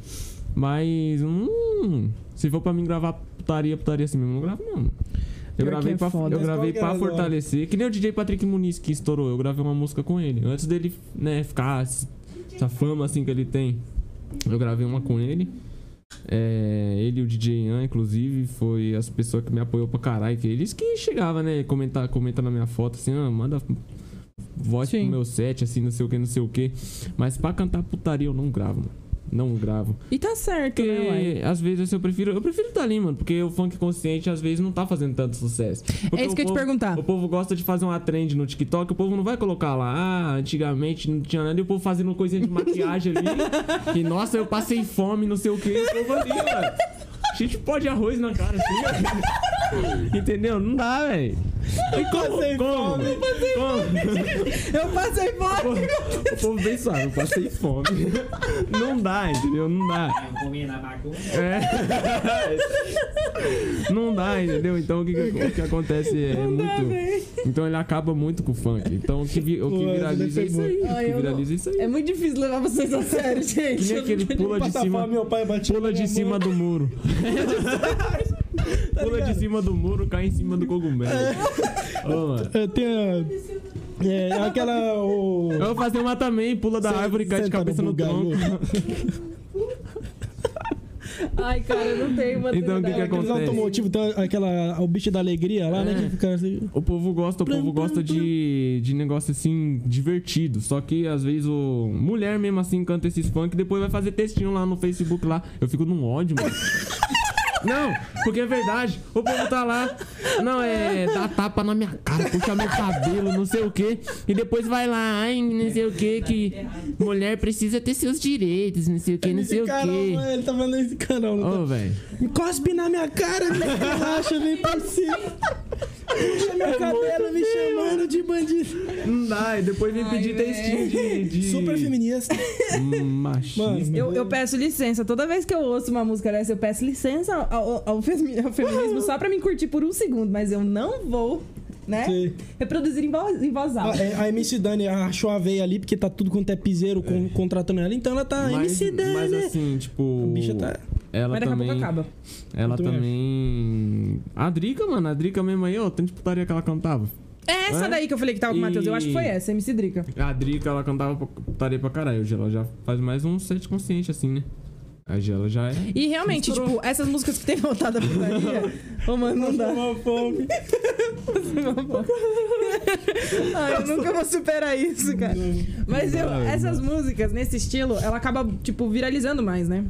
Speaker 1: Mas, hum, se for pra mim gravar putaria, putaria assim mesmo, eu não gravo não. Eu
Speaker 4: Pior que
Speaker 1: gravei,
Speaker 4: é
Speaker 1: pra,
Speaker 4: foda.
Speaker 1: eu
Speaker 3: Mas
Speaker 1: gravei
Speaker 3: qual que
Speaker 1: pra
Speaker 3: era agora?
Speaker 1: fortalecer. Que nem o DJ Patrick Muniz que estourou. Eu gravei uma música com ele. Antes dele, né, ficar essa fama assim que ele tem. Eu gravei uma com ele. É, ele e o DJ Ian, inclusive, foi as pessoas que me apoiou pra caralho. Que eles que chegava, né? Comentar, comenta na minha foto assim, ah, manda voz
Speaker 4: Sim.
Speaker 1: pro meu set, assim, não sei o que, não sei o que. Mas pra cantar putaria eu não gravo, mano. Não gravo.
Speaker 4: E tá certo, né, uai?
Speaker 1: Porque às vezes assim, eu prefiro. Eu prefiro estar ali, mano. Porque o funk consciente às vezes não tá fazendo tanto sucesso. Porque
Speaker 4: É isso
Speaker 1: o
Speaker 4: que eu ia te
Speaker 1: povo-
Speaker 4: perguntar.
Speaker 1: o povo gosta de fazer uma trend no TikTok, o povo não vai colocar lá, ah, antigamente não tinha nada, e o povo fazendo coisinha de maquiagem
Speaker 4: <laughs>
Speaker 1: ali. E nossa, eu passei fome, não sei o que, o povo ali, mano. Gente pó de arroz na cara, assim,
Speaker 4: <laughs>
Speaker 1: ó. Entendeu? Não dá, velho. E como? Como? Como?
Speaker 4: Eu passei fora.
Speaker 1: O povo bem suave, eu passei fome. Não dá, entendeu? Não dá.
Speaker 9: Eu comi um na bagunça. <laughs>
Speaker 1: É. Não dá, entendeu? Então o que, que- o que acontece é muito. então ele acaba muito com o funk. Então o que, vi- o que
Speaker 3: Pô, essa
Speaker 1: viraliza é
Speaker 3: daí
Speaker 1: isso
Speaker 3: foi
Speaker 1: aí. O
Speaker 4: Ai,
Speaker 1: que
Speaker 4: eu
Speaker 1: viraliza é isso
Speaker 4: É
Speaker 1: aí.
Speaker 4: muito difícil levar vocês a sério, gente.
Speaker 1: Que nem aquele pula de
Speaker 3: Passa
Speaker 1: cima.
Speaker 3: fome, meu pai batia na
Speaker 1: Pula de
Speaker 3: minha
Speaker 1: cima
Speaker 3: mãe.
Speaker 1: do muro. Pula de
Speaker 3: ligado?
Speaker 1: cima do muro, cai em cima do cogumelo. Ô, mano.
Speaker 3: É, tem a... É, aquela... O...
Speaker 1: Eu vou fazer uma também, pula da árvore e cai de
Speaker 3: Senta
Speaker 1: cabeça no
Speaker 3: bungalow.
Speaker 1: tronco.
Speaker 4: Ai, cara, eu não tenho uma
Speaker 1: Então, o que que
Speaker 3: Aqueles
Speaker 1: acontece?
Speaker 3: automotivos, tem tá aquela... O bicho da alegria lá, né?
Speaker 1: É.
Speaker 3: Que fica assim...
Speaker 1: O povo gosta, o
Speaker 3: Plam,
Speaker 1: povo
Speaker 3: plam,
Speaker 1: gosta
Speaker 3: plam.
Speaker 1: de, de negócio assim, divertido. Só que às vezes o. Mulher mesmo assim canta esses funk e depois vai fazer textinho lá no Facebook lá. Eu fico num ódio, mano. Não, porque é verdade. O povo tá lá. Não, é. Dá tapa na minha cara, puxa meu cabelo, não sei o quê. E depois vai lá, ai, não sei o quê, que mulher precisa ter seus direitos, não sei o
Speaker 3: É
Speaker 1: quê, não sei o quê. Oh.
Speaker 3: Caramba, ele tá falando esse canal, não tá?
Speaker 1: Ô, velho.
Speaker 3: Me cospe na minha cara, me relaxa, vem por
Speaker 1: <laughs>
Speaker 3: cima. Puxa
Speaker 1: É
Speaker 3: meu cabelo, me chamando de bandido.
Speaker 1: Não dá, e depois vem pedir textinho de, de. <laughs>
Speaker 3: Super feminista.
Speaker 1: Hum, Machismo.
Speaker 3: Mano,
Speaker 4: Eu, eu peço licença. Toda vez que eu ouço uma música dessa, eu peço licença ao, ao- ao femi- ao feminismo só pra me curtir por um segundo, mas eu não vou, né?
Speaker 3: Sim.
Speaker 4: Reproduzir em voz, em voz
Speaker 1: Ah,
Speaker 3: A, é,
Speaker 4: alta.
Speaker 3: a MC Dani achou a veia ali, porque tá tudo quanto é piseiro com- contratando ela. Então ela tá
Speaker 1: Mas,
Speaker 3: MC Dani.
Speaker 1: mas assim, tipo.
Speaker 3: A bicha tá-
Speaker 1: Ela
Speaker 4: Mas daqui
Speaker 1: também.
Speaker 4: a pouco acaba.
Speaker 1: Ela
Speaker 3: Muito
Speaker 1: também. A Drica, mano, a Drica mesmo aí, ó, tanto de putaria que ela cantava.
Speaker 4: É essa
Speaker 1: É?
Speaker 4: daí que eu falei que tava com o Matheus. Eu acho que foi
Speaker 1: E-
Speaker 4: essa, MC Drica.
Speaker 1: A Drica, ela cantava pra- putaria pra caralho. Hoje ela já faz mais um set consciente, assim, né? A Gela já é.
Speaker 4: E realmente, tipo, essas músicas que tem voltado à <laughs> putaria, ô mano, não dá.
Speaker 3: Uma fome.
Speaker 4: Ai, eu nunca vou superar isso, cara. Mas eu, essas músicas, nesse estilo, ela acaba, tipo, viralizando mais, né?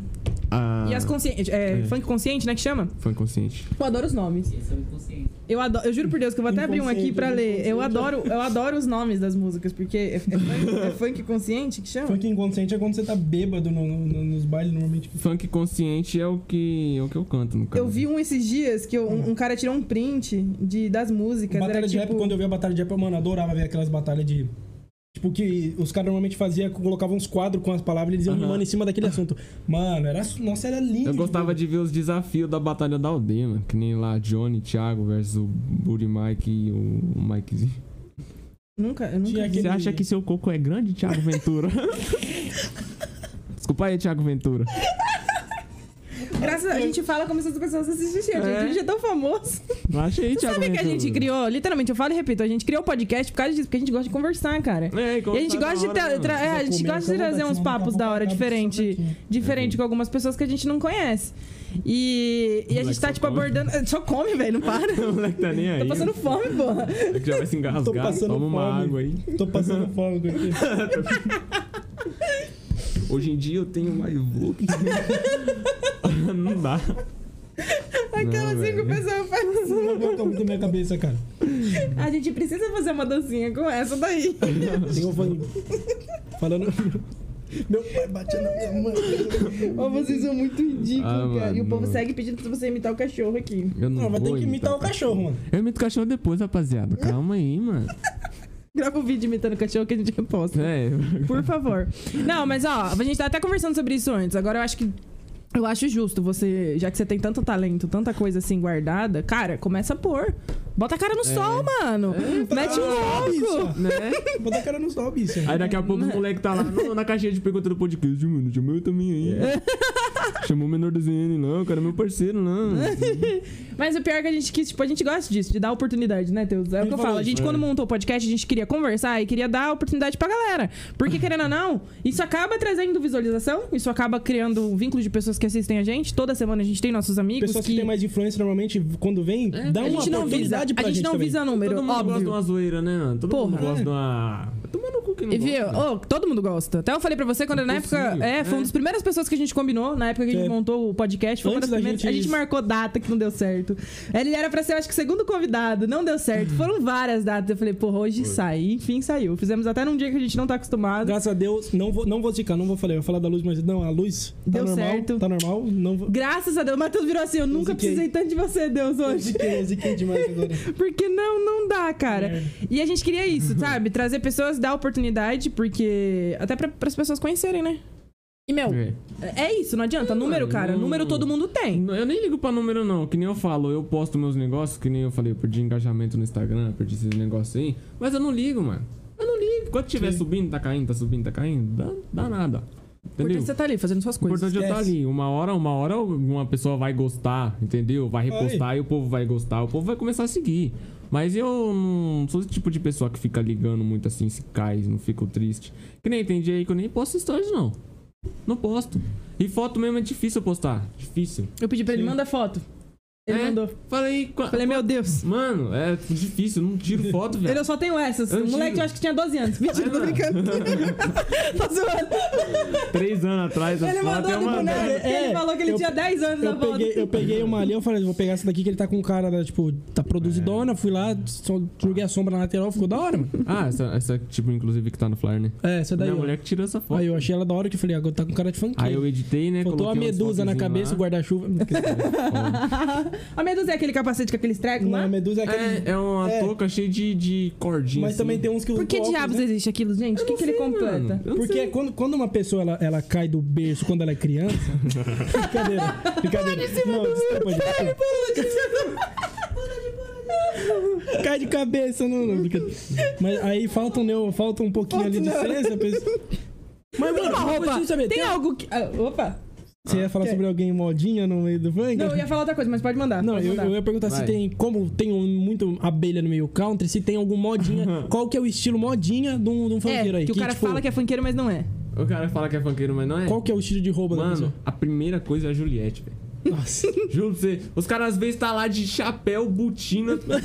Speaker 1: Ah,
Speaker 4: E as conscientes. É,
Speaker 1: É.
Speaker 4: funk consciente, né? Que chama?
Speaker 1: Foi inconsciente.
Speaker 4: Eu adoro os nomes.
Speaker 10: Esse é o inconsciente.
Speaker 4: Eu, adoro, eu juro por Deus que eu vou até abrir um aqui pra ler. Eu adoro, eu adoro os nomes das músicas, porque é, é funk, é funk consciente que chama?
Speaker 3: Funk inconsciente é quando você tá bêbado no- no- nos bailes normalmente.
Speaker 1: Funk consciente é o que, é o que eu canto, no caso.
Speaker 4: Eu vi um esses dias que eu- um, um cara tirou um print de, das músicas.
Speaker 3: Batalha
Speaker 4: era
Speaker 3: de rap,
Speaker 4: tipo.
Speaker 3: quando eu via batalha de rap, eu, mano, adorava ver aquelas batalhas de. Tipo, que os caras normalmente faziam, colocavam uns quadros com as palavras e eles iam
Speaker 1: Aham.
Speaker 3: rimando em cima daquele assunto. Mano, era. Nossa, era lindo.
Speaker 1: Eu
Speaker 3: de
Speaker 1: gostava
Speaker 3: ver.
Speaker 1: de ver os desafios da Batalha da Aldeia, mano. Que nem lá Johnny, Thiago versus o Buri Mike e o Mikezinho.
Speaker 4: Nunca, eu nunca.
Speaker 3: Tinha
Speaker 4: vi.
Speaker 1: Você
Speaker 3: aquele-
Speaker 1: acha que seu coco é grande, Thiago Ventura? Desculpa aí, Thiago Ventura.
Speaker 4: Graças a, a gente fala como se as pessoas assistissem a gente.
Speaker 1: É.
Speaker 4: A gente é tão famoso.
Speaker 1: Acha aí, Thiago
Speaker 4: Sabe que a
Speaker 1: Ventura.
Speaker 4: gente criou? Literalmente, eu falo e repito, a gente criou o podcast por causa disso, porque a gente gosta de conversar, cara.
Speaker 1: É, e
Speaker 4: E a gente
Speaker 1: conversar
Speaker 4: gosta de
Speaker 1: na hora,
Speaker 4: tra-
Speaker 1: mano.
Speaker 4: tra- é, a
Speaker 3: Vou
Speaker 4: gente
Speaker 3: comer,
Speaker 4: gosta de
Speaker 3: então,
Speaker 4: trazer
Speaker 3: senão
Speaker 4: uns
Speaker 1: um
Speaker 3: daqui a
Speaker 4: papos
Speaker 3: pouco
Speaker 4: da
Speaker 3: acaba
Speaker 4: hora
Speaker 3: isso
Speaker 4: diferente,
Speaker 3: daqui.
Speaker 4: diferente com algumas pessoas que a gente não conhece. E, e a gente
Speaker 1: Moleque
Speaker 4: tá
Speaker 1: só
Speaker 4: tipo
Speaker 1: come.
Speaker 4: abordando, só come, velho, não para.
Speaker 1: O <laughs> moleque tá nem aí.
Speaker 4: Tô passando fome, porra.
Speaker 1: É que já vai se engasgar.
Speaker 3: Tô passando
Speaker 1: Toma uma
Speaker 3: fome.
Speaker 1: água aí.
Speaker 3: Tô passando
Speaker 1: <laughs>
Speaker 3: fome com aquilo.
Speaker 1: Hoje em dia eu tenho mais look. Não dá.
Speaker 4: Aquelas
Speaker 1: Não,
Speaker 4: cinco
Speaker 1: velho.
Speaker 4: pessoas fazem.
Speaker 3: Não aguenta muito a minha cabeça, cara.
Speaker 4: A gente precisa fazer uma dancinha com essa daí.
Speaker 1: Tá um
Speaker 3: Eu vou falando. Meu pai batendo na minha mãe.
Speaker 4: Ou vocês são muito ridículos,
Speaker 1: Ah,
Speaker 4: cara.
Speaker 1: mano,
Speaker 4: e o povo
Speaker 1: não.
Speaker 4: segue pedindo pra você imitar o cachorro aqui.
Speaker 1: Eu não,
Speaker 3: Não, vai ter
Speaker 1: vou
Speaker 3: que imitar o cachorro, mano.
Speaker 1: Eu imito o cachorro depois, rapaziada. Calma aí, mano.
Speaker 4: Grava um vídeo imitando o cachorro que a gente reposta.
Speaker 1: É.
Speaker 4: Por favor. Não, mas ó, a gente tá até conversando sobre isso antes. Agora eu acho que. Eu acho justo você, já que você tem tanto talento, tanta coisa assim guardada, cara, começa a pôr. Bota a cara no
Speaker 3: É.
Speaker 4: sol, mano.
Speaker 3: então.
Speaker 4: Mete um
Speaker 3: Ah,
Speaker 4: louco.
Speaker 1: Né?
Speaker 3: Bota a cara no sol, bicho.
Speaker 1: Aí daqui a pouco o moleque tá lá no- na caixinha de pergunta do podcast. Mano, chamou eu também aí.
Speaker 4: É.
Speaker 1: <laughs> Chamou o menor do ZN, não. O cara é meu parceiro, não.
Speaker 4: Mas o pior é que a gente quis, tipo, a gente gosta disso, de dar oportunidade, né, Teus? É o
Speaker 3: Ele
Speaker 4: que
Speaker 3: falou
Speaker 4: eu
Speaker 3: né?
Speaker 4: falo. A gente,
Speaker 1: isso,
Speaker 4: quando
Speaker 1: é.
Speaker 4: montou o podcast, a gente queria conversar e queria dar oportunidade pra galera. Porque, querendo ou não, isso acaba trazendo visualização, isso acaba criando um vínculo de pessoas que assistem a gente. Toda semana a gente tem nossos amigos. É,
Speaker 3: Pessoas que têm mais influência normalmente, quando vem, dá
Speaker 4: a
Speaker 3: uma
Speaker 4: gente não visa,
Speaker 3: oportunidade pra
Speaker 4: a gente, não
Speaker 3: também.
Speaker 4: visa número,
Speaker 1: Todo mundo
Speaker 4: óbvio.
Speaker 1: gosta de uma zoeira, né, mano? Todo mundo
Speaker 4: Porra.
Speaker 1: gosta de uma. Toma no cu que não
Speaker 4: E viu?
Speaker 3: né?
Speaker 1: gosta. né?
Speaker 4: Ô, todo mundo gosta. Até eu falei pra você quando na época.
Speaker 1: Impossível.
Speaker 4: É, foi
Speaker 1: É.
Speaker 4: uma das primeiras pessoas que a gente combinou, na época que a gente
Speaker 3: É.
Speaker 4: montou o podcast. Foi uma das
Speaker 3: Antes da
Speaker 4: primeiras.
Speaker 3: gente-
Speaker 4: A gente marcou data que não deu certo. Ele era pra ser, eu acho que, o segundo convidado, não deu certo. Foram várias datas. Eu falei, porra, hoje sai. Enfim, saiu. Fizemos até num dia que a gente não tá acostumado.
Speaker 3: Graças a Deus, não vou, não vou zicar, não vou falar. Eu ia falar da luz, mas não, a luz tá
Speaker 4: Deu
Speaker 3: normal.
Speaker 4: certo.
Speaker 3: Tá normal, não vou. <laughs>
Speaker 4: Graças a Deus. O Matheus virou assim: eu nunca
Speaker 3: ziquei.
Speaker 4: precisei tanto de você, Deus,
Speaker 3: Eu
Speaker 4: hoje.
Speaker 3: ziquei, eu ziquei demais
Speaker 4: <laughs>
Speaker 3: agora.
Speaker 4: Porque não, não dá, cara.
Speaker 2: É.
Speaker 3: Merda.
Speaker 4: E a gente queria
Speaker 2: <laughs>
Speaker 4: isso, sabe? Trazer pessoas, dar oportunidade, porque. Até pra, pras pessoas conhecerem, né? E, meu,
Speaker 1: É.
Speaker 4: É isso, não adianta. Número, cara.
Speaker 3: Hum.
Speaker 1: não.
Speaker 4: Número todo mundo tem.
Speaker 1: Não, Eu nem ligo pra número, não. Que nem eu falo, eu posto meus negócios, que nem eu falei, eu perdi engajamento no Instagram, eu perdi esses negócios aí. Mas eu não ligo, mano. Eu não ligo. Quando tiver subindo, tá caindo, tá subindo, tá caindo, dá, dá nada.
Speaker 4: O
Speaker 1: Entendeu?
Speaker 4: importante é você tá ali fazendo suas
Speaker 1: O
Speaker 4: coisas.
Speaker 1: importante é eu estar
Speaker 3: esquece.
Speaker 1: ali. Uma hora, uma hora uma pessoa vai gostar, entendeu? Vai repostar e o povo vai gostar, o povo vai começar a seguir. Mas eu não sou esse tipo de pessoa que fica ligando muito assim, se cai, não fico triste. Que nem entendi aí que eu nem posto stories, não. Não posto. E foto mesmo é difícil eu postar. Difícil.
Speaker 4: Eu pedi pra ele,
Speaker 3: Sim. Tá.
Speaker 4: manda foto.
Speaker 2: Ele
Speaker 1: É.
Speaker 2: mandou.
Speaker 1: Falei, qua-
Speaker 2: Falei, meu Deus.
Speaker 1: mano, é difícil, eu não tiro foto, velho.
Speaker 2: Ele, eu só tenho
Speaker 4: assim,
Speaker 2: essas.
Speaker 4: um
Speaker 1: Eu
Speaker 2: o moleque
Speaker 1: juro.
Speaker 2: eu acho que tinha 12 anos. Mentira, tô
Speaker 1: Mano. <laughs>
Speaker 2: brincando. tô zoando.
Speaker 1: Três anos atrás,
Speaker 2: Ele
Speaker 1: a foto é
Speaker 2: mandou
Speaker 1: eu
Speaker 2: do boneco.
Speaker 1: mandei.
Speaker 2: porque
Speaker 3: É,
Speaker 2: ele falou que ele
Speaker 3: eu-
Speaker 2: tinha 10 anos na
Speaker 3: Eu
Speaker 2: volta.
Speaker 3: peguei, eu peguei uma ali, eu falei, vou pegar essa daqui que ele tá com cara, da, tipo, tá
Speaker 1: É.
Speaker 3: produzidona. Fui lá, só joguei a sombra na lateral, ficou da hora, mano.
Speaker 1: Ah, essa, essa, tipo, inclusive, que tá no flyer, né?
Speaker 3: É, essa daí.
Speaker 1: Minha
Speaker 3: ó.
Speaker 1: mulher que tirou essa foto.
Speaker 3: Aí eu achei ela da hora que eu falei, agora tá com cara de funkeiro.
Speaker 1: Aí eu editei, né?
Speaker 3: Faltou a
Speaker 1: coloquei umas
Speaker 3: medusa na
Speaker 1: fotozinhas
Speaker 3: cabeça, o
Speaker 1: lá. <laughs>
Speaker 3: guarda-chuva.
Speaker 2: a medusa é aquele capacete com aquele treco
Speaker 3: Não,
Speaker 2: lá?
Speaker 3: a medusa é aquele.
Speaker 1: É, é uma
Speaker 3: É.
Speaker 1: touca cheia de, de cordinha. assim.
Speaker 3: mas também tem uns que
Speaker 4: Por que
Speaker 3: usam óculos,
Speaker 4: diabos
Speaker 3: né?
Speaker 4: existe aquilo, gente? O que, que ele completa?
Speaker 3: Porque quando, quando uma pessoa ela, ela cai do berço quando ela
Speaker 1: <laughs>
Speaker 3: é criança. brincadeira, brincadeira. Não, desculpa, gente. Cai de cabeça, não, não, brincadeira. Mas aí falta um, neu- falta um pouquinho ali de ciência. a pessoa- Mas, mano,
Speaker 2: uma
Speaker 3: eu
Speaker 2: roupa-
Speaker 3: preciso saber.
Speaker 2: Tem
Speaker 3: assim tem- um-
Speaker 2: algo que. ah, opa!
Speaker 3: Você ia falar
Speaker 2: que-
Speaker 3: sobre alguém modinha no meio do funk?
Speaker 2: Não, eu ia falar outra coisa, mas pode mandar.
Speaker 3: Não,
Speaker 2: pode
Speaker 3: eu,
Speaker 2: mandar.
Speaker 3: eu ia perguntar se
Speaker 1: Vai.
Speaker 3: tem, como tem um- muito abelha no meio country, se tem
Speaker 1: <laughs>
Speaker 3: algum modinha, qual que é o estilo modinha de um, de um funkeiro
Speaker 2: É,
Speaker 3: aí?
Speaker 2: que o cara
Speaker 3: tipo,
Speaker 2: fala que é funkeiro, mas não é.
Speaker 1: O cara fala que é funkeiro, mas não é.
Speaker 3: um Qual que é o Hum. estilo de roupa da
Speaker 1: Mano,
Speaker 3: pessoa?
Speaker 1: a primeira coisa é a Juliette, velho.
Speaker 3: Nossa.
Speaker 1: Juro pra você. Os caras às vezes tá lá de chapéu, botina, <laughs> todo.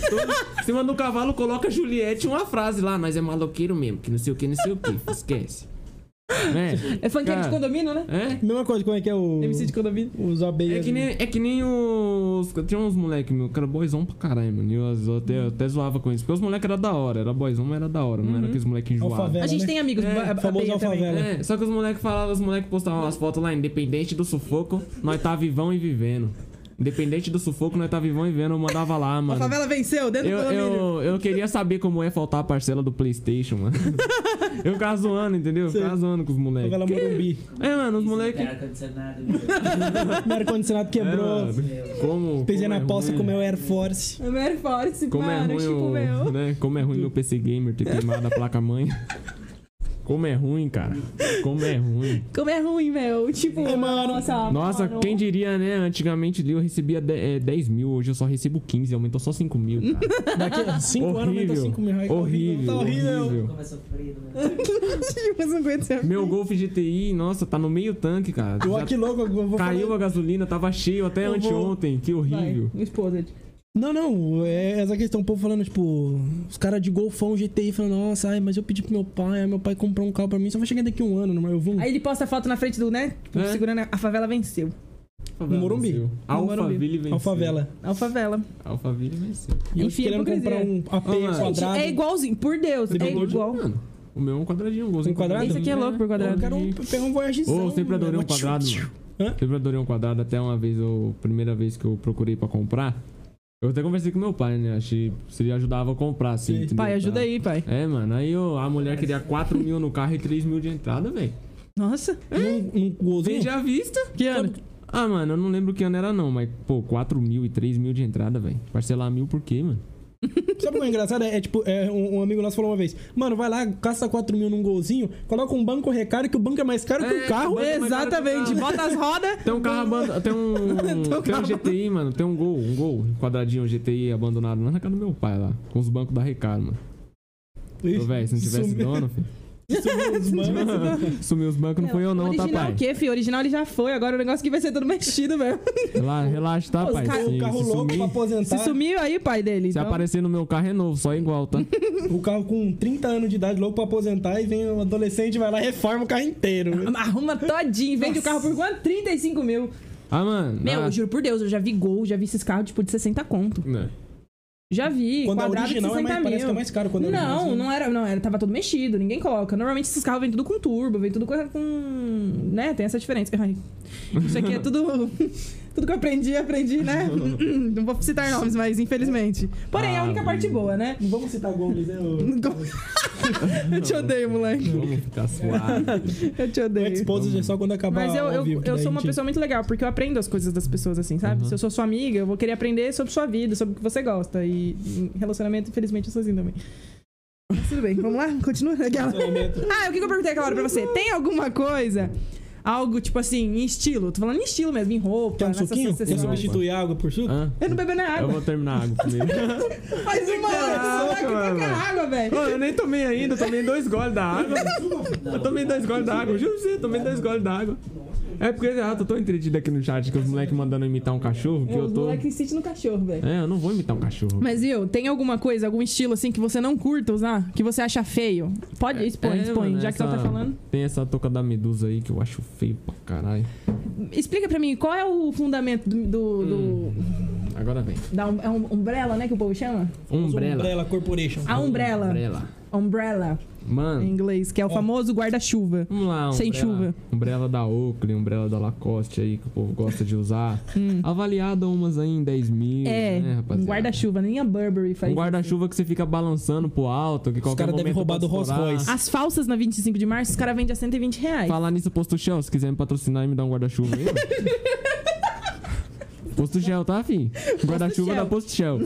Speaker 1: Você manda um cavalo, coloca Juliette e uma frase lá. Nós é maloqueiro mesmo, que não sei o que, não sei o que.
Speaker 3: <laughs>
Speaker 1: Esquece. É,
Speaker 2: É funkeiro
Speaker 3: Ah.
Speaker 2: de
Speaker 1: Cara.
Speaker 2: condomínio, né?
Speaker 1: é?
Speaker 3: Mesma coisa, como é que é o...
Speaker 2: MC de condomínio.
Speaker 3: Os
Speaker 1: É
Speaker 3: abelhas...
Speaker 1: que nem, é que nem os. Tinha uns moleque, meu, que era boizão pra caralho, mano. E eu, às- eu até, eu até zoava com isso. Porque os moleques eram da hora, era boizão, mas era da hora.
Speaker 3: Uhum.
Speaker 1: Não era aqueles moleque enjoado.
Speaker 3: Alfavela,
Speaker 2: A gente
Speaker 3: né?
Speaker 2: tem amigos.
Speaker 1: É,
Speaker 2: ba- ba-
Speaker 3: famoso
Speaker 2: abelha também. né?
Speaker 3: alfavela.
Speaker 1: É, só que os moleques falavam, os moleques postavam umas fotos lá, independente do sufoco, nós tá vivão e vivendo. Independente do sufoco, nós tá vivão e vivendo, eu mandava lá,
Speaker 2: A
Speaker 1: mano.
Speaker 2: favela venceu dentro
Speaker 1: Eu,
Speaker 2: do condomínio.
Speaker 1: eu, eu queria saber como é faltar a parcela do Playstation,
Speaker 3: <laughs>
Speaker 1: mano. Eu ficava zoando, entendeu? Eu ficava zoando com os moleques.
Speaker 3: Favela Morumbi.
Speaker 1: É, mano, os moleques.
Speaker 8: Cara, condicionado. meu.
Speaker 3: Meu ar-condicionado quebrou.
Speaker 1: Como.
Speaker 3: Pisei
Speaker 1: como
Speaker 3: na
Speaker 1: é
Speaker 3: poça
Speaker 1: ruim-
Speaker 3: com meu Air Force.
Speaker 2: É Mary Force,
Speaker 1: Como é
Speaker 2: mano,
Speaker 1: ruim
Speaker 2: tipo
Speaker 1: o,
Speaker 2: meu.
Speaker 1: né? Como é ruim meu PC Gamer ter queimado a placa mãe. Como é ruim, cara. Como é ruim.
Speaker 2: Como é ruim, meu. Tipo,
Speaker 3: É, mano.
Speaker 2: nossa.
Speaker 1: Nossa,
Speaker 2: mano.
Speaker 1: quem diria, né? Antigamente eu recebia de- eh, 10 mil, hoje eu só recebo 15, aumentou só 5 mil, cara.
Speaker 3: Daqui a 5 anos aumenta
Speaker 1: Horrível.
Speaker 3: 5 mil reais.
Speaker 1: horrível,
Speaker 3: <laughs> Tá horrível.
Speaker 1: horrível.
Speaker 8: Como é sofrido, mano.
Speaker 2: Tipo, não aguento
Speaker 3: <laughs>
Speaker 2: ser-
Speaker 1: Meu Golf GTI, nossa, tá no meio tanque, cara.
Speaker 3: Eu
Speaker 1: Já
Speaker 3: aqui louco, eu vou falar-
Speaker 1: caiu a gasolina, tava cheio até
Speaker 3: Eu vou-
Speaker 1: anteontem, que horrível.
Speaker 2: Vai, Exposed.
Speaker 3: Não, não, é essa questão, o povo falando, tipo, os caras de golfão GTI falando, nossa, ai, mas eu pedi pro meu pai, aí meu pai comprou um carro pra mim, só vai chegar daqui um ano, mas eu vou.
Speaker 2: Aí ele posta a foto na frente do, né? Tipo,
Speaker 1: É.
Speaker 2: segurando a, a favela venceu.
Speaker 1: Favela
Speaker 3: Morumbi.
Speaker 1: venceu. Alphaville venceu.
Speaker 3: Alfavela.
Speaker 2: A É favela.
Speaker 1: Alphaville venceu.
Speaker 3: E eu
Speaker 2: Enfim,
Speaker 3: querendo comprar um AP
Speaker 1: Ô, Ah, mano.
Speaker 3: quadrado.
Speaker 2: É igualzinho, por Deus. É
Speaker 3: Libertou de-
Speaker 2: igual.
Speaker 1: Mano, o meu é um quadradinho, um golzinho.
Speaker 3: Um quadrado?
Speaker 1: quadradinho.
Speaker 2: Isso aqui é louco por
Speaker 3: Eu
Speaker 2: quadrado.
Speaker 3: quero um, pegar um voyagezão.
Speaker 1: Ô, eu sempre
Speaker 2: né?
Speaker 1: adorei um quadrado, mano.
Speaker 3: Hã?
Speaker 1: Sempre adorei um quadrado. Até uma vez, eu, primeira vez que eu procurei pra comprar, eu até conversei com meu pai, né? Achei se ele ajudava a comprar, assim.
Speaker 3: Sim.
Speaker 1: entendeu?
Speaker 2: Pai, ajuda
Speaker 1: Tá.
Speaker 2: aí, pai.
Speaker 1: É, mano. Aí eu- a mulher queria 4 mil no carro e 3 mil de entrada, velho.
Speaker 2: Nossa.
Speaker 3: Um, um golzinho?
Speaker 1: Vendi à vista.
Speaker 2: Que ano?
Speaker 1: Ah, mano, eu não lembro que ano era, não. Mas, pô, 4 mil e 3 mil de entrada, velho. Parcelar mil por quê, mano?
Speaker 3: Sabe o que é engraçado? É, é tipo, é, um, um amigo nosso falou uma vez: Mano, vai lá, gasta 4 mil num golzinho, coloca um banco recarga, que o banco é mais caro que o
Speaker 1: É,
Speaker 3: carro.
Speaker 1: banco é mais caro que o
Speaker 2: Exatamente.
Speaker 1: carro.
Speaker 2: Bota as rodas.
Speaker 1: Tem um carro abandonado.
Speaker 2: <laughs>
Speaker 1: Tem um. tem um GTI, mano. Tem um gol, um gol. Um quadradinho GTI abandonado lá na casa do meu pai lá. Com os bancos da Recaro, mano. Ô, velho, se não tivesse
Speaker 3: Sumiu-
Speaker 1: dono, filho.
Speaker 3: <laughs> sumiu os bancos.
Speaker 1: Sumiu os bancos, não foi eu não, tá,
Speaker 2: original
Speaker 1: pai?
Speaker 2: o quê, filho? Original ele já foi. Agora o negócio aqui vai ser todo mexido mesmo.
Speaker 1: Rela- Relaxa, tá,
Speaker 2: Os
Speaker 1: pai?
Speaker 2: carro-
Speaker 1: Se-
Speaker 3: O carro
Speaker 1: se
Speaker 3: louco
Speaker 1: sumir-
Speaker 3: pra aposentar.
Speaker 2: Se sumiu aí, pai dele.
Speaker 1: Se
Speaker 2: então-
Speaker 1: aparecer no meu carro é novo, só igual, tá?
Speaker 3: O carro com 30 anos de idade, louco pra aposentar, e vem um adolescente, vai lá e reforma o carro inteiro.
Speaker 2: Arruma todinho. Vende o carro por quanto? 35 mil.
Speaker 1: Ah, mano.
Speaker 2: Meu,
Speaker 1: ah,
Speaker 2: eu juro por Deus, eu já vi Gol, já vi esses carros, tipo, de 60 conto.
Speaker 1: né.
Speaker 2: Já vi,
Speaker 3: Quando é
Speaker 2: quadrado
Speaker 3: original,
Speaker 2: de
Speaker 3: é
Speaker 2: 60
Speaker 3: mais, parece que é
Speaker 2: mil.
Speaker 3: mais caro. Quando é
Speaker 2: Não,
Speaker 3: original,
Speaker 2: não era, não era, tava todo mexido, ninguém coloca. Normalmente esses carros vêm tudo com turbo, vem tudo com, com- né, tem essa diferença. Ai, isso aqui é tudo <laughs> tudo que eu aprendi, aprendi, né? <laughs> Não vou citar nomes, mas infelizmente. Porém,
Speaker 1: Ah,
Speaker 2: é a única parte boa, né?
Speaker 3: Não vamos citar Gomes, né?
Speaker 2: <laughs>
Speaker 3: O,
Speaker 2: Eu te odeio, moleque.
Speaker 1: Vamos ficar suave.
Speaker 2: Eu te
Speaker 3: o
Speaker 2: odeio.
Speaker 3: Exposed é só quando acabar
Speaker 2: Mas eu,
Speaker 3: ao
Speaker 2: eu,
Speaker 3: vivo, que
Speaker 2: eu
Speaker 3: daí
Speaker 2: sou
Speaker 3: a
Speaker 2: uma
Speaker 3: gente-
Speaker 2: pessoa muito legal, porque eu aprendo as coisas das pessoas, assim, sabe?
Speaker 1: Uhum.
Speaker 2: Se eu sou sua amiga, eu vou querer aprender sobre sua vida, sobre o que você gosta. E em relacionamento, infelizmente, eu sou assim também. Mas tudo bem, vamos lá? Continua? Aquela. ah, o que que eu perguntei aquela hora pra você? Tem alguma coisa, algo tipo assim, em estilo? Tô falando em estilo mesmo, em roupa,
Speaker 3: Quer um
Speaker 2: nessas
Speaker 3: suquinho? Quer
Speaker 2: acessórios.
Speaker 3: substituir água por suco?
Speaker 1: Hã?
Speaker 2: Eu não bebo nem
Speaker 1: Eu
Speaker 2: água.
Speaker 1: vou terminar
Speaker 2: <laughs>
Speaker 1: a água primeiro.
Speaker 2: Faz uma hora que você vai
Speaker 1: mano.
Speaker 2: que toca água, velho.
Speaker 1: Ô, eu nem tomei ainda, eu tomei dois goles da água. Eu tomei dois goles da água, eu juro pra você, eu tomei dois goles da água. É porque ah, tô tão entretido aqui no chat que os moleques mandando imitar um cachorro que
Speaker 5: É,
Speaker 1: eu
Speaker 5: os
Speaker 1: tô.
Speaker 5: moleques insistem no cachorro, velho.
Speaker 1: É, eu não vou imitar um cachorro.
Speaker 4: Mas eu, tem alguma coisa, algum estilo assim que você não curta usar? Que você acha feio? Pode,
Speaker 1: É,
Speaker 4: expõe,
Speaker 1: é,
Speaker 4: expõe,
Speaker 1: mano,
Speaker 4: já que ela tá
Speaker 1: essa-
Speaker 4: falando.
Speaker 1: Tem essa touca da medusa aí que eu acho feio pra caralho.
Speaker 4: Explica pra mim, qual é o fundamento do. do,
Speaker 1: Hum.
Speaker 4: do-
Speaker 1: Agora vem.
Speaker 4: da um- é um umbrella, né? Que o povo chama?
Speaker 1: Umbrella.
Speaker 3: Umbrella Corporation.
Speaker 4: A umbrella.
Speaker 1: Umbrella.
Speaker 4: Umbrella, em
Speaker 1: Mano,
Speaker 4: inglês, que é o
Speaker 3: Ó.
Speaker 4: famoso guarda-chuva.
Speaker 1: vamos lá.
Speaker 4: Sem
Speaker 1: umbrella- Umbrella da Oakley, umbrella da Lacoste aí que o povo gosta de usar.
Speaker 4: <laughs> Hum.
Speaker 1: Avaliada umas aí em 10 mil,
Speaker 4: É,
Speaker 1: né, rapaziada?
Speaker 4: um guarda-chuva, nem a Burberry faz.
Speaker 1: Um guarda-chuva que você fica balançando pro alto, que
Speaker 3: Os
Speaker 1: qualquer
Speaker 3: cara deve
Speaker 1: momento
Speaker 3: roubar
Speaker 1: pode
Speaker 3: do Rolls
Speaker 1: estourar.
Speaker 3: Royce.
Speaker 4: As falsas na 25 de março, os caras vendem a 120 reais.
Speaker 1: Falar nisso, Posto Shell, se quiser me patrocinar e me dar um guarda-chuva aí. ó. Posto Shell, tá, fi? Guarda-chuva
Speaker 4: Shell.
Speaker 1: da Posto Shell.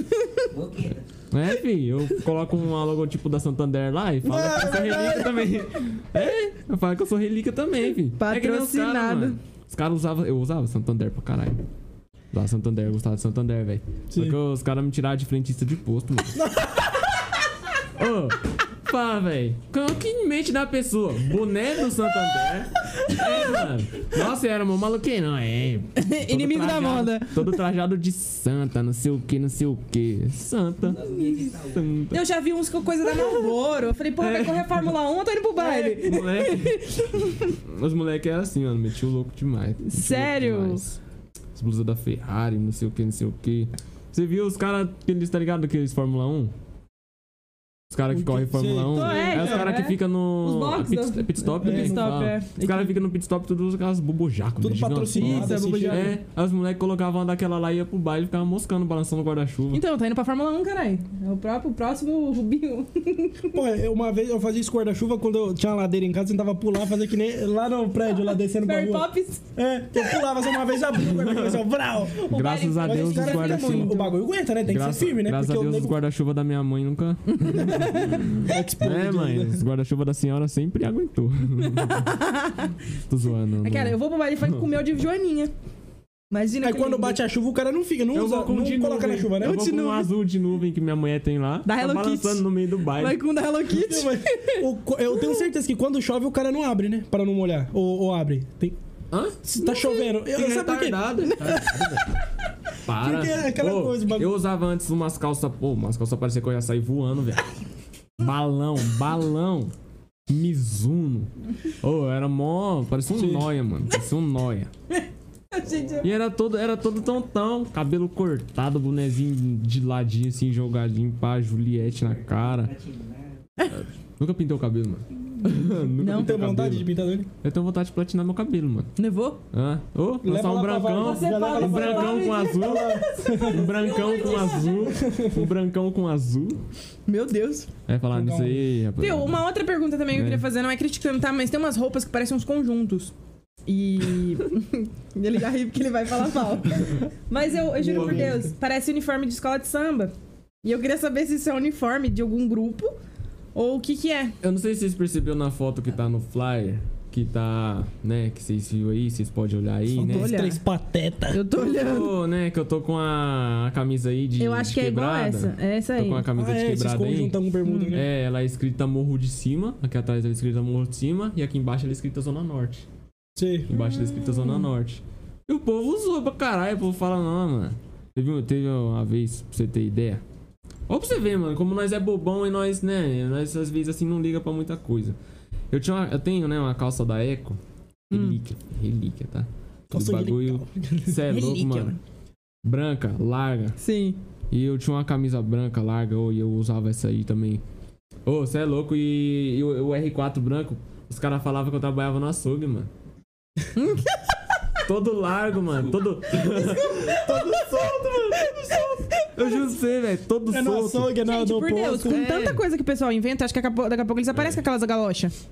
Speaker 8: Boqueta.
Speaker 1: É, fi, eu coloco um logotipo da Santander lá e falo que eu sou relíquia também. É, eu falo que eu sou relíquia também, fi. É que nem os cara,
Speaker 4: Patrocinado.
Speaker 1: mano. Os caras usavam, eu usava Santander pra caralho. Lá Santander, eu gostava de Santander, velho. Só
Speaker 3: Sim.
Speaker 1: que os caras me tiraram de frentista de posto, mano. Ô, pá, velho. Qual que mente da pessoa? Boné do Santander. É, mano. Nossa, eu era mó maluquinho, não, é. Todo
Speaker 4: <laughs> Inimigo da moda.
Speaker 1: Todo trajado de santa, não sei o que, não sei o que. Santa. Santa.
Speaker 2: Eu já vi uns com coisa da Marlboro. Eu falei, porra,
Speaker 1: É.
Speaker 2: vai correr a Fórmula 1 ou tô indo pro baile?
Speaker 1: Os
Speaker 3: <laughs>
Speaker 1: moleque. Os moleque era assim, mano. Metia o louco demais. Metia o louco
Speaker 4: Sério?
Speaker 1: demais. As blusas da Ferrari, não sei o que, não sei o que. Você viu os caras, eles, tá ligado? Aqueles Fórmula 1? Os caras que
Speaker 3: O que-
Speaker 1: correm Fórmula
Speaker 3: sei.
Speaker 1: 1.
Speaker 4: Tô, é,
Speaker 1: É, os
Speaker 4: então,
Speaker 1: caras
Speaker 4: é.
Speaker 1: que ficam
Speaker 4: Os
Speaker 1: no.
Speaker 4: boxes,
Speaker 1: pit, pit stop,
Speaker 3: É,
Speaker 1: né?
Speaker 3: pit
Speaker 4: stop,
Speaker 1: Ah,
Speaker 4: é.
Speaker 1: Os caras ficam no pit stop, tudo usa aquelas bubujacos.
Speaker 3: Tudo patrocinado.
Speaker 4: Isso, é
Speaker 3: esse
Speaker 4: bobo
Speaker 3: cheiro.
Speaker 1: É, aí os moleques colocavam uma daquela lá, ia pro baile e ficavam moscando, balançando o guarda-chuva.
Speaker 4: Então, tá indo pra Fórmula 1, caralho. É o próprio, o próximo Rubinho.
Speaker 3: Pô, eu, uma vez eu fazia esse guarda-chuva quando eu tinha uma ladeira em casa, tentava pular, fazer que nem lá no prédio, lá descendo pra
Speaker 4: Mary
Speaker 3: rua.
Speaker 4: Poppins.
Speaker 3: É, eu pulava assim uma vez, abri o guarda-chuva assim, ó, vrau.
Speaker 1: Graças a
Speaker 3: Mas
Speaker 1: Deus
Speaker 3: os
Speaker 1: os
Speaker 3: caras ficam muito- O
Speaker 1: guarda-chuva.
Speaker 3: bagulho aguenta, né? Tem que
Speaker 1: Graças-
Speaker 3: ser firme, né?
Speaker 1: Graças a
Speaker 3: Porque o
Speaker 1: Deus os
Speaker 3: nego
Speaker 1: guarda-chuva da minha mãe nunca.
Speaker 3: explode,
Speaker 1: É, mãe,
Speaker 3: né?
Speaker 1: os guarda-chuva da senhora sempre <laughs> aguentou. Tô zoando.
Speaker 2: É,
Speaker 1: Ah, não.
Speaker 2: Cara, eu vou pro baile funk com o meu de Joaninha. Imagina.
Speaker 3: Aí
Speaker 2: que
Speaker 3: quando
Speaker 2: lindo.
Speaker 3: bate a chuva, o cara não fica, não,
Speaker 1: Eu
Speaker 3: usa,
Speaker 1: vou com um de
Speaker 3: não coloca na
Speaker 1: nuvem.
Speaker 3: chuva, né?
Speaker 1: Eu
Speaker 3: Um
Speaker 1: vou
Speaker 3: de
Speaker 1: com um
Speaker 3: nuvem.
Speaker 1: azul de nuvem que minha mulher tem lá.
Speaker 4: Da
Speaker 1: tá
Speaker 4: Hello
Speaker 1: balançando
Speaker 4: Kitty.
Speaker 1: no meio do baile.
Speaker 4: Vai com o da Hello
Speaker 3: Não,
Speaker 4: Kitty.
Speaker 3: <laughs> mas o co- eu tenho certeza que quando chove o cara não abre, né? Pra não molhar. Ou, ou abre. Tem,
Speaker 1: Hã?
Speaker 3: se tá chovendo. Eu,
Speaker 1: Que
Speaker 3: sabe por quê?
Speaker 1: retardado.
Speaker 3: <laughs>
Speaker 1: Para.
Speaker 3: Porque é aquela
Speaker 1: Ô,
Speaker 3: coisa, o bagulho-
Speaker 1: eu usava antes umas calças. Pô, umas calças parecia que eu ia sair voando, velho. Balão, balão. Mizuno. Ô, era mó. Parecia um noia, mano. Parecia um
Speaker 3: <laughs>
Speaker 1: noia. E era todo, era todo tontão, cabelo cortado, bonezinho de ladinho, assim, jogadinho, pá, Juliette na cara.
Speaker 8: Patinado.
Speaker 1: Nunca pintei o cabelo, mano. Nunca
Speaker 3: Não
Speaker 1: pintei
Speaker 3: tem
Speaker 1: o cabelo.
Speaker 3: vontade de pintar né? dele?
Speaker 1: Eu tenho vontade de platinar meu cabelo, mano.
Speaker 4: Nevou?
Speaker 1: Hã? Ô, lançar um brancão. Um brancão com azul. Um brancão com azul. Um brancão com azul.
Speaker 4: Meu Deus.
Speaker 1: É falar
Speaker 3: Então,
Speaker 1: nisso aí, rapaz.
Speaker 2: Viu, uma outra pergunta também que eu
Speaker 1: É.
Speaker 2: queria fazer, não é criticando, tá? Mas tem umas roupas que parecem uns conjuntos.
Speaker 1: <laughs>
Speaker 2: E. ele já ri porque ele vai falar mal. Mas eu, eu juro por Deus, parece uniforme de escola de samba. E eu queria saber se isso é uniforme de algum grupo ou o que que é.
Speaker 1: Eu não sei se vocês perceberam na foto que tá no flyer, que tá, né, que vocês viram aí, vocês podem olhar aí, né?
Speaker 3: Dois,
Speaker 4: olhar.
Speaker 3: três patetas.
Speaker 4: Eu tô olhando.
Speaker 1: Tô, né, que eu tô com a, a camisa aí de
Speaker 4: Eu acho
Speaker 1: de
Speaker 4: que é igual
Speaker 1: quebrada.
Speaker 4: essa. É essa
Speaker 1: Tô
Speaker 4: aí.
Speaker 1: com a camisa
Speaker 3: Ah,
Speaker 1: de
Speaker 3: é, esses
Speaker 1: quebrada aí.
Speaker 3: conjuntão com bermuda, né?
Speaker 1: É, ela é escrita Morro de Cima, aqui atrás ela é escrita Morro de Cima, e aqui embaixo ela é escrita Zona Norte.
Speaker 3: Sei.
Speaker 1: Embaixo da escrita Zona Norte. E o povo usou pra caralho. O povo fala, não, mano. Teve, um- teve uma vez, pra você ter ideia. Ó pra você ver, mano, como nós é bobão e nós, né? Nós às vezes assim não liga pra muita coisa. Eu, tinha uma- eu tenho, né, uma calça da Eco. Relíquia, relíquia, tá?
Speaker 3: Calça
Speaker 1: Aquele bagulho.
Speaker 4: <laughs>
Speaker 1: Você é louco,
Speaker 3: Relíquia,
Speaker 1: mano.
Speaker 3: mano.
Speaker 1: Branca, larga.
Speaker 4: Sim.
Speaker 1: E eu tinha uma camisa branca larga, ô, e eu usava essa aí também. Ô, você é louco, e, e o, o R4 branco, os caras falavam que eu trabalhava no açougue,
Speaker 3: <laughs>
Speaker 1: mano. todo largo, mano, todo. todo solto, mano, todo solto. Eu juro pra você, velho, todo
Speaker 3: É no
Speaker 1: solto.
Speaker 3: açougue, não,
Speaker 4: Gente,
Speaker 3: do
Speaker 4: por Deus,
Speaker 3: posto.
Speaker 4: com
Speaker 1: É.
Speaker 4: tanta coisa que o pessoal inventa, acho que acabou- daqui a pouco eles aparecem com
Speaker 1: <laughs>
Speaker 4: aquelas galochas.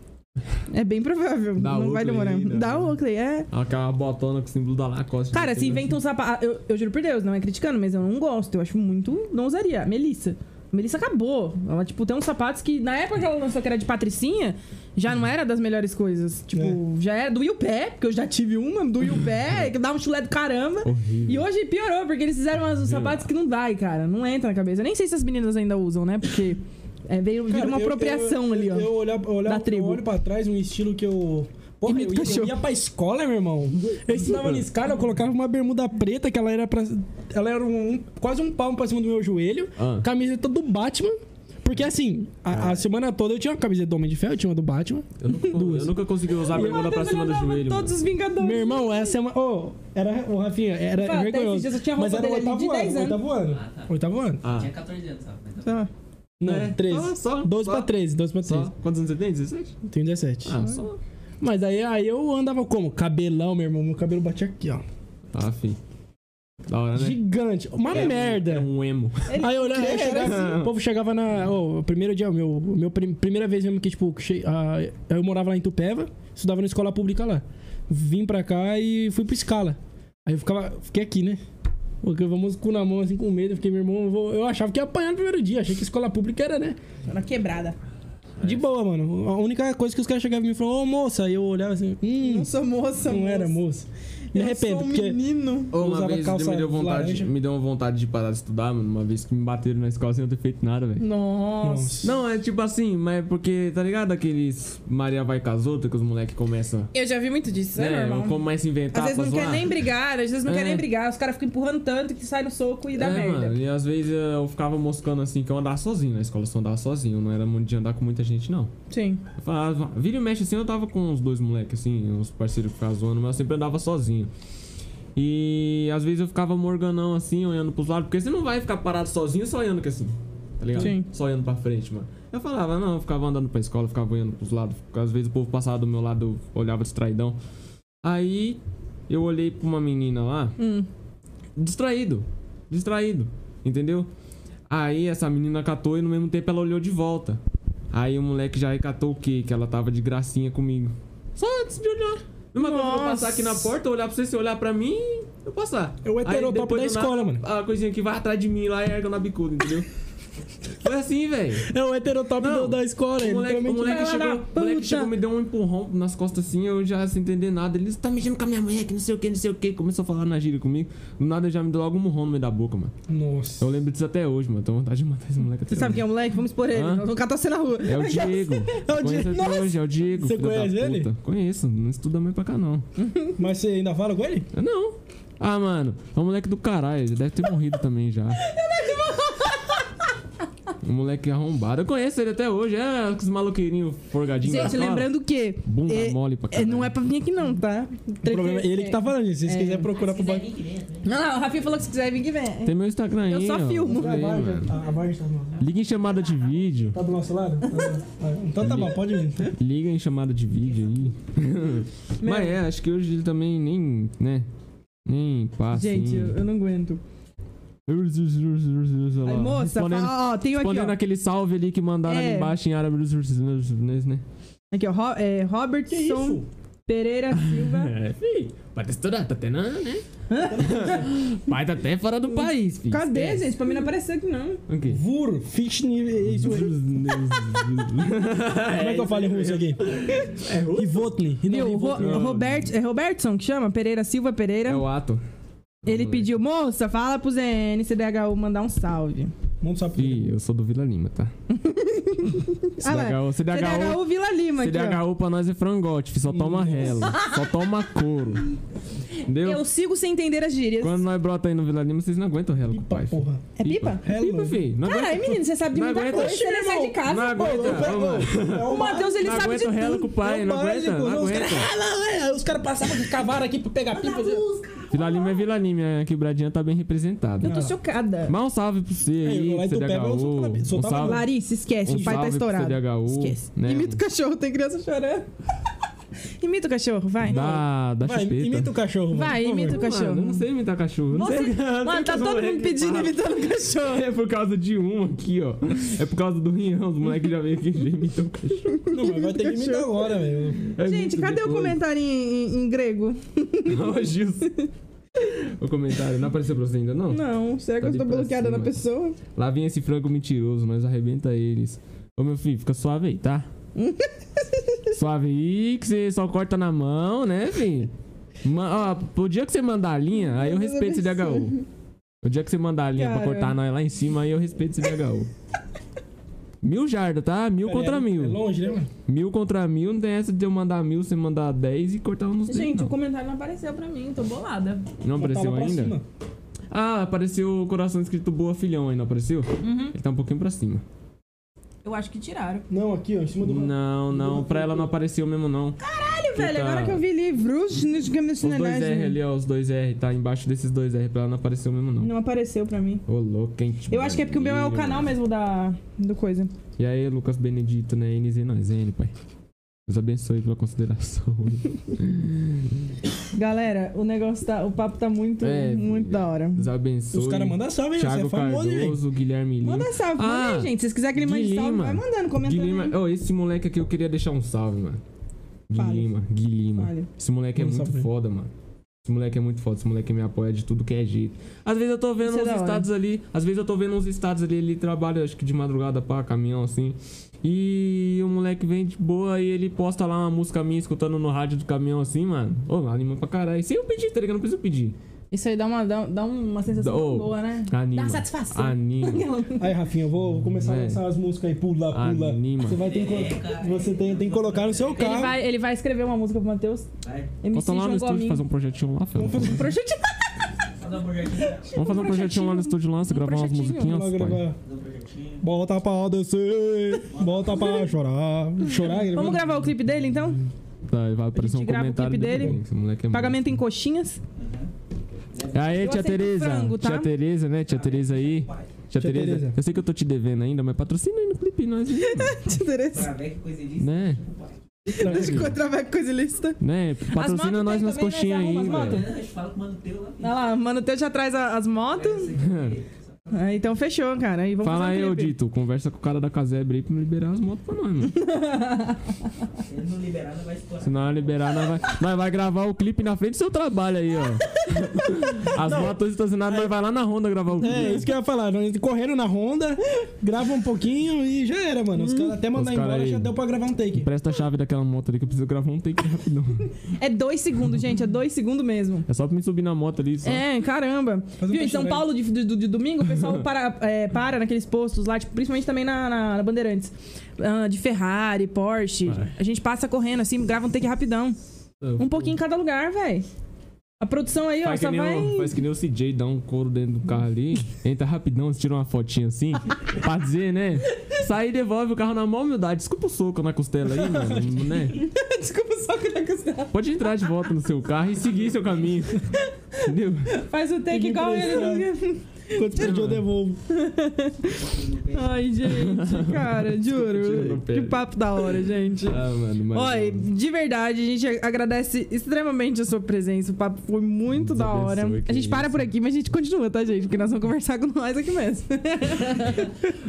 Speaker 4: É bem provável.
Speaker 1: Da
Speaker 4: não vai
Speaker 1: Oakley
Speaker 4: demorar.
Speaker 1: ainda,
Speaker 4: da
Speaker 1: né?
Speaker 4: Oakley, é.
Speaker 1: Aquela botona com o símbolo da Lacoste.
Speaker 4: Cara, se
Speaker 1: assim
Speaker 4: inventa um sapato. Eu, eu juro por Deus, não é criticando, mas eu não gosto. Eu acho muito. Não usaria. Melissa. Melissa acabou. Ela, tipo, tem uns sapatos que, na época que ela lançou, que era de patricinha, já não era das melhores coisas. Tipo,
Speaker 3: É.
Speaker 4: já era do o pé, porque eu já tive uma do o pé, que dá um chulé do caramba. <laughs>
Speaker 1: Horrível.
Speaker 4: E hoje piorou, porque eles fizeram uns sapatos que não vai, cara. Não entra na cabeça. Eu nem sei se as meninas ainda usam, né? Porque é, veio vira
Speaker 3: Cara,
Speaker 4: uma
Speaker 3: eu-
Speaker 4: apropriação
Speaker 3: eu-
Speaker 4: ali, ó.
Speaker 3: Eu, olhar, olhar,
Speaker 4: da
Speaker 3: eu
Speaker 4: tribo.
Speaker 3: olho pra trás, um estilo que eu Porra, eu
Speaker 4: Imita
Speaker 3: ia, eu
Speaker 4: cachorro.
Speaker 3: ia pra escola, meu irmão. Eu ensinava na escala, eu colocava uma bermuda preta, que ela era pra, Ela era um, quase um palmo pra cima do meu joelho.
Speaker 1: Ah.
Speaker 3: Camiseta do Batman. Porque assim, a, a semana toda eu tinha uma camiseta do Homem de Ferro, eu tinha uma do Batman.
Speaker 1: Eu nunca, eu nunca consegui usar a bermuda pra cima do joelho.
Speaker 4: Todos os Vingadores.
Speaker 3: Meu irmão, essa é uma. Ô, era. Ô, Rafinha, era
Speaker 4: Tá Fala, até esses
Speaker 3: vergonhoso.
Speaker 4: dias eu tinha a
Speaker 3: Mas
Speaker 4: roupa
Speaker 3: era o
Speaker 4: dele ali
Speaker 3: oitavo
Speaker 4: de
Speaker 3: ano.
Speaker 4: 10 anos.
Speaker 3: Oitavo ano.
Speaker 8: Ah, tá.
Speaker 3: Oitavo ano?
Speaker 1: Ah,
Speaker 8: Tinha 14 anos só. mas tá bom.
Speaker 4: Tá.
Speaker 3: Não,
Speaker 1: É.
Speaker 3: 13.
Speaker 1: Só, só,
Speaker 3: 12
Speaker 1: só.
Speaker 3: pra 13, 12 pra 13.
Speaker 1: só. Quantos anos você tem? 17?
Speaker 3: Tenho 17.
Speaker 1: Ah, só.
Speaker 3: Mas aí, aí eu andava como? Cabelão, meu irmão. Meu cabelo batia aqui, ó.
Speaker 1: Tá, fi. Da hora, né?
Speaker 3: Gigante. Uma merda.
Speaker 1: É um emo.
Speaker 3: Aí eu olhava, eu chegava, o povo chegava na. Ô, o primeiro dia, o meu, o meu prim- primeira vez mesmo que, tipo, que che- ah, eu morava lá em Tupéva, estudava na escola pública lá. Vim pra cá e fui pro escala. Aí eu ficava. Fiquei aqui, né? Porque vamos com na mão, assim, com medo. Eu Fiquei, meu irmão, eu, vou- eu achava que ia apanhar no primeiro dia. Achei que escola pública era, né?
Speaker 4: Na quebrada.
Speaker 1: É
Speaker 3: De boa, mano. A única coisa que os caras chegavam e me falavam, ô moça, aí eu olhava assim, hum,
Speaker 2: Não sou moça,
Speaker 3: não era moça. Me
Speaker 2: Eu
Speaker 3: arrependo,
Speaker 2: sou um
Speaker 3: porque.
Speaker 2: menino.
Speaker 1: Ô,
Speaker 3: Usava
Speaker 1: uma vez
Speaker 3: calça
Speaker 1: me deu vontade,
Speaker 3: laranja.
Speaker 1: me deu uma vontade de parar de estudar, mano. Uma vez que me bateram na escola sem eu ter feito nada, velho.
Speaker 2: Nossa.
Speaker 1: Não, é tipo assim, mas porque, tá ligado? Aqueles Maria vai com as outras que os moleques começam.
Speaker 4: Eu já vi muito disso, é
Speaker 1: né?
Speaker 4: normal.
Speaker 1: Começa a inventar
Speaker 4: Às vezes
Speaker 1: pra
Speaker 4: não quer
Speaker 1: zoar.
Speaker 4: nem brigar, às vezes não
Speaker 1: É.
Speaker 4: quer nem brigar. Os caras ficam empurrando tanto que sai no soco e dá
Speaker 1: é,
Speaker 4: merda.
Speaker 1: mano, e às vezes eu ficava moscando assim, que eu andava sozinho na escola, eu só andava sozinho, eu não era muito de andar com muita gente, não.
Speaker 4: Sim.
Speaker 1: Eu falava, vira e mexe assim, eu tava com uns dois moleques, assim, uns parceiros que ficavam zoando, mas eu sempre andava sozinho. E às vezes eu ficava morganão assim, olhando pros lados, porque você não vai ficar parado sozinho só olhando que assim, tá ligado?
Speaker 4: Sim.
Speaker 1: Só olhando pra frente, mano. Eu falava, não, eu ficava andando pra escola, eu ficava olhando pros lados, às vezes o povo passava do meu lado, eu olhava distraidão. Aí eu olhei pra uma menina lá,
Speaker 4: Hum.
Speaker 1: distraído, distraído, entendeu? Aí essa menina catou e no mesmo tempo ela olhou de volta. Aí o moleque já recatou o quê? Que ela tava de gracinha comigo. Só antes de olhar. Mesma coisa, eu vou passar aqui na porta, olhar pra você, você olhar pra mim, eu passar.
Speaker 3: É o heterotópico
Speaker 1: Aí, depois
Speaker 3: da
Speaker 1: do
Speaker 3: escola, mano.
Speaker 1: A coisinha que vai atrás de mim lá e erga na bicuda,
Speaker 3: <laughs>
Speaker 1: entendeu? Foi assim, velho.
Speaker 3: É o heterotop
Speaker 1: Não.
Speaker 3: do- da escola,
Speaker 1: O
Speaker 3: ele
Speaker 1: moleque, o
Speaker 3: literalmente-
Speaker 1: moleque
Speaker 4: Vai lá
Speaker 1: chegou,
Speaker 4: na
Speaker 1: o moleque
Speaker 4: puta.
Speaker 1: chegou, me deu um empurrão nas costas assim, eu já sem entender nada. Ele disse, tá mexendo com a minha mulher, que não sei o que, não sei o que. Começou a falar na gíria comigo. Do nada já me deu logo um murrão no meio da boca, mano.
Speaker 3: Nossa.
Speaker 1: Eu lembro disso até hoje, mano. Tô com vontade de matar esse moleque até
Speaker 4: Você sabe quem
Speaker 1: hoje.
Speaker 4: é o moleque? Vamos expor ele.
Speaker 1: Hã?
Speaker 4: Nós vamos catar você na rua.
Speaker 1: É
Speaker 4: <laughs>
Speaker 1: o Diego.
Speaker 3: o
Speaker 1: Conheço
Speaker 3: Diego.
Speaker 1: até hoje, é o Diego.
Speaker 3: Você
Speaker 1: filho da
Speaker 3: conhece ele?
Speaker 1: puta. Conheço, não estuda mais pra cá, não.
Speaker 3: Mas você ainda fala com ele?
Speaker 1: Eu não. Ah, mano, é um moleque do caralho. Ele deve ter morrido <laughs> também já. O moleque arrombado. Eu conheço ele até hoje. É os maloqueirinhos forgadinhos. da
Speaker 4: Gente,
Speaker 1: escola.
Speaker 4: lembrando que.
Speaker 1: Bunda
Speaker 4: é,
Speaker 1: mole pra
Speaker 4: é,
Speaker 1: caralho.
Speaker 4: não é pra vir aqui, não, tá?
Speaker 3: O problema é ele que tá falando isso. Se vocês
Speaker 4: É.
Speaker 3: quiserem procurar pro banco.
Speaker 8: Quiser vir, que venha, né?
Speaker 4: Não, não, o Rafinha falou que se quiser vir que vem.
Speaker 1: Tem meu Instagram aí.
Speaker 4: é Eu só
Speaker 1: ó.
Speaker 4: filmo.
Speaker 1: Vê, mano.
Speaker 3: A Vargas tá do nosso
Speaker 1: Liga em chamada de vídeo.
Speaker 3: Tá do nosso lado? Então tá bom, pode vir.
Speaker 1: Liga em chamada de vídeo aí.
Speaker 4: <laughs>
Speaker 1: Mas é, acho que hoje ele também nem, né? Nem passa. assim.
Speaker 4: Gente,
Speaker 1: hein?
Speaker 4: eu, eu não aguento. Aí, moça,
Speaker 1: Respondendo-
Speaker 4: fala, ó, tenho aqui,
Speaker 1: Respondendo
Speaker 4: ó.
Speaker 1: aquele salve ali que mandaram ali
Speaker 4: É.
Speaker 1: embaixo em árabe, né?
Speaker 4: Aqui, ó. Ro- é, Robertson Pereira Silva.
Speaker 1: É, fi, vai ter estudado, tá tendo,
Speaker 4: <laughs>
Speaker 1: né? Pai tá até fora do país, fi.
Speaker 4: Cadê,
Speaker 1: Esquece.
Speaker 4: gente? Pra mim não apareceu aqui, não.
Speaker 1: O quê?
Speaker 3: Vur, Fishni. Como é que eu falo em russo aqui? É russo? Ivotni. E
Speaker 4: Viu?
Speaker 3: não,
Speaker 4: Ro-
Speaker 3: Ivotni.
Speaker 4: Robert, é Robertson que chama? Pereira Silva Pereira.
Speaker 1: É o ato.
Speaker 4: Ele
Speaker 1: moleque.
Speaker 4: pediu, moça, fala pro ZNCDHU mandar um salve.
Speaker 3: Manda um sapo.
Speaker 1: Fi, eu sou do Vila Lima, tá?
Speaker 4: Ah lá,
Speaker 1: CDHU, CDHU,
Speaker 4: CDHU Vila Lima aqui, ó.
Speaker 1: CDHU pra nós é frangote, fi, só toma relo, só toma couro. Entendeu?
Speaker 4: Eu sigo sem entender as gírias.
Speaker 1: Quando nós brota aí no Vila Lima, vocês não aguentam o relo com o pai,
Speaker 3: Pipa,
Speaker 1: fi.
Speaker 3: porra.
Speaker 4: É pipa?
Speaker 1: Pipa,
Speaker 3: Hello.
Speaker 1: fi. Não
Speaker 4: Caralho,
Speaker 1: aguenta-
Speaker 4: menino, você sabe de
Speaker 1: Não
Speaker 4: muita
Speaker 1: aguenta.
Speaker 4: coisa, você nem sai de
Speaker 1: Não
Speaker 4: casa.
Speaker 1: aguenta, vamos lá.
Speaker 3: é
Speaker 4: O Matheus, ele
Speaker 1: Não
Speaker 4: sabe de
Speaker 1: aguenta o relo
Speaker 4: tudo.
Speaker 1: com o pai, não aguenta, não aguenta.
Speaker 3: Os caras passavam com cavara aqui pra pegar
Speaker 4: tá
Speaker 3: pipa.
Speaker 1: Vila Lima é Vila Lima, a quebradinha tá bem representada.
Speaker 4: Eu tô chocada.
Speaker 1: Mas um salve pra você
Speaker 3: É, eu
Speaker 1: aí,
Speaker 3: lá
Speaker 1: é,
Speaker 3: em Tupéva, eu sou
Speaker 1: CDHU.
Speaker 3: parabéns, sou
Speaker 1: Um
Speaker 3: tava
Speaker 1: salve,
Speaker 3: lá.
Speaker 4: Larissa, esquece,
Speaker 1: um
Speaker 4: o pai tá
Speaker 1: salve pro
Speaker 4: estourado.
Speaker 1: CDHU.
Speaker 4: Esquece.
Speaker 1: né,
Speaker 4: Imita o cachorro, tem criança
Speaker 2: <laughs>
Speaker 4: chorando. imita o cachorro, vai.
Speaker 1: Da, da
Speaker 3: Vai,
Speaker 1: chupeta.
Speaker 3: imita o cachorro.
Speaker 4: Vai,
Speaker 3: por favor.
Speaker 4: imita o
Speaker 1: Mano,
Speaker 4: cachorro.
Speaker 1: eu não sei imitar cachorro. eu Não
Speaker 4: Você-
Speaker 1: sei, <laughs>
Speaker 4: Mano, tá todo mundo pedindo, imitando o cachorro.
Speaker 1: É por causa de um aqui, ó. É por causa do Rian, os moleques já veio aqui e já imitam o cachorro.
Speaker 3: Não, mas vai ter que imitar agora, velho.
Speaker 1: É
Speaker 4: Gente,
Speaker 1: muito
Speaker 4: cadê o
Speaker 1: depois.
Speaker 4: comentário em, em- em grego?
Speaker 1: Ó, Gilson. O comentário não apareceu pra você ainda, não?
Speaker 4: <laughs> Não, será que
Speaker 1: Tá
Speaker 4: eu
Speaker 1: de
Speaker 4: tô
Speaker 1: pra
Speaker 4: bloqueada
Speaker 1: cima.
Speaker 4: na pessoa? <laughs>
Speaker 1: Lá vem esse frango mentiroso, nós arrebenta eles. Ô meu filho, fica suave aí,
Speaker 4: <laughs>
Speaker 1: tá? suave aí, que você só corta na mão, né, filho? Ma ó, pro dia que você mandar a linha, aí eu
Speaker 4: Deus
Speaker 1: respeito esse
Speaker 4: abençoe.
Speaker 1: DHU. O dia que você mandar a linha pra
Speaker 4: Cara.
Speaker 1: cortar nós lá em cima, aí eu respeito esse DHU. Mil jardas, tá? Mil contra
Speaker 3: é,
Speaker 1: mil.
Speaker 3: É longe, né, mano?
Speaker 1: Mil contra mil, não tem essa de eu mandar mil, você mandar dez e cortar nos dedos.
Speaker 11: Gente, o
Speaker 1: não.
Speaker 11: comentário não apareceu pra mim, tô bolada.
Speaker 1: Não apareceu
Speaker 3: Botava pra
Speaker 1: ainda?
Speaker 3: cima.
Speaker 1: Ah, apareceu o coração escrito Boa Filhão aí, não apareceu?
Speaker 11: Uhum.
Speaker 1: Ele tá um pouquinho pra cima.
Speaker 11: Eu acho que tiraram.
Speaker 3: Não, aqui, ó, em cima do.
Speaker 1: Não, não, pra ela não apareceu mesmo, não.
Speaker 4: Caralho, velho,
Speaker 1: Tá.
Speaker 4: agora que eu vi livros nos games né?
Speaker 1: Os dois é R ali, ó, os dois R, tá embaixo desses dois R, pra ela não apareceu mesmo, não.
Speaker 4: Não apareceu pra mim.
Speaker 1: Ô, louco, quente.
Speaker 4: Eu acho que é porque o meu é o canal
Speaker 1: né?
Speaker 4: mesmo da do coisa.
Speaker 1: E aí, Lucas Benedito, né? NZ nós, N, pai. Deus abençoe pela consideração. <laughs>
Speaker 4: Galera, o negócio tá, o papo tá muito
Speaker 1: É,
Speaker 4: muito da hora.
Speaker 1: Deus abençoe.
Speaker 3: Os caras mandam salve, hein? Você
Speaker 1: Thiago
Speaker 3: é famoso, hein?
Speaker 1: Cardoso, Guilherme Lima.
Speaker 4: Manda salve, manda
Speaker 1: Ah,
Speaker 4: aí, gente. Se vocês quiserem que ele mande
Speaker 1: Guilherme.
Speaker 4: salve, vai mandando, comentando
Speaker 1: Guilherme,
Speaker 4: aí.
Speaker 1: oh, esse moleque aqui eu queria deixar um salve, mano.
Speaker 4: Fale.
Speaker 1: Guilherme, Guilherme.
Speaker 4: Olha.
Speaker 1: Esse moleque é
Speaker 3: Manda um
Speaker 1: muito
Speaker 3: salve.
Speaker 1: foda, mano. Esse moleque é muito foda, esse moleque me apoia de tudo que é jeito. Às vezes eu tô vendo
Speaker 4: Isso é
Speaker 1: uns
Speaker 4: da hora.
Speaker 1: estados ali, às vezes eu tô vendo uns estados ali, ele trabalha, acho que de madrugada pra caminhão assim. E o moleque vem de boa e ele posta lá uma música minha escutando no rádio do caminhão assim, mano. Ô, anima pra caralho. Sem eu pedir, tá ligado? Não preciso pedir.
Speaker 11: Isso aí dá uma, dá, dá uma sensação
Speaker 1: Dá- oh.
Speaker 11: boa, né?
Speaker 1: Anima.
Speaker 11: Dá satisfação.
Speaker 4: <laughs>
Speaker 1: Anima.
Speaker 3: Aí, Rafinha, eu vou começar
Speaker 1: É.
Speaker 3: a lançar as músicas aí. Pula, pula.
Speaker 1: Anima.
Speaker 3: Você vai ter que, co- você tem, tem que colocar no seu
Speaker 11: Ele
Speaker 3: carro.
Speaker 11: vai, ele vai escrever uma música pro Matheus.
Speaker 2: Vai.
Speaker 11: MC
Speaker 1: Bota Tá. lá no
Speaker 11: João
Speaker 1: estúdio
Speaker 11: Gominho.
Speaker 1: fazer um projetinho lá, filho.
Speaker 3: fazer
Speaker 11: Projetinho.
Speaker 2: Só dá um projetinho.
Speaker 1: Vamos fazer um projetinho lá no estúdio lá, você gravar umas
Speaker 11: projetinho.
Speaker 1: musiquinhas,
Speaker 3: Vamos lá
Speaker 1: pai.
Speaker 3: gravar.
Speaker 2: Só dá um projetinho.
Speaker 3: Bota pra descer, bota pra chorar. Chorar,
Speaker 4: Vamos gravar o clipe dele então?
Speaker 1: Tá, aí vai aparecer um
Speaker 4: gente grava o
Speaker 1: comentário
Speaker 4: clipe
Speaker 1: depois.
Speaker 4: dele.
Speaker 1: Esse moleque é
Speaker 4: Pagamento em coxinhas.
Speaker 1: muito- Aê, tia
Speaker 4: aceito
Speaker 1: Tereza.
Speaker 4: frango, tá?
Speaker 1: Tia Tereza, né? Tia Tereza aí. Tia,
Speaker 3: Tia
Speaker 1: Tereza.
Speaker 3: Tereza.
Speaker 1: Eu sei que eu tô te devendo ainda, mas patrocina aí no clipe, nós. aí, mano.
Speaker 4: Te interessa?
Speaker 2: Pra ver que coisa disso.
Speaker 1: né?
Speaker 4: Tá
Speaker 3: gravar.
Speaker 4: Trabalho coisa lista.
Speaker 1: Né? Patrocina
Speaker 11: motos
Speaker 1: nós
Speaker 11: tem também,
Speaker 1: nas
Speaker 11: né?
Speaker 1: coxinhas aí,
Speaker 11: Arruma as motos.
Speaker 1: velho.
Speaker 2: É, Fala com o mano teu lá.
Speaker 4: Olha lá, mano, o Teu já traz a- as motos.
Speaker 1: <laughs>
Speaker 4: Ah, então fechou, cara. E vamos
Speaker 1: Fala aí,
Speaker 4: fazer um clipe.
Speaker 1: Odito. Conversa com o cara da casebre aí pra me liberar as motos pra nós, mano.
Speaker 2: Se <laughs> ele não liberar, não vai explorar.
Speaker 1: Se não liberar, nós vai, nós vai gravar o clipe na frente do seu trabalho aí, ó.
Speaker 2: <laughs>
Speaker 1: As motos estacionadas, nós vai lá na Honda gravar o clipe.
Speaker 3: É, isso que eu ia falar. Nós correndo na Honda, grava um pouquinho e já era, mano. Os caras até mandar
Speaker 1: Os cara
Speaker 3: embora
Speaker 1: aí.
Speaker 3: já deu pra gravar um take.
Speaker 1: Presta a chave daquela moto ali que eu preciso gravar um take rapidão.
Speaker 4: É dois segundos, gente. É dois segundos mesmo.
Speaker 1: É só pra me subir na moto ali. Só.
Speaker 4: É, caramba.
Speaker 3: um
Speaker 4: Viu, em
Speaker 2: né?
Speaker 3: cachorro
Speaker 4: São
Speaker 3: aí.
Speaker 4: Paulo, de, de- de domingo, o
Speaker 1: <laughs>
Speaker 4: pessoal para, é, para naqueles postos lá, tipo, principalmente também na, na- na Bandeirantes. Ah, de Ferrari, Porsche.
Speaker 1: Vai.
Speaker 4: A gente passa correndo, assim, grava um take rapidão. Um pouquinho em cada lugar, velho. A produção aí, ó,
Speaker 1: Faz que,
Speaker 4: só
Speaker 1: nem
Speaker 4: vai...
Speaker 1: o, faz que nem o CJ, dá um couro dentro do carro ali, entra rapidão, tira uma fotinha
Speaker 4: <laughs>
Speaker 1: assim, pra dizer, né? Sai e devolve o carro na maior humildade. Desculpa o soco na costela aí, mano, né?
Speaker 4: <laughs> Desculpa só que eu custava.
Speaker 1: Pode entrar de volta no seu carro e seguir seu caminho. Entendeu?
Speaker 4: Faz o take
Speaker 3: Que
Speaker 4: igual ele.
Speaker 3: Quanto pedir eu devolvo.
Speaker 4: Ai, gente, cara,
Speaker 1: tira no
Speaker 4: juro.
Speaker 1: pé.
Speaker 4: Que papo da hora, gente.
Speaker 1: Ah, mano, mas.
Speaker 4: Oi, de verdade, a gente agradece extremamente a sua presença. O papo foi muito
Speaker 1: Deus
Speaker 4: da hora.
Speaker 1: abençoe, que
Speaker 4: A gente para
Speaker 1: isso.
Speaker 4: por aqui, mas a gente continua, tá, gente? Porque nós vamos conversar com nós aqui mesmo.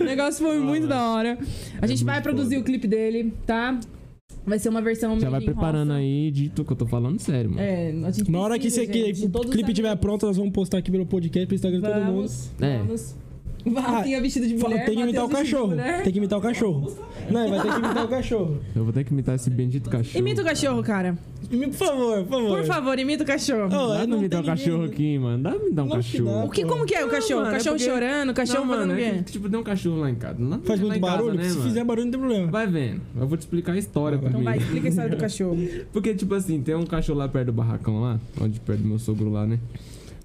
Speaker 4: o negócio foi muito da hora. A
Speaker 1: É
Speaker 4: gente vai
Speaker 1: muito
Speaker 4: produzir
Speaker 1: foda.
Speaker 4: o clipe dele, tá? Vai ser uma versão.
Speaker 1: Já vai
Speaker 4: made in
Speaker 1: preparando
Speaker 4: roça.
Speaker 1: aí, dito que eu tô falando sério, mano.
Speaker 4: É, a gente
Speaker 3: Na hora que
Speaker 4: precisa,
Speaker 3: esse aqui-
Speaker 4: gente, de todos
Speaker 3: o
Speaker 4: os
Speaker 3: clipe estiver
Speaker 4: amigos.
Speaker 3: pronto, nós vamos postar aqui pelo podcast, pro Instagram de todo mundo.
Speaker 4: Vamos.
Speaker 1: É.
Speaker 4: Vamos. Rafinha vestido de
Speaker 3: Fala,
Speaker 4: mulher.
Speaker 3: tem que imitar o
Speaker 4: Matheus né? vestido de
Speaker 3: cachorro.
Speaker 4: mulher.
Speaker 3: Tem que imitar o cachorro. Não, vai ter que imitar o cachorro.
Speaker 1: Eu vou ter que imitar esse bendito cachorro.
Speaker 4: Imita o cachorro, cara.
Speaker 3: Imi- Por favor, por favor.
Speaker 4: Por favor, imita o cachorro.
Speaker 3: Oh,
Speaker 1: Dá
Speaker 3: é,
Speaker 1: pra me dar um
Speaker 3: tem
Speaker 1: cachorro
Speaker 3: ninguém.
Speaker 1: aqui, mano. Dá pra me dar um
Speaker 3: Lógico que
Speaker 1: cachorro.
Speaker 3: dá.
Speaker 4: O que, como que é o cachorro?
Speaker 1: mano, é
Speaker 4: cachorro
Speaker 1: porque-
Speaker 4: chorando, cachorro
Speaker 1: não,
Speaker 4: fazendo
Speaker 1: mano,
Speaker 4: o
Speaker 1: é
Speaker 4: quê?
Speaker 1: que, tipo, tem um cachorro lá em casa. Lá-
Speaker 3: Faz
Speaker 1: lá
Speaker 3: muito
Speaker 1: em casa,
Speaker 3: barulho?
Speaker 1: né,
Speaker 3: Se
Speaker 1: mano?
Speaker 3: fizer barulho, não tem problema.
Speaker 1: Vai vendo. Eu vou te explicar a história
Speaker 3: Então
Speaker 1: primeiro.
Speaker 4: Vai, explica a história do cachorro.
Speaker 1: Porque, tipo assim, tem um cachorro lá perto do barracão lá, onde perto do meu sogro lá, né?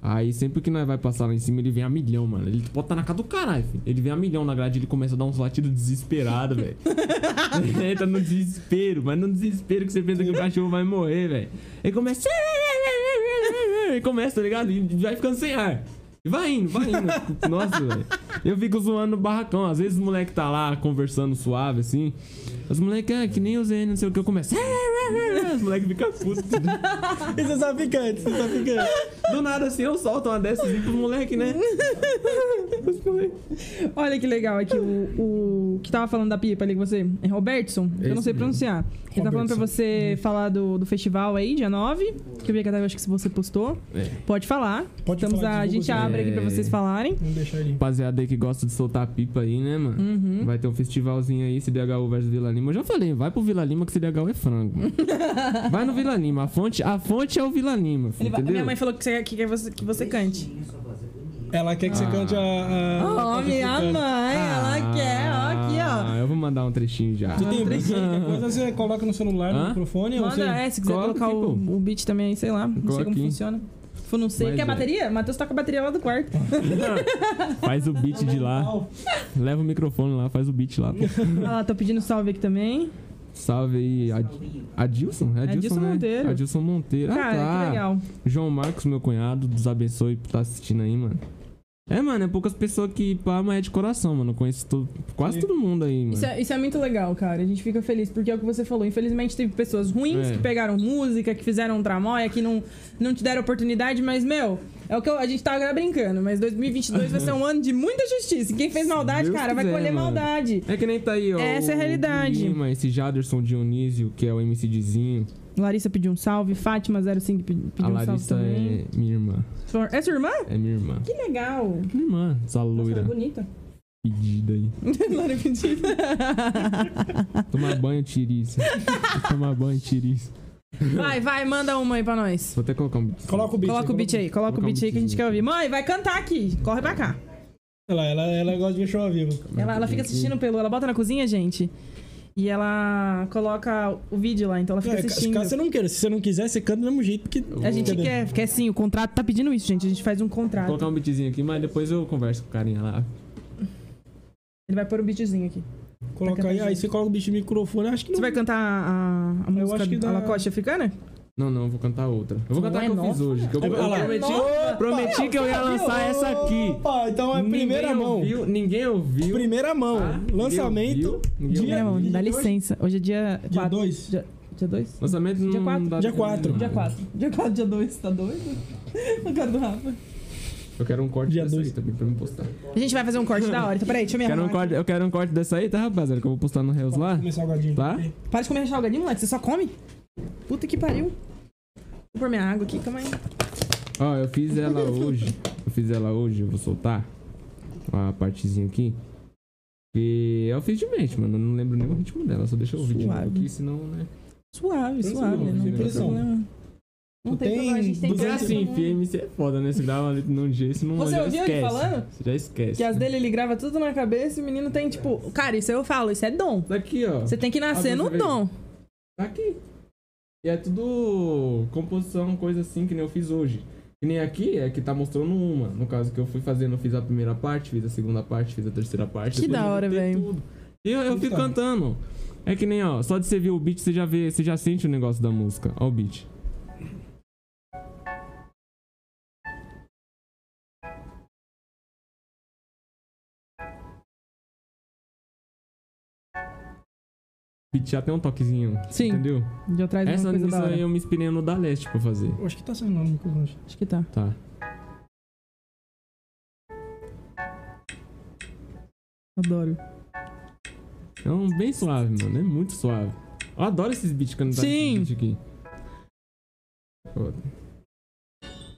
Speaker 1: Aí sempre que nós vai passar lá em cima, ele vem a milhão, mano. Ele pode tá na casa do caralho, filho. Ele vem a milhão na grade, ele começa a dar uns latidos desesperados, velho. <laughs> ele tá no desespero, mas no desespero que você pensa que o cachorro vai morrer, velho. Ele começa. Ele começa, tá ligado? E vai ficando sem ar. E vai indo, vai indo. Nossa, velho. Eu fico zoando no barracão. Às vezes o moleque tá lá conversando suave, assim. Os moleques, ah, que nem os N, não sei o que, eu começo. "É, Os moleques ficam putos.
Speaker 3: E você sabe é picante, você sabe picante.
Speaker 1: Do nada, assim, eu solto uma dessas assim pro moleque, né? Os moleque.
Speaker 4: Olha que legal aqui o, o que tava falando da pipa ali com você. É Robertson? eu não
Speaker 1: Esse
Speaker 4: sei
Speaker 1: mesmo. Uhum.
Speaker 4: pronunciar. Ele tá falando pra você falar do, do festival aí, dia 9. Que eu vi que até acho que você postou.
Speaker 1: É.
Speaker 4: Pode falar.
Speaker 3: Pode
Speaker 4: Estamos
Speaker 3: falar,
Speaker 4: a, a
Speaker 3: divulga
Speaker 4: gente
Speaker 3: aí.
Speaker 4: abre aqui pra vocês falarem.
Speaker 3: Vamos deixar ele.
Speaker 1: Rapaziada aí que gosta de soltar pipa aí, né, mano?
Speaker 4: Uhum.
Speaker 1: Vai ter um festivalzinho aí, CDHU versus Vila Lima. Eu já falei, vai pro Vila Lima que CDHU é
Speaker 4: <laughs>
Speaker 1: frango, mano. Vai no Vila Lima, a fonte, a fonte é o Vila Lima, filho,
Speaker 4: Ele vai-
Speaker 1: entendeu?
Speaker 4: minha mãe falou que, você, que, que você, que você cante.
Speaker 2: Sua voz é bonita.
Speaker 3: Ela quer que você
Speaker 1: Ah.
Speaker 3: cante a. a
Speaker 4: Ó,
Speaker 3: a
Speaker 4: minha
Speaker 3: Jackie Chan.
Speaker 4: mãe, ela quer, ó, aqui, ó.
Speaker 1: Ah, eu vou mandar um trechinho já.
Speaker 3: Tu tem beat? Depois você coloca no celular,
Speaker 1: Hã?
Speaker 3: no microfone, ou
Speaker 4: Manda,
Speaker 3: você.
Speaker 4: é, se quiser
Speaker 1: Coloca
Speaker 4: colocar
Speaker 1: aqui,
Speaker 4: o, o beat também aí, sei lá. Não
Speaker 1: Coloca
Speaker 4: sei como
Speaker 1: aqui.
Speaker 4: funciona. Tipo, não sei.
Speaker 1: Mas
Speaker 4: Quer
Speaker 1: é.
Speaker 4: bateria? Matheus tá com a bateria lá do quarto.
Speaker 1: <laughs> Faz o beat de lá. Leva o microfone lá, faz o beat
Speaker 4: <laughs>
Speaker 1: lá. pô.
Speaker 4: Olha lá, Ah, tô pedindo salve aqui também.
Speaker 1: Salve aí. Ad...
Speaker 8: Salvinho.
Speaker 1: Adilson? É
Speaker 4: Adilson
Speaker 1: Adilson né?
Speaker 4: Monteiro.
Speaker 1: Adilson Monteiro. Ah,
Speaker 4: Cara,
Speaker 1: tá.
Speaker 4: que legal.
Speaker 1: João Marcos, meu cunhado, dos abençoe por estar assistindo aí, mano. É, mano, é poucas pessoas que pá, mas é de coração, mano. Eu Conheço to- quase
Speaker 3: Sim.
Speaker 1: todo mundo aí, mano.
Speaker 4: Isso é, isso é muito legal, cara. A gente fica feliz, porque é o que você falou. Infelizmente, teve pessoas ruins
Speaker 1: É.
Speaker 4: que pegaram música, que fizeram um tramóia, que não, não te deram oportunidade, mas, meu, é o que eu- a gente tava agora brincando. Mas 2022 vai ser
Speaker 1: <laughs>
Speaker 4: um ano de muita justiça. E Quem fez maldade,
Speaker 1: Deus
Speaker 4: cara, vai
Speaker 1: quiser,
Speaker 4: colher
Speaker 1: mano.
Speaker 4: maldade.
Speaker 1: É que nem tá aí, ó.
Speaker 4: Essa é a
Speaker 1: o
Speaker 4: realidade.
Speaker 1: Lima, esse Jaderson Dionísio, que é o MC Dizinho.
Speaker 4: Larissa pediu um salve, Fátima05 pediu
Speaker 1: A
Speaker 4: um salve
Speaker 1: Larissa
Speaker 4: também.
Speaker 1: é minha irmã.
Speaker 4: For- É sua irmã?
Speaker 1: É minha irmã.
Speaker 4: Que legal.
Speaker 1: Minha irmã, essa
Speaker 4: Nossa, ela
Speaker 1: loira
Speaker 4: é bonita.
Speaker 1: pedida aí.
Speaker 4: <laughs> Loira pedida.
Speaker 1: Tomar banho,
Speaker 4: <laughs>
Speaker 1: Tirice. Tomar banho, Tirice.
Speaker 4: Vai, vai, manda uma aí pra nós.
Speaker 1: Vou até colocar um beat.
Speaker 3: Coloca o beat.
Speaker 4: Coloca o beat aí, coloca o
Speaker 1: Coloca um
Speaker 4: beat aí que a gente
Speaker 1: beatzinho.
Speaker 4: quer ouvir. Mãe, vai cantar aqui. Corre pra cá.
Speaker 3: Ela, ela, ela gosta de ver show ao vivo.
Speaker 4: Ela, ela fica assistindo pelo. Ela bota na cozinha, gente. E ela coloca o vídeo lá, então ela fica
Speaker 3: É, caso
Speaker 4: assistindo.
Speaker 3: caso você não queira, se você não quiser, você canta do mesmo jeito. Porque...
Speaker 4: A gente
Speaker 3: Entendeu?
Speaker 4: quer, quer sim, o contrato tá pedindo isso, gente. A gente faz um
Speaker 1: Vou
Speaker 4: contrato.
Speaker 1: colocar um beatzinho aqui, mas depois eu converso com o carinha lá.
Speaker 4: Ele vai pôr o beatzinho aqui.
Speaker 3: Coloca aí, aí você coloca o bicho no microfone, acho que não.
Speaker 4: Você vai cantar a, a música
Speaker 3: acho que dá-
Speaker 4: da Lacoste africana?
Speaker 1: Não, não, eu vou cantar outra. Eu vou
Speaker 4: Não
Speaker 1: cantar
Speaker 4: é
Speaker 1: a que eu fiz
Speaker 4: nossa,
Speaker 1: hoje. Que eu,
Speaker 3: Aí vai
Speaker 1: eu
Speaker 3: lá.
Speaker 1: prometi,
Speaker 3: Opa!
Speaker 1: prometi que eu ia lançar essa aqui.
Speaker 3: Opa, então é primeira
Speaker 1: ninguém
Speaker 3: mão.
Speaker 1: Ouviu, ninguém ouviu.
Speaker 3: Primeira mão.
Speaker 1: Ah, ninguém
Speaker 3: Lançamento.
Speaker 1: ouviu, ninguém
Speaker 3: Dia-
Speaker 4: Primeira mão,
Speaker 3: dia
Speaker 4: dá
Speaker 3: dois?
Speaker 4: licença. Hoje é dia
Speaker 3: Dia
Speaker 4: 4.
Speaker 3: 2.
Speaker 4: Dia 2?
Speaker 1: Lançamento
Speaker 4: Dia
Speaker 1: não
Speaker 4: quatro.
Speaker 1: dá
Speaker 3: Dia
Speaker 1: tempo, né?
Speaker 3: quatro.
Speaker 1: não.
Speaker 4: Dia 4.
Speaker 5: Dia 4, dia 2, tá
Speaker 4: <laughs>
Speaker 5: doido? Eu quero do Rafa.
Speaker 1: Eu quero um corte
Speaker 3: Dia
Speaker 1: dessa
Speaker 3: dois. É,
Speaker 1: aí também pra me postar.
Speaker 4: A gente vai fazer um corte da hora. Então, peraí, deixa eu me
Speaker 1: Quero um
Speaker 4: arrumar.
Speaker 1: corte, eu quero um corte dessa aí, tá, rapaziada? Que eu vou postar no Reels lá.
Speaker 3: Começar o gadinho.
Speaker 1: Tá?
Speaker 4: Para de comer salgadinho, moleque. Você só come? Puta que pariu. Vou pôr minha água aqui, calma aí.
Speaker 1: Ó, eu fiz
Speaker 3: <laughs>
Speaker 1: ela hoje. Eu fiz ela hoje, eu vou soltar a partezinha aqui. E eu fiz de mente, mano. Eu não lembro nem o ritmo dela, só deixa eu ouvir de novo
Speaker 4: Suave.
Speaker 1: aqui, senão, né?
Speaker 4: Suave,
Speaker 3: Pressão,
Speaker 4: suave. né?
Speaker 1: não,
Speaker 4: Não, tem
Speaker 3: pressão.
Speaker 4: problema. Não tem,
Speaker 3: tem um.
Speaker 4: problema, a gente tem
Speaker 3: 200
Speaker 1: É
Speaker 4: graça
Speaker 1: assim,
Speaker 4: no mundo.
Speaker 1: enfim, MC é foda, né? Se grava ali num dia, se não
Speaker 4: Você
Speaker 1: já
Speaker 4: ouviu ele
Speaker 1: esquece.
Speaker 4: falando?
Speaker 1: Você já esquece.
Speaker 4: Que as
Speaker 1: né?
Speaker 4: dele ele grava tudo na cabeça e o menino tem tipo. Cara, isso eu falo, isso é dom.
Speaker 1: Daqui, ó.
Speaker 4: Você tem que nascer
Speaker 1: Ah, você
Speaker 4: no
Speaker 1: vê.
Speaker 4: dom.
Speaker 1: Tá aqui. E é tudo composição, coisa assim, que nem eu fiz hoje. Que nem aqui é que tá mostrando uma. No caso que eu fui fazendo, eu fiz a primeira parte, fiz a segunda parte, fiz a terceira parte.
Speaker 4: Que
Speaker 1: depois
Speaker 4: da
Speaker 1: eu
Speaker 4: hora,
Speaker 1: juntei
Speaker 4: velho.
Speaker 1: tudo. E eu, eu fico
Speaker 3: Então.
Speaker 1: cantando. É que nem, ó, só de você ver o beat, você já vê, você já sente o negócio da música. Ó o beat. Beat já tem um toquezinho,
Speaker 4: Sim.
Speaker 1: entendeu?
Speaker 4: De atrás de
Speaker 1: Essa
Speaker 4: uma coisa da
Speaker 1: missão
Speaker 4: hora.
Speaker 1: aí eu me inspirei no da Leste pra fazer.
Speaker 3: Eu acho que tá saindo lá no microfone.
Speaker 4: Acho que tá.
Speaker 1: Tá.
Speaker 4: Adoro.
Speaker 1: É um bem suave, mano. É muito suave. Eu adoro esses beats quando tá
Speaker 4: Sim.
Speaker 1: esse beat aqui. Foda.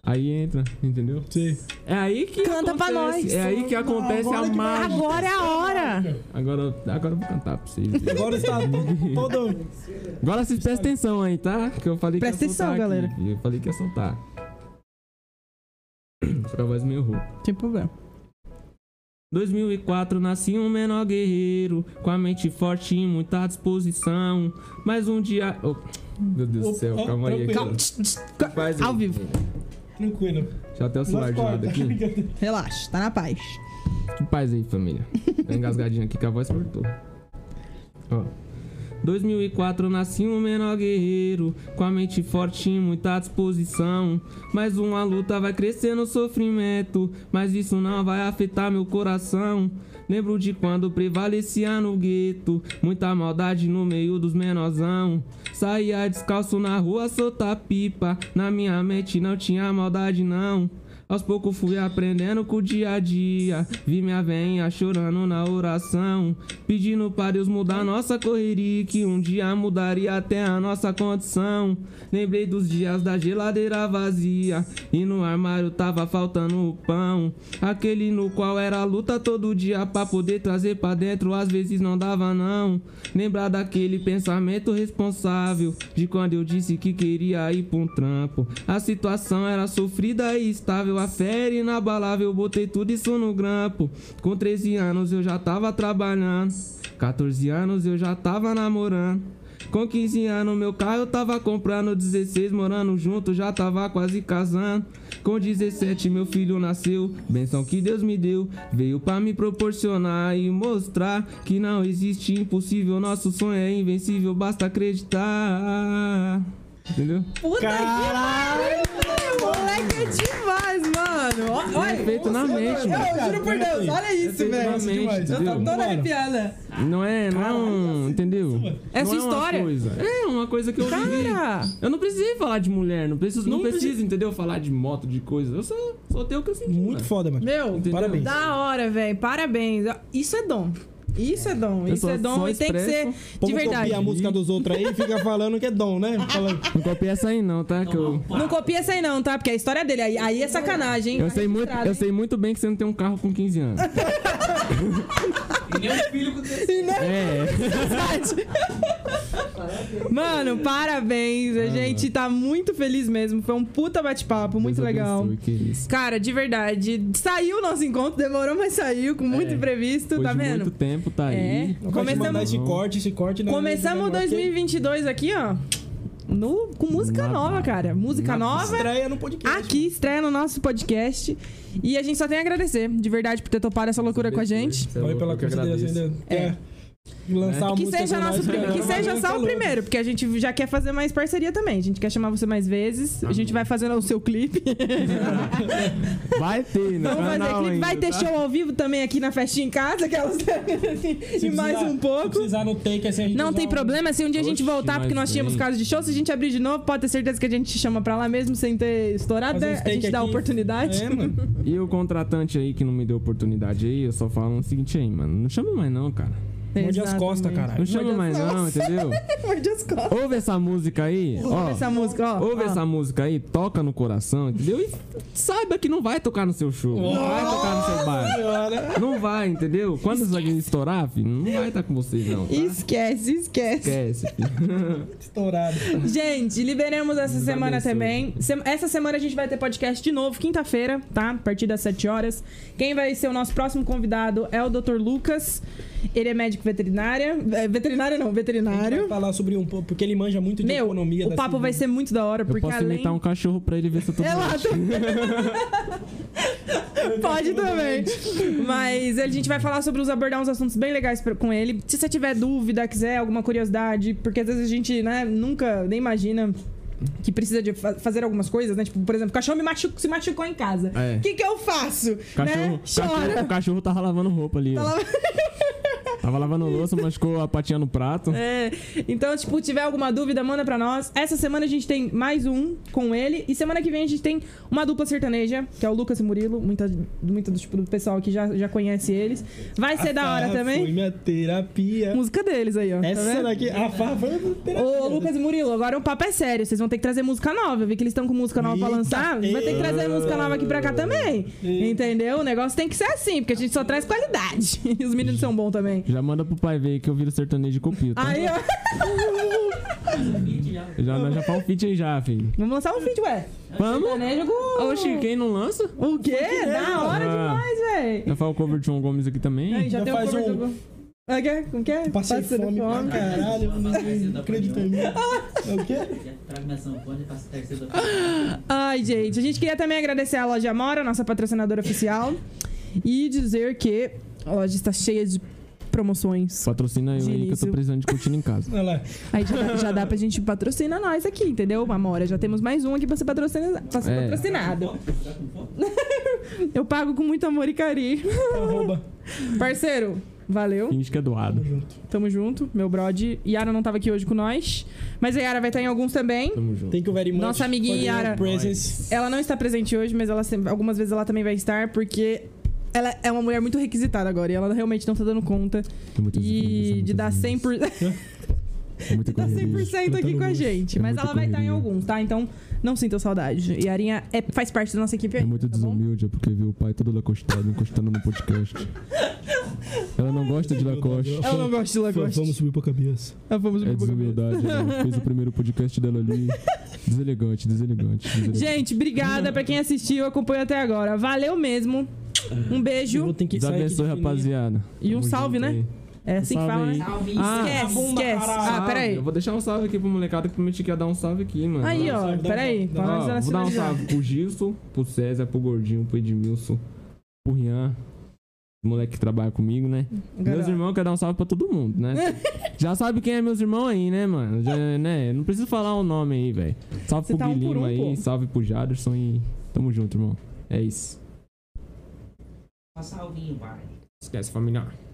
Speaker 1: Aí entra, entendeu?
Speaker 3: Sim.
Speaker 1: É aí que
Speaker 4: Canta pra
Speaker 1: acontece,
Speaker 4: nós.
Speaker 1: É aí que acontece
Speaker 3: Agora
Speaker 1: a
Speaker 3: que vai-
Speaker 1: mágica.
Speaker 4: Agora é a hora!
Speaker 1: Agora, agora eu vou cantar pra vocês. <laughs>
Speaker 3: Agora
Speaker 4: <laughs>
Speaker 3: está todo. todo... <laughs>
Speaker 1: Agora vocês prestem atenção aí, tá? Que eu falei
Speaker 4: Presta
Speaker 1: que ia soltar
Speaker 4: atenção,
Speaker 1: aqui. Eu falei que ia soltar. Fica a voz meio rouca.
Speaker 4: Tem problema.
Speaker 1: 2004 nasci um menor guerreiro, com a mente forte e muita disposição. Mas um dia. Oh, meu Deus do
Speaker 3: Opa,
Speaker 1: céu, calma aí.
Speaker 3: tranquilo.
Speaker 1: cara. Faz aí.
Speaker 4: Ao vivo.
Speaker 3: Tranquilo.
Speaker 1: Deixa eu até o celular
Speaker 3: Nós
Speaker 1: de lado
Speaker 3: corta.
Speaker 1: aqui.
Speaker 4: <laughs> Relaxa, tá na paz.
Speaker 1: Que paz aí, família. Tá engasgadinho aqui que a voz cortou. Ó. 2004 nasci um menor guerreiro, com a mente forte e muita disposição. Mais uma luta vai crescendo o sofrimento, mas isso não vai afetar meu coração. Lembro de quando prevalecia no gueto, muita maldade no meio dos menorzão. Saía descalço na rua, soltar pipa, na minha mente não tinha maldade não. Aos poucos fui aprendendo com o dia a dia. Vi minha venha chorando na oração. Pedindo pra Deus mudar nossa correria. Que um dia mudaria até a nossa condição. Lembrei dos dias da geladeira vazia. E no armário tava faltando o pão. Aquele no qual era luta todo dia pra poder trazer pra dentro. Às vezes não dava não. Lembrar daquele pensamento responsável. De quando eu disse que queria ir pra um trampo. A situação era sofrida e estável. a fera inabalável, eu botei tudo isso no grampo. Com 13 anos eu já tava trabalhando, 14 anos eu já tava namorando. Com 15 anos meu carro eu tava comprando, 16 morando junto, já tava quase casando. Com 17 meu filho nasceu, benção que Deus me deu, veio pra me proporcionar e mostrar que não existe impossível, nosso sonho é invencível, basta acreditar. Entendeu?
Speaker 4: Puta que pariu! Moleque é demais, mano! Ó-
Speaker 1: É
Speaker 4: Olha,
Speaker 1: feito na mente, mano.
Speaker 4: eu juro por Deus, olha isso, velho!
Speaker 1: Exatamente,
Speaker 4: Eu tô
Speaker 1: entendeu?
Speaker 4: toda arrepiada.
Speaker 1: Não é, não é um. Entendeu?
Speaker 4: É
Speaker 1: Não
Speaker 4: sua
Speaker 1: uma
Speaker 4: história.
Speaker 1: coisa. É uma coisa que eu vivi.
Speaker 4: Cara!
Speaker 1: Eu não precisei falar de mulher, não preciso, não
Speaker 3: Não
Speaker 1: preciso,
Speaker 3: precisa.
Speaker 1: entendeu? Falar de moto, de coisa. Eu só soltei o que eu senti.
Speaker 3: Muito
Speaker 1: mano.
Speaker 3: foda, mano.
Speaker 4: Meu,
Speaker 1: Entendeu?
Speaker 3: Parabéns.
Speaker 4: da hora, velho. Parabéns. Isso é dom. Isso é dom.
Speaker 1: Eu
Speaker 4: Isso
Speaker 1: só-
Speaker 4: é dom
Speaker 1: só
Speaker 4: e tem que ser
Speaker 1: expresso.
Speaker 3: Como
Speaker 4: de verdade. Ah,
Speaker 3: copia a música dos outros aí e fica falando que é dom, né? Falando-
Speaker 1: Não copia essa aí, não, tá? Que eu.
Speaker 4: Não copia essa aí não, tá? Porque a história dele aí, aí é sacanagem, Tá hein?
Speaker 1: Eu sei, muito, eu sei muito bem que você não tem um carro com 15 anos.
Speaker 12: E
Speaker 4: um
Speaker 12: nem o filho com o
Speaker 1: É.
Speaker 4: Mano, parabéns. A gente tá muito feliz mesmo. Foi um puta bate-papo, muito
Speaker 1: Ah, Deus
Speaker 4: legal.
Speaker 1: abençoe, que isso.
Speaker 4: Cara, de verdade, saiu o nosso encontro, demorou, mas saiu, com muito
Speaker 1: É.
Speaker 4: imprevisto,
Speaker 1: Depois
Speaker 4: tá
Speaker 1: de
Speaker 4: vendo?
Speaker 1: muito tempo, tá
Speaker 4: É.
Speaker 1: aí.
Speaker 3: Vai te mandar
Speaker 4: Começamos,
Speaker 3: esse corte, esse corte. né?
Speaker 4: começamos
Speaker 3: Porque
Speaker 4: 2022 aqui, ó. No, com música
Speaker 1: Nada.
Speaker 4: nova, cara. Música
Speaker 1: Nada.
Speaker 4: nova.
Speaker 3: Estreia no podcast.
Speaker 4: Aqui, estreia no nosso podcast. E a gente só tem a agradecer, de verdade, por ter topado essa loucura com a gente.
Speaker 1: Você é
Speaker 3: Olha
Speaker 1: louco,
Speaker 3: pela
Speaker 1: eu que
Speaker 3: consideração
Speaker 1: agradeço.
Speaker 3: ainda.
Speaker 4: É.
Speaker 3: Quer lançar uma
Speaker 4: Que
Speaker 3: música
Speaker 4: seja,
Speaker 3: com
Speaker 4: nosso
Speaker 3: nós,
Speaker 4: prim-
Speaker 3: cara,
Speaker 4: que
Speaker 3: vai
Speaker 4: seja
Speaker 3: lançar
Speaker 4: só o
Speaker 3: louco.
Speaker 4: primeiro, porque a gente já quer fazer mais parceria também. A gente quer chamar você mais vezes. A gente vai fazendo o seu clipe.
Speaker 1: Vai ter, né?
Speaker 4: Vamos fazer
Speaker 1: Canal
Speaker 4: clipe. Vai
Speaker 1: ainda,
Speaker 4: ter
Speaker 1: tá?
Speaker 4: show ao vivo também aqui na festinha em casa, <laughs> aquelas.
Speaker 3: Se
Speaker 4: e mais
Speaker 3: precisar-
Speaker 4: um
Speaker 3: Se
Speaker 4: pouco.
Speaker 3: precisar no take, assim, a gente
Speaker 4: Não
Speaker 3: usa
Speaker 4: tem
Speaker 3: um-
Speaker 4: problema, se um dia a gente
Speaker 1: Oxe,
Speaker 4: voltar, porque
Speaker 1: mas
Speaker 4: nós tínhamos
Speaker 1: bem.
Speaker 4: casos de show, se a gente abrir de novo, pode ter certeza que a gente te chama pra lá mesmo sem ter estourado,
Speaker 3: fazer
Speaker 4: né?
Speaker 3: uns
Speaker 4: A
Speaker 3: take
Speaker 4: gente dá a
Speaker 3: aqui.
Speaker 4: oportunidade.
Speaker 3: É,
Speaker 4: <laughs>
Speaker 3: mano.
Speaker 1: E o contratante aí que não me deu oportunidade aí, eu só falo o seguinte aí, mano. Não chama mais, não, cara.
Speaker 3: É, Morde as costas,
Speaker 1: Não
Speaker 3: caralho.
Speaker 1: chama mais, não, entendeu?
Speaker 4: Morde as costas.
Speaker 1: Ouve essa música aí, ó.
Speaker 4: Ouve essa música, ó.
Speaker 1: Ouve
Speaker 4: ó.
Speaker 1: essa música aí, toca no coração, entendeu? E saiba que não vai tocar no seu show. Não vai tocar no seu bar.
Speaker 3: Senhora.
Speaker 1: Não vai, entendeu? Quando isso aqui estourar, filho, não vai estar com vocês, não. Tá?
Speaker 4: Esquece, esquece.
Speaker 1: Esquece, filho.
Speaker 3: Estourado.
Speaker 4: Gente, liberamos essa
Speaker 1: Deus
Speaker 4: semana
Speaker 1: abençoe.
Speaker 4: também. Sem- Essa semana a gente vai ter podcast de novo, quinta-feira, tá? A partir das 7 horas. Quem vai ser o nosso próximo convidado é o Dr. Lucas. Ele é médico veterinária. é, Veterinária não,
Speaker 3: Vai
Speaker 4: veterinário.
Speaker 3: falar sobre um pouco, porque ele manja muito de
Speaker 4: Meu,
Speaker 3: economia.
Speaker 4: o
Speaker 3: da
Speaker 4: papo
Speaker 3: cidade.
Speaker 4: vai ser muito da hora,
Speaker 1: Eu
Speaker 4: porque
Speaker 1: posso
Speaker 4: além.
Speaker 1: imitar um cachorro pra ele ver se eu tô
Speaker 4: É lá,
Speaker 1: doente.
Speaker 4: <laughs> tá- Pode também. Mas a gente vai falar sobre os abordar uns assuntos bem legais pra- com ele. Se você tiver dúvida, quiser alguma curiosidade, porque às vezes a gente, né, nunca nem imagina que precisa de fa- fazer algumas coisas, né? Tipo, por exemplo, o cachorro me machu- se machucou em casa. O
Speaker 1: É.
Speaker 4: que que eu faço?
Speaker 1: Cachorro,
Speaker 4: né? Chora.
Speaker 1: cachorro, o cachorro tava lavando roupa ali. ó.
Speaker 4: Fala-
Speaker 1: Tava lavando louça, machucou a patinha no prato.
Speaker 4: <laughs> É. Então, tipo, tiver alguma dúvida, manda pra nós. Essa semana a gente tem mais um com ele. E semana que vem a gente tem uma dupla sertaneja, que é o Lucas e Murilo. Muita, muita do, tipo, do pessoal que já, já conhece eles. Vai ser
Speaker 3: A
Speaker 4: da hora
Speaker 3: farra Ah, Foi
Speaker 4: também.
Speaker 3: minha terapia.
Speaker 4: Música deles aí, ó.
Speaker 3: tá, Essa é
Speaker 4: tá vendo?
Speaker 3: daqui, a farra foi minha terapia.
Speaker 4: Ô, Lucas e Murilo, agora o papo é sério. Vocês vão ter que trazer música nova. Eu vi que eles estão com música nova pra
Speaker 3: Eita,
Speaker 4: lançar. Vai ter que trazer música nova aqui pra cá também. Entendeu? O negócio tem que ser assim, porque a gente só traz qualidade. <laughs> E os meninos são bons também.
Speaker 1: Já manda pro pai ver que eu viro sertanejo e copio, tá?
Speaker 4: Aí, ó.
Speaker 12: Kid já.
Speaker 1: Já, nós já faz um feat aí já, filho.
Speaker 4: Vamos lançar um vídeo, ué.
Speaker 1: Vamos?
Speaker 4: Sertanejo com-
Speaker 1: Oxi, quem não lança?
Speaker 4: O quê? É, Da hora
Speaker 1: Ah.
Speaker 4: demais, véi.
Speaker 1: Já faz o cover de João Gomes aqui
Speaker 4: Aí,
Speaker 1: também.
Speaker 4: já
Speaker 3: Já
Speaker 4: tem
Speaker 3: faz
Speaker 4: um...
Speaker 3: um-
Speaker 4: cover do- Ah, quer? Como que é?
Speaker 3: Passei fome pra caralho, não acredito em mim. É o quê?
Speaker 12: Já trago minha sanfona e faço terceira da feira.
Speaker 4: Ai, gente, a gente queria também agradecer a Loja Amora, nossa patrocinadora oficial, e dizer que a loja está cheia de promoções.
Speaker 1: Patrocina eu aí que eu
Speaker 4: Dionísio.
Speaker 1: tô precisando de cortina em casa.
Speaker 3: Olha lá.
Speaker 4: Aí já dá, já dá pra gente patrocinar nós aqui, entendeu, Amora? Já temos mais um aqui pra ser, patrocina, pra ser
Speaker 1: É.
Speaker 4: patrocinado.
Speaker 12: Tá com fome?
Speaker 4: <laughs> Eu pago com muito amor e carinho.
Speaker 3: Arroba.
Speaker 4: Parceiro, valeu.
Speaker 1: Finge que é doado.
Speaker 3: Tamo junto.
Speaker 4: Tamo junto, meu brode. Yara não tava aqui hoje com nós, mas a Yara vai estar em alguns também.
Speaker 1: Tamo junto.
Speaker 3: Thank you very much.
Speaker 4: Nossa amiguinha
Speaker 3: for your
Speaker 4: Yara.
Speaker 3: presence.
Speaker 4: Ela não está presente hoje, mas ela sempre- algumas vezes ela também vai estar, porque ela é uma mulher muito requisitada agora e ela realmente não tá dando conta
Speaker 1: Tem muitas
Speaker 4: de,
Speaker 1: diferenças,
Speaker 4: de dar
Speaker 1: muitas
Speaker 4: 100%, <laughs> por,
Speaker 1: diferenças, muita
Speaker 4: de dar
Speaker 1: correria.
Speaker 4: 100 aqui com a gente.
Speaker 1: É
Speaker 4: Mas
Speaker 1: muita
Speaker 4: ela vai estar em
Speaker 1: correria.
Speaker 4: alguns, tá? Então não sintam saudade. E a Arinha é- faz parte da nossa equipe
Speaker 1: É
Speaker 4: ainda,
Speaker 1: muito
Speaker 4: tá bom?
Speaker 1: desumilde, é porque viu o pai todo lacostado, encostando no podcast. Ela não gosta de Lacoste.
Speaker 4: Ela não gosta de Lacoste.
Speaker 3: Vamos subir pra cabeça.
Speaker 4: Ah, vamos
Speaker 1: É
Speaker 4: pro programa.
Speaker 1: desumildade, ela fez o primeiro podcast dela
Speaker 4: <laughs>
Speaker 1: ali. Deselegante, deselegante. deselegante.
Speaker 4: Gente, obrigada pra quem assistiu, acompanhou até agora. Valeu mesmo. Um
Speaker 3: Eu
Speaker 4: beijo
Speaker 3: vou ter que
Speaker 1: Deus
Speaker 3: sair aqui de
Speaker 1: abençoe,
Speaker 3: fininho.
Speaker 1: rapaziada.
Speaker 4: e um
Speaker 1: Tamo
Speaker 4: salve,
Speaker 1: junto
Speaker 4: né?
Speaker 1: aí.
Speaker 4: É assim que
Speaker 1: Salve
Speaker 4: fala,
Speaker 1: aí.
Speaker 4: né?
Speaker 2: Calma,
Speaker 4: Ah, Esquece, esquece. Ah, peraí.
Speaker 1: Eu vou deixar um salve aqui pro molecada que prometi que ia dar um salve aqui, mano.
Speaker 4: Aí,
Speaker 3: Dá um
Speaker 4: ó,
Speaker 3: salve, dá um
Speaker 4: peraí.
Speaker 3: salve, dá um
Speaker 4: Vamos
Speaker 1: Ó, vou dar
Speaker 4: lá
Speaker 1: um
Speaker 4: sinalizar.
Speaker 1: salve pro Gilson, pro César, pro Gordinho, pro Edmilson, pro Rian, o moleque que trabalha comigo, né? Meus
Speaker 4: Garoto.
Speaker 1: irmãos, eu quero dar um salve pra todo mundo,
Speaker 4: <laughs>
Speaker 1: né? Já sabe quem é meus irmãos aí, né, mano? Já, né? Não preciso falar o nome aí, velho. Salve
Speaker 4: Você
Speaker 1: pro
Speaker 4: tá um por
Speaker 1: Guilherme
Speaker 4: um,
Speaker 1: aí,
Speaker 4: pô.
Speaker 1: salve pro Jaderson e tamo junto, irmão. É isso.
Speaker 13: Passa alvinho, vai.
Speaker 1: Esquece, família.